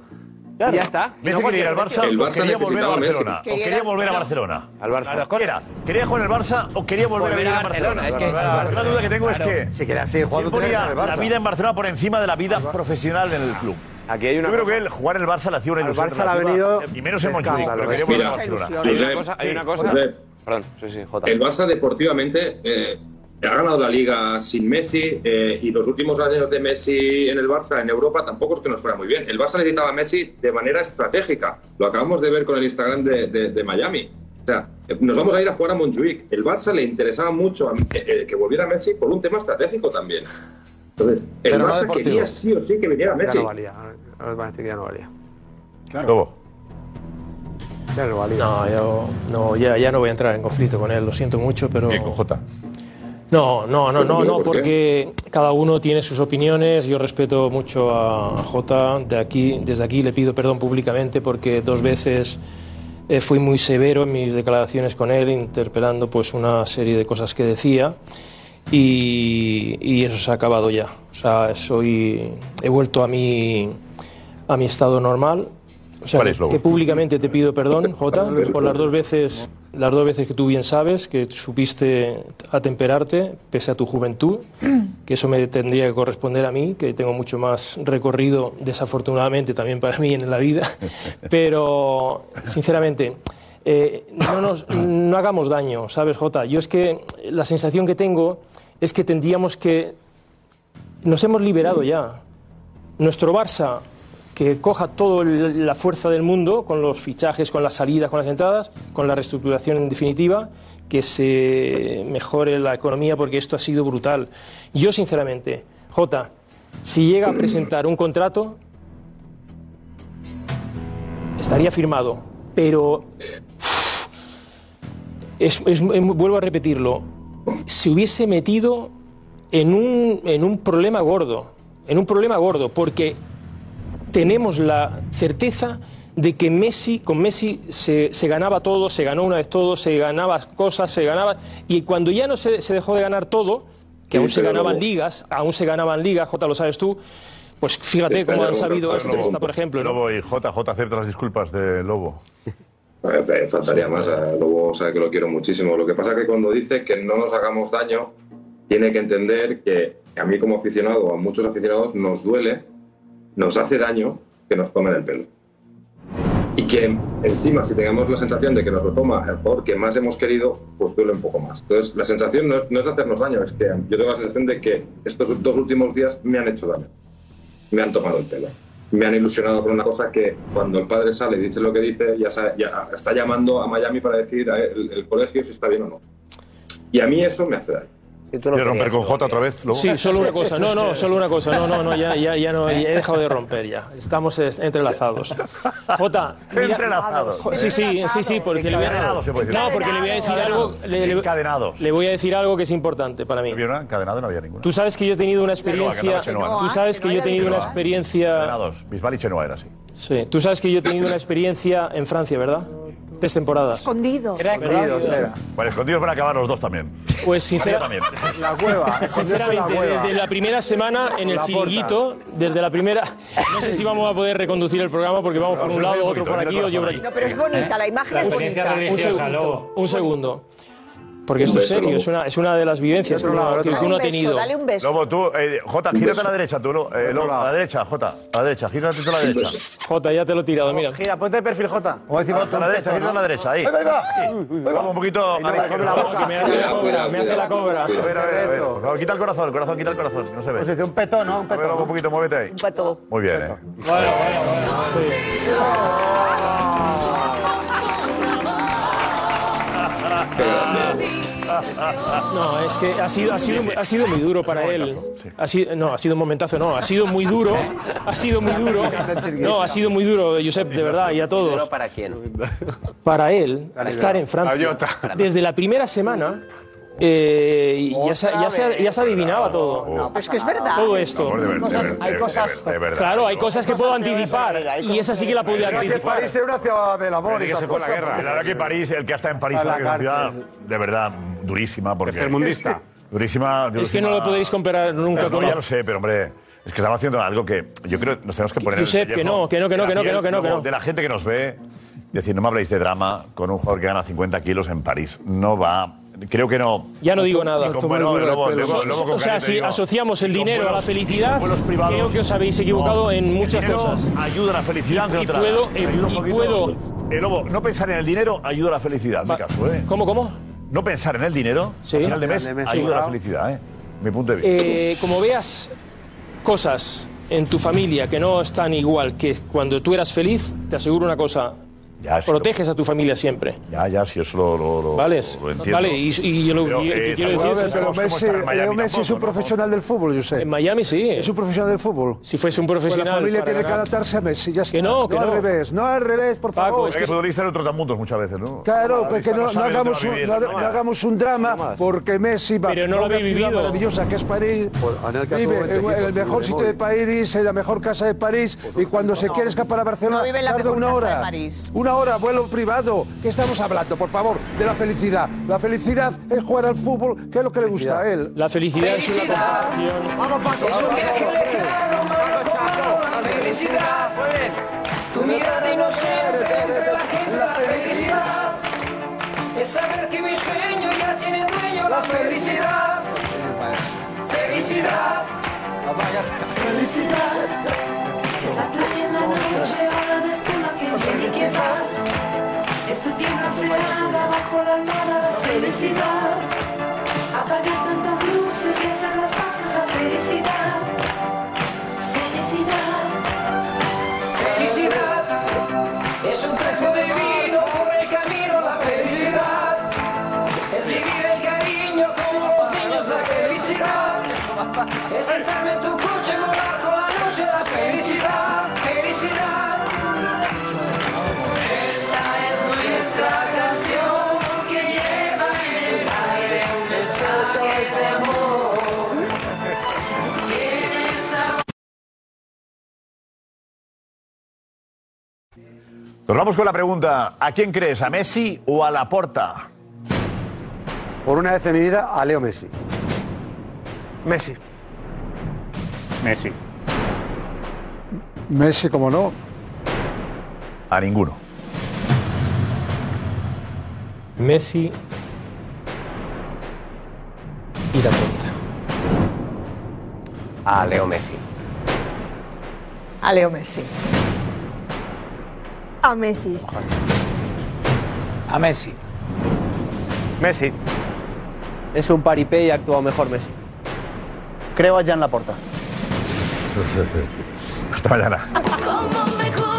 Speaker 14: Y ya está.
Speaker 3: Messi
Speaker 14: No a
Speaker 3: quería ir al
Speaker 14: cualquier
Speaker 3: Barça
Speaker 14: precio.
Speaker 3: o quería volver a Barcelona. O quería volver a Barcelona.
Speaker 14: Al Barça.
Speaker 3: Las dos cosas. Era, quería jugar en el Barça o quería volver a
Speaker 14: Volver
Speaker 3: vivir
Speaker 14: a
Speaker 3: en Barcelona.
Speaker 14: Barcelona, es que-
Speaker 3: Claro. la duda que tengo es
Speaker 14: Claro.
Speaker 3: que
Speaker 14: Si quería seguir jugando,
Speaker 3: si él
Speaker 14: tenía que
Speaker 3: ponía
Speaker 14: ir al Barça.
Speaker 3: la vida en Barcelona por encima de la vida profesional en el club.
Speaker 14: Aquí hay
Speaker 3: Yo creo que él jugar en el Barça le hacía una
Speaker 14: Al
Speaker 3: ilusión.
Speaker 14: Barça le ha
Speaker 3: relativa,
Speaker 14: venido
Speaker 3: Y menos en
Speaker 14: de
Speaker 3: Montjuic,
Speaker 14: escándalo,
Speaker 3: pero
Speaker 14: es
Speaker 3: quería
Speaker 14: que
Speaker 3: volver a
Speaker 14: mira,
Speaker 3: Barcelona.
Speaker 14: hay una
Speaker 3: Sí.
Speaker 14: cosa- hay una cosa-
Speaker 10: Josep,
Speaker 14: Perdón, sí, sí, Jota.
Speaker 10: El Barça deportivamente eh, ha ganado la liga sin Messi eh, y los últimos años de Messi en el Barça en Europa tampoco es que nos fuera muy bien. El Barça necesitaba a Messi de manera estratégica. Lo acabamos de ver con el Instagram de, de- de Miami. O sea, eh, nos vamos a ir a jugar a Montjuic. El Barça le interesaba mucho a- eh, eh, que volviera Messi por un tema estratégico también. Entonces, el
Speaker 18: Pero no
Speaker 10: Barça
Speaker 18: deportivo.
Speaker 10: quería sí o sí que viniera Messi.
Speaker 18: Ya no valía. Ahora van a decir que ya no valía.
Speaker 3: Lobo.
Speaker 18: Ya no valía.
Speaker 6: No, yo no, ya, ya no voy a entrar en conflicto con él, lo siento mucho, pero. No, no, no, no, no,
Speaker 3: ¿Por
Speaker 6: porque cada uno tiene sus opiniones. Yo respeto mucho a Jota. De aquí, desde aquí le pido perdón públicamente porque dos veces eh, fui muy severo en mis declaraciones con él, interpelando pues una serie de cosas que decía. Y, y eso se ha acabado ya. O sea, soy, he vuelto a mi, a mi estado normal. O sea,
Speaker 3: ¿Cuál es,
Speaker 6: que,
Speaker 3: Lobo?
Speaker 6: que públicamente te pido perdón, Jota, por las dos veces, las dos veces que tú bien sabes que supiste atemperarte pese a tu juventud, que eso me tendría que corresponder a mí, que tengo mucho más recorrido desafortunadamente también para mí en la vida, pero sinceramente eh, no nos no hagamos daño, ¿sabes, Jota? Yo es que la sensación que tengo es que tendríamos que nos hemos liberado ya. Nuestro Barça, que coja toda la fuerza del mundo, con los fichajes, con las salidas, con las entradas, con la reestructuración en definitiva, que se mejore la economía, porque esto ha sido brutal. Yo, sinceramente, Jota, si llega a presentar un contrato, estaría firmado, pero es- es- em, vuelvo a repetirlo, se hubiese metido en un, en un problema gordo, en un problema gordo, porque tenemos la certeza de que Messi, con Messi se, se ganaba todo, se ganó una vez todo, se ganaba cosas, se ganaba. Y cuando ya no se, se dejó de ganar todo, que
Speaker 16: Sí,
Speaker 6: aún se
Speaker 16: pero
Speaker 6: ganaban
Speaker 16: luego-
Speaker 6: ligas, aún se ganaban ligas, J, lo sabes tú, pues fíjate
Speaker 3: Espera,
Speaker 6: cómo han
Speaker 3: Lobo,
Speaker 6: sabido
Speaker 3: Lobo,
Speaker 6: esta, esta, por ejemplo. ¿no?
Speaker 3: Lobo y JJ acepta las disculpas de Lobo.
Speaker 10: Eh, eh, Faltaría más a Lobo, sabe que lo quiero muchísimo. Lo que pasa es que cuando dice que no nos hagamos daño, tiene que entender que a mí como aficionado, a muchos aficionados, nos duele, nos hace daño que nos tomen el pelo. Y que encima, si tengamos la sensación de que nos lo toma el jugador que más hemos querido, pues duele un poco más. Entonces, la sensación no es, no es de hacernos daño, es que yo tengo la sensación de que estos dos últimos días me han hecho daño. Me han tomado el pelo me han ilusionado con una cosa que cuando el padre sale y dice lo que dice, ya, sa- ya está llamando a Miami para decir a el, el colegio si está bien o no. Y a mí eso me hace daño.
Speaker 3: ¿Quieres romper con J otra vez, Lobo?
Speaker 6: Sí, solo una cosa. No, no, solo una cosa. No, no, no, ya, ya, ya no, ya he dejado de romper ya. Estamos es- entrelazados. Jota, mira-
Speaker 3: Entrelazados.
Speaker 6: Jo- Sí, sí, sí, sí, porque le voy a
Speaker 3: Encadenados, se puede decir.
Speaker 6: No, porque le voy a decir algo,
Speaker 3: Encadenados.
Speaker 6: le, le-
Speaker 3: Encadenados.
Speaker 6: le voy a decir algo que es importante para mí.
Speaker 3: ¿Había una? Encadenado no había ninguna.
Speaker 6: Tú sabes que yo he tenido una
Speaker 3: Chenoa, que
Speaker 6: experiencia,
Speaker 3: andaba Chenoa.
Speaker 6: tú sabes que yo he tenido una
Speaker 3: Chenoa.
Speaker 6: experiencia,
Speaker 3: Encadenados. Bisbal y Chenoa era así.
Speaker 6: sí, tú sabes que yo he tenido una experiencia en Francia, ¿verdad? Tres temporadas.
Speaker 23: Escondido.
Speaker 3: Bueno, escondidos van a acabar los dos también.
Speaker 6: Pues
Speaker 3: Yo
Speaker 6: sinceramente,
Speaker 3: también.
Speaker 18: La cueva.
Speaker 6: Sinceramente, desde la primera semana en el
Speaker 18: La porta.
Speaker 6: chiringuito, desde la primera, no sé si vamos a poder reconducir el programa porque vamos
Speaker 3: No,
Speaker 6: por
Speaker 3: se
Speaker 6: un lado,
Speaker 3: oye
Speaker 6: otro
Speaker 3: poquito,
Speaker 6: por
Speaker 3: mira
Speaker 6: aquí,
Speaker 3: el
Speaker 6: otro por
Speaker 3: corazón
Speaker 6: aquí.
Speaker 3: ahí.
Speaker 23: No, pero es
Speaker 19: ¿Eh?
Speaker 23: bonita, la imagen
Speaker 6: La
Speaker 23: es
Speaker 6: experiencia
Speaker 23: bonita.
Speaker 6: Un segundo, un segundo. Porque esto es
Speaker 3: beso,
Speaker 6: serio,
Speaker 3: Lobo.
Speaker 6: es una, es una de las vivencias que
Speaker 3: Otro lado,
Speaker 6: uno,
Speaker 3: otro
Speaker 6: que- que
Speaker 3: lado.
Speaker 6: uno ha tenido.
Speaker 3: Lobo, tú, eh, Jota,
Speaker 6: Un
Speaker 3: gírate
Speaker 6: beso.
Speaker 3: a la derecha, tú, Lo- eh, Lobo, a la derecha, Jota, a la derecha, gírate tú a la
Speaker 6: Un
Speaker 3: derecha.
Speaker 6: beso. Jota, ya te lo he tirado, mira.
Speaker 4: Gira, ponte de perfil, Jota.
Speaker 3: a la derecha, gírate a la derecha, ahí. Vamos un poquito a la
Speaker 6: que me hace la cobra, me hace la cobra.
Speaker 3: A ver, a ver, a ver. Por favor, quita el corazón, el corazón, quita el corazón, que no se ve.
Speaker 4: Posición petón, ¿no? Un
Speaker 3: A ver, Lobo, un poquito, muévete ahí.
Speaker 23: Pato.
Speaker 3: Muy bien, eh.
Speaker 6: No, es que ha sido, ha sido, ha sido muy duro para él. Ha sido, no, ha sido un momentazo, no, ha sido muy duro. Ha sido muy duro. No, ha sido muy duro, Josep, de verdad, y a todos.
Speaker 15: ¿Para quién?
Speaker 6: Para él,
Speaker 15: Para
Speaker 6: estar
Speaker 15: liberar.
Speaker 6: en Francia,
Speaker 15: Para
Speaker 6: desde la primera semana, Eh, y ya, se,
Speaker 9: Otra
Speaker 6: ya, se,
Speaker 9: vez.
Speaker 6: ya se adivinaba todo.
Speaker 9: Es que es verdad.
Speaker 6: Todo esto.
Speaker 9: Hay cosas.
Speaker 6: Claro, hay cosas que puedo anticipar. Y esa sí que la podía
Speaker 3: Pero
Speaker 6: anticipar.
Speaker 3: París
Speaker 19: era una ciudad del
Speaker 3: Pero
Speaker 19: amor.
Speaker 3: que
Speaker 19: esas
Speaker 3: se fue a
Speaker 19: cosas,
Speaker 3: La
Speaker 19: porque-
Speaker 3: verdad que París, el que ha estado en París,
Speaker 19: A la
Speaker 3: es una ciudad
Speaker 19: cárcel.
Speaker 3: de verdad durísima. Porque
Speaker 6: Tercermundista.
Speaker 3: Durísima,
Speaker 6: Es que no lo podéis comparar nunca
Speaker 3: Pues no,
Speaker 6: con-
Speaker 3: Ya lo sé, pero hombre, es que estamos haciendo algo que yo creo que nos tenemos que poner. el
Speaker 6: Josep, que
Speaker 3: pellejo
Speaker 6: no, que no, que no,
Speaker 3: de la
Speaker 6: que no, que no,
Speaker 3: piel,
Speaker 6: que no, que
Speaker 3: luego,
Speaker 6: no.
Speaker 3: De la gente que nos ve, decir, no me habléis de drama con un jugador que gana 50 kilos en París. No va. Creo que no.
Speaker 6: Ya no digo
Speaker 3: Y
Speaker 6: nada.
Speaker 3: con- bueno, luego- luego- luego con
Speaker 6: o sea,
Speaker 3: Canete
Speaker 6: si
Speaker 3: digo,
Speaker 6: asociamos el
Speaker 3: y con
Speaker 6: dinero a la
Speaker 3: vuelos- y
Speaker 6: felicidad,
Speaker 3: con vuelos privados.
Speaker 6: creo que os habéis equivocado
Speaker 3: No,
Speaker 6: en
Speaker 3: el
Speaker 6: muchas
Speaker 3: dinero
Speaker 6: cosas.
Speaker 3: Ayuda a la felicidad, aunque
Speaker 6: Y-
Speaker 3: no
Speaker 6: y
Speaker 3: te la
Speaker 6: puedo-
Speaker 3: dan. Ayuda un
Speaker 6: y
Speaker 3: poquito.
Speaker 6: puedo-
Speaker 3: Eh, Lobo, no pensar en el dinero ayuda a la felicidad, en mi caso, ¿eh?
Speaker 6: ¿Cómo, cómo?
Speaker 3: No pensar en el dinero al final de mes,
Speaker 6: Al final de mes,
Speaker 3: ayuda a la
Speaker 6: sí.
Speaker 3: felicidad, ¿eh? Mi punto de vista.
Speaker 6: Eh, como veas cosas en tu familia que no están igual que cuando tú eras feliz, te aseguro una cosa.
Speaker 3: sí,
Speaker 6: proteges a tu familia siempre.
Speaker 3: Ya, ya, si eso lo, lo, lo-
Speaker 6: ¿Vale?
Speaker 3: lo entiendo.
Speaker 6: Vale, y, y yo lo
Speaker 3: Pero,
Speaker 6: y- y
Speaker 3: eh,
Speaker 6: quiero
Speaker 3: tampoco sabemos
Speaker 6: decir es que
Speaker 3: cómo
Speaker 6: estamos como
Speaker 7: Messi,
Speaker 6: estar en Miami
Speaker 7: Leo Messi es un
Speaker 6: tampoco, ¿no?
Speaker 7: profesional del fútbol, yo sé.
Speaker 6: En Miami sí.
Speaker 7: Es un profesional del fútbol.
Speaker 6: Si fuese un
Speaker 7: Pues
Speaker 6: profesional.
Speaker 7: la familia
Speaker 6: para
Speaker 7: tiene que
Speaker 6: ganar.
Speaker 7: adaptarse a Messi, ya está.
Speaker 6: Que no, que
Speaker 7: al
Speaker 6: no.
Speaker 7: revés, no al revés, por
Speaker 6: Paco,
Speaker 7: favor.
Speaker 3: Es eh, que el futbolista en otros mundos muchas veces, ¿no?
Speaker 7: Claro, porque
Speaker 3: Futbolista
Speaker 7: no, no
Speaker 3: sabe dónde va
Speaker 7: hagamos
Speaker 3: a
Speaker 7: un,
Speaker 3: vivir,
Speaker 7: no haga-
Speaker 3: no
Speaker 7: no
Speaker 3: más.
Speaker 7: hagamos un drama porque Messi va
Speaker 6: Pero no
Speaker 7: a
Speaker 6: lo
Speaker 7: una
Speaker 6: habéis
Speaker 7: ciudad
Speaker 6: vivido.
Speaker 7: maravillosa que es París,
Speaker 6: en el caso
Speaker 7: vive
Speaker 6: de
Speaker 7: en,
Speaker 6: este equipo,
Speaker 7: en
Speaker 6: sí,
Speaker 7: el mejor
Speaker 6: de
Speaker 7: sitio de París, en la mejor casa de París y cuando se quiere escapar a Barcelona
Speaker 9: No vive en la
Speaker 7: tarda
Speaker 9: mejor
Speaker 7: una
Speaker 9: casa
Speaker 7: hora.
Speaker 9: de París.
Speaker 7: Una hora, vuelo privado. ¿Qué estamos hablando, por favor? De la felicidad. La felicidad es jugar al fútbol, que es lo que le gusta a él.
Speaker 6: La felicidad es una
Speaker 7: Felicidad.
Speaker 6: conversación.
Speaker 7: Vamos, Paco.
Speaker 5: Es un viaje lejano, marcado por la felicidad. Tu mirada inocente entre la gente, la felicidad. Es saber que mi sueño ya tiene dueño, la felicidad. Felicidad. Felicidad. Es la playa en la noche, ahora de espuma que viene y que va. Es tu piel bronceada bajo la almohada, la felicidad. Apagar tantas luces y hacer las paces, la felicidad. Felicidad.
Speaker 23: Felicidad.
Speaker 5: Es un fresco de vino por el camino, la felicidad. Es vivir el cariño como los niños, la felicidad. Es sentarme en tu coche y volar toda la noche, la felicidad, felicidad. Esta es nuestra canción que lleva en el aire un mensaje de amor. Tiene sabor.
Speaker 3: Nos vamos con la pregunta: ¿a quién crees? ¿A Messi o a Laporta?
Speaker 19: Por una vez en mi vida, a Leo Messi. Messi.
Speaker 17: Messi.
Speaker 7: Messi, como no.
Speaker 3: A ninguno.
Speaker 6: Messi y la puerta.
Speaker 15: A Leo Messi.
Speaker 9: A Leo Messi.
Speaker 8: A Messi.
Speaker 2: A Messi.
Speaker 13: Messi.
Speaker 14: Es un paripé y ha actuado mejor Messi.
Speaker 4: Creo a Jan Laporta.
Speaker 3: Hasta mañana.
Speaker 5: ¿Cómo me gusta?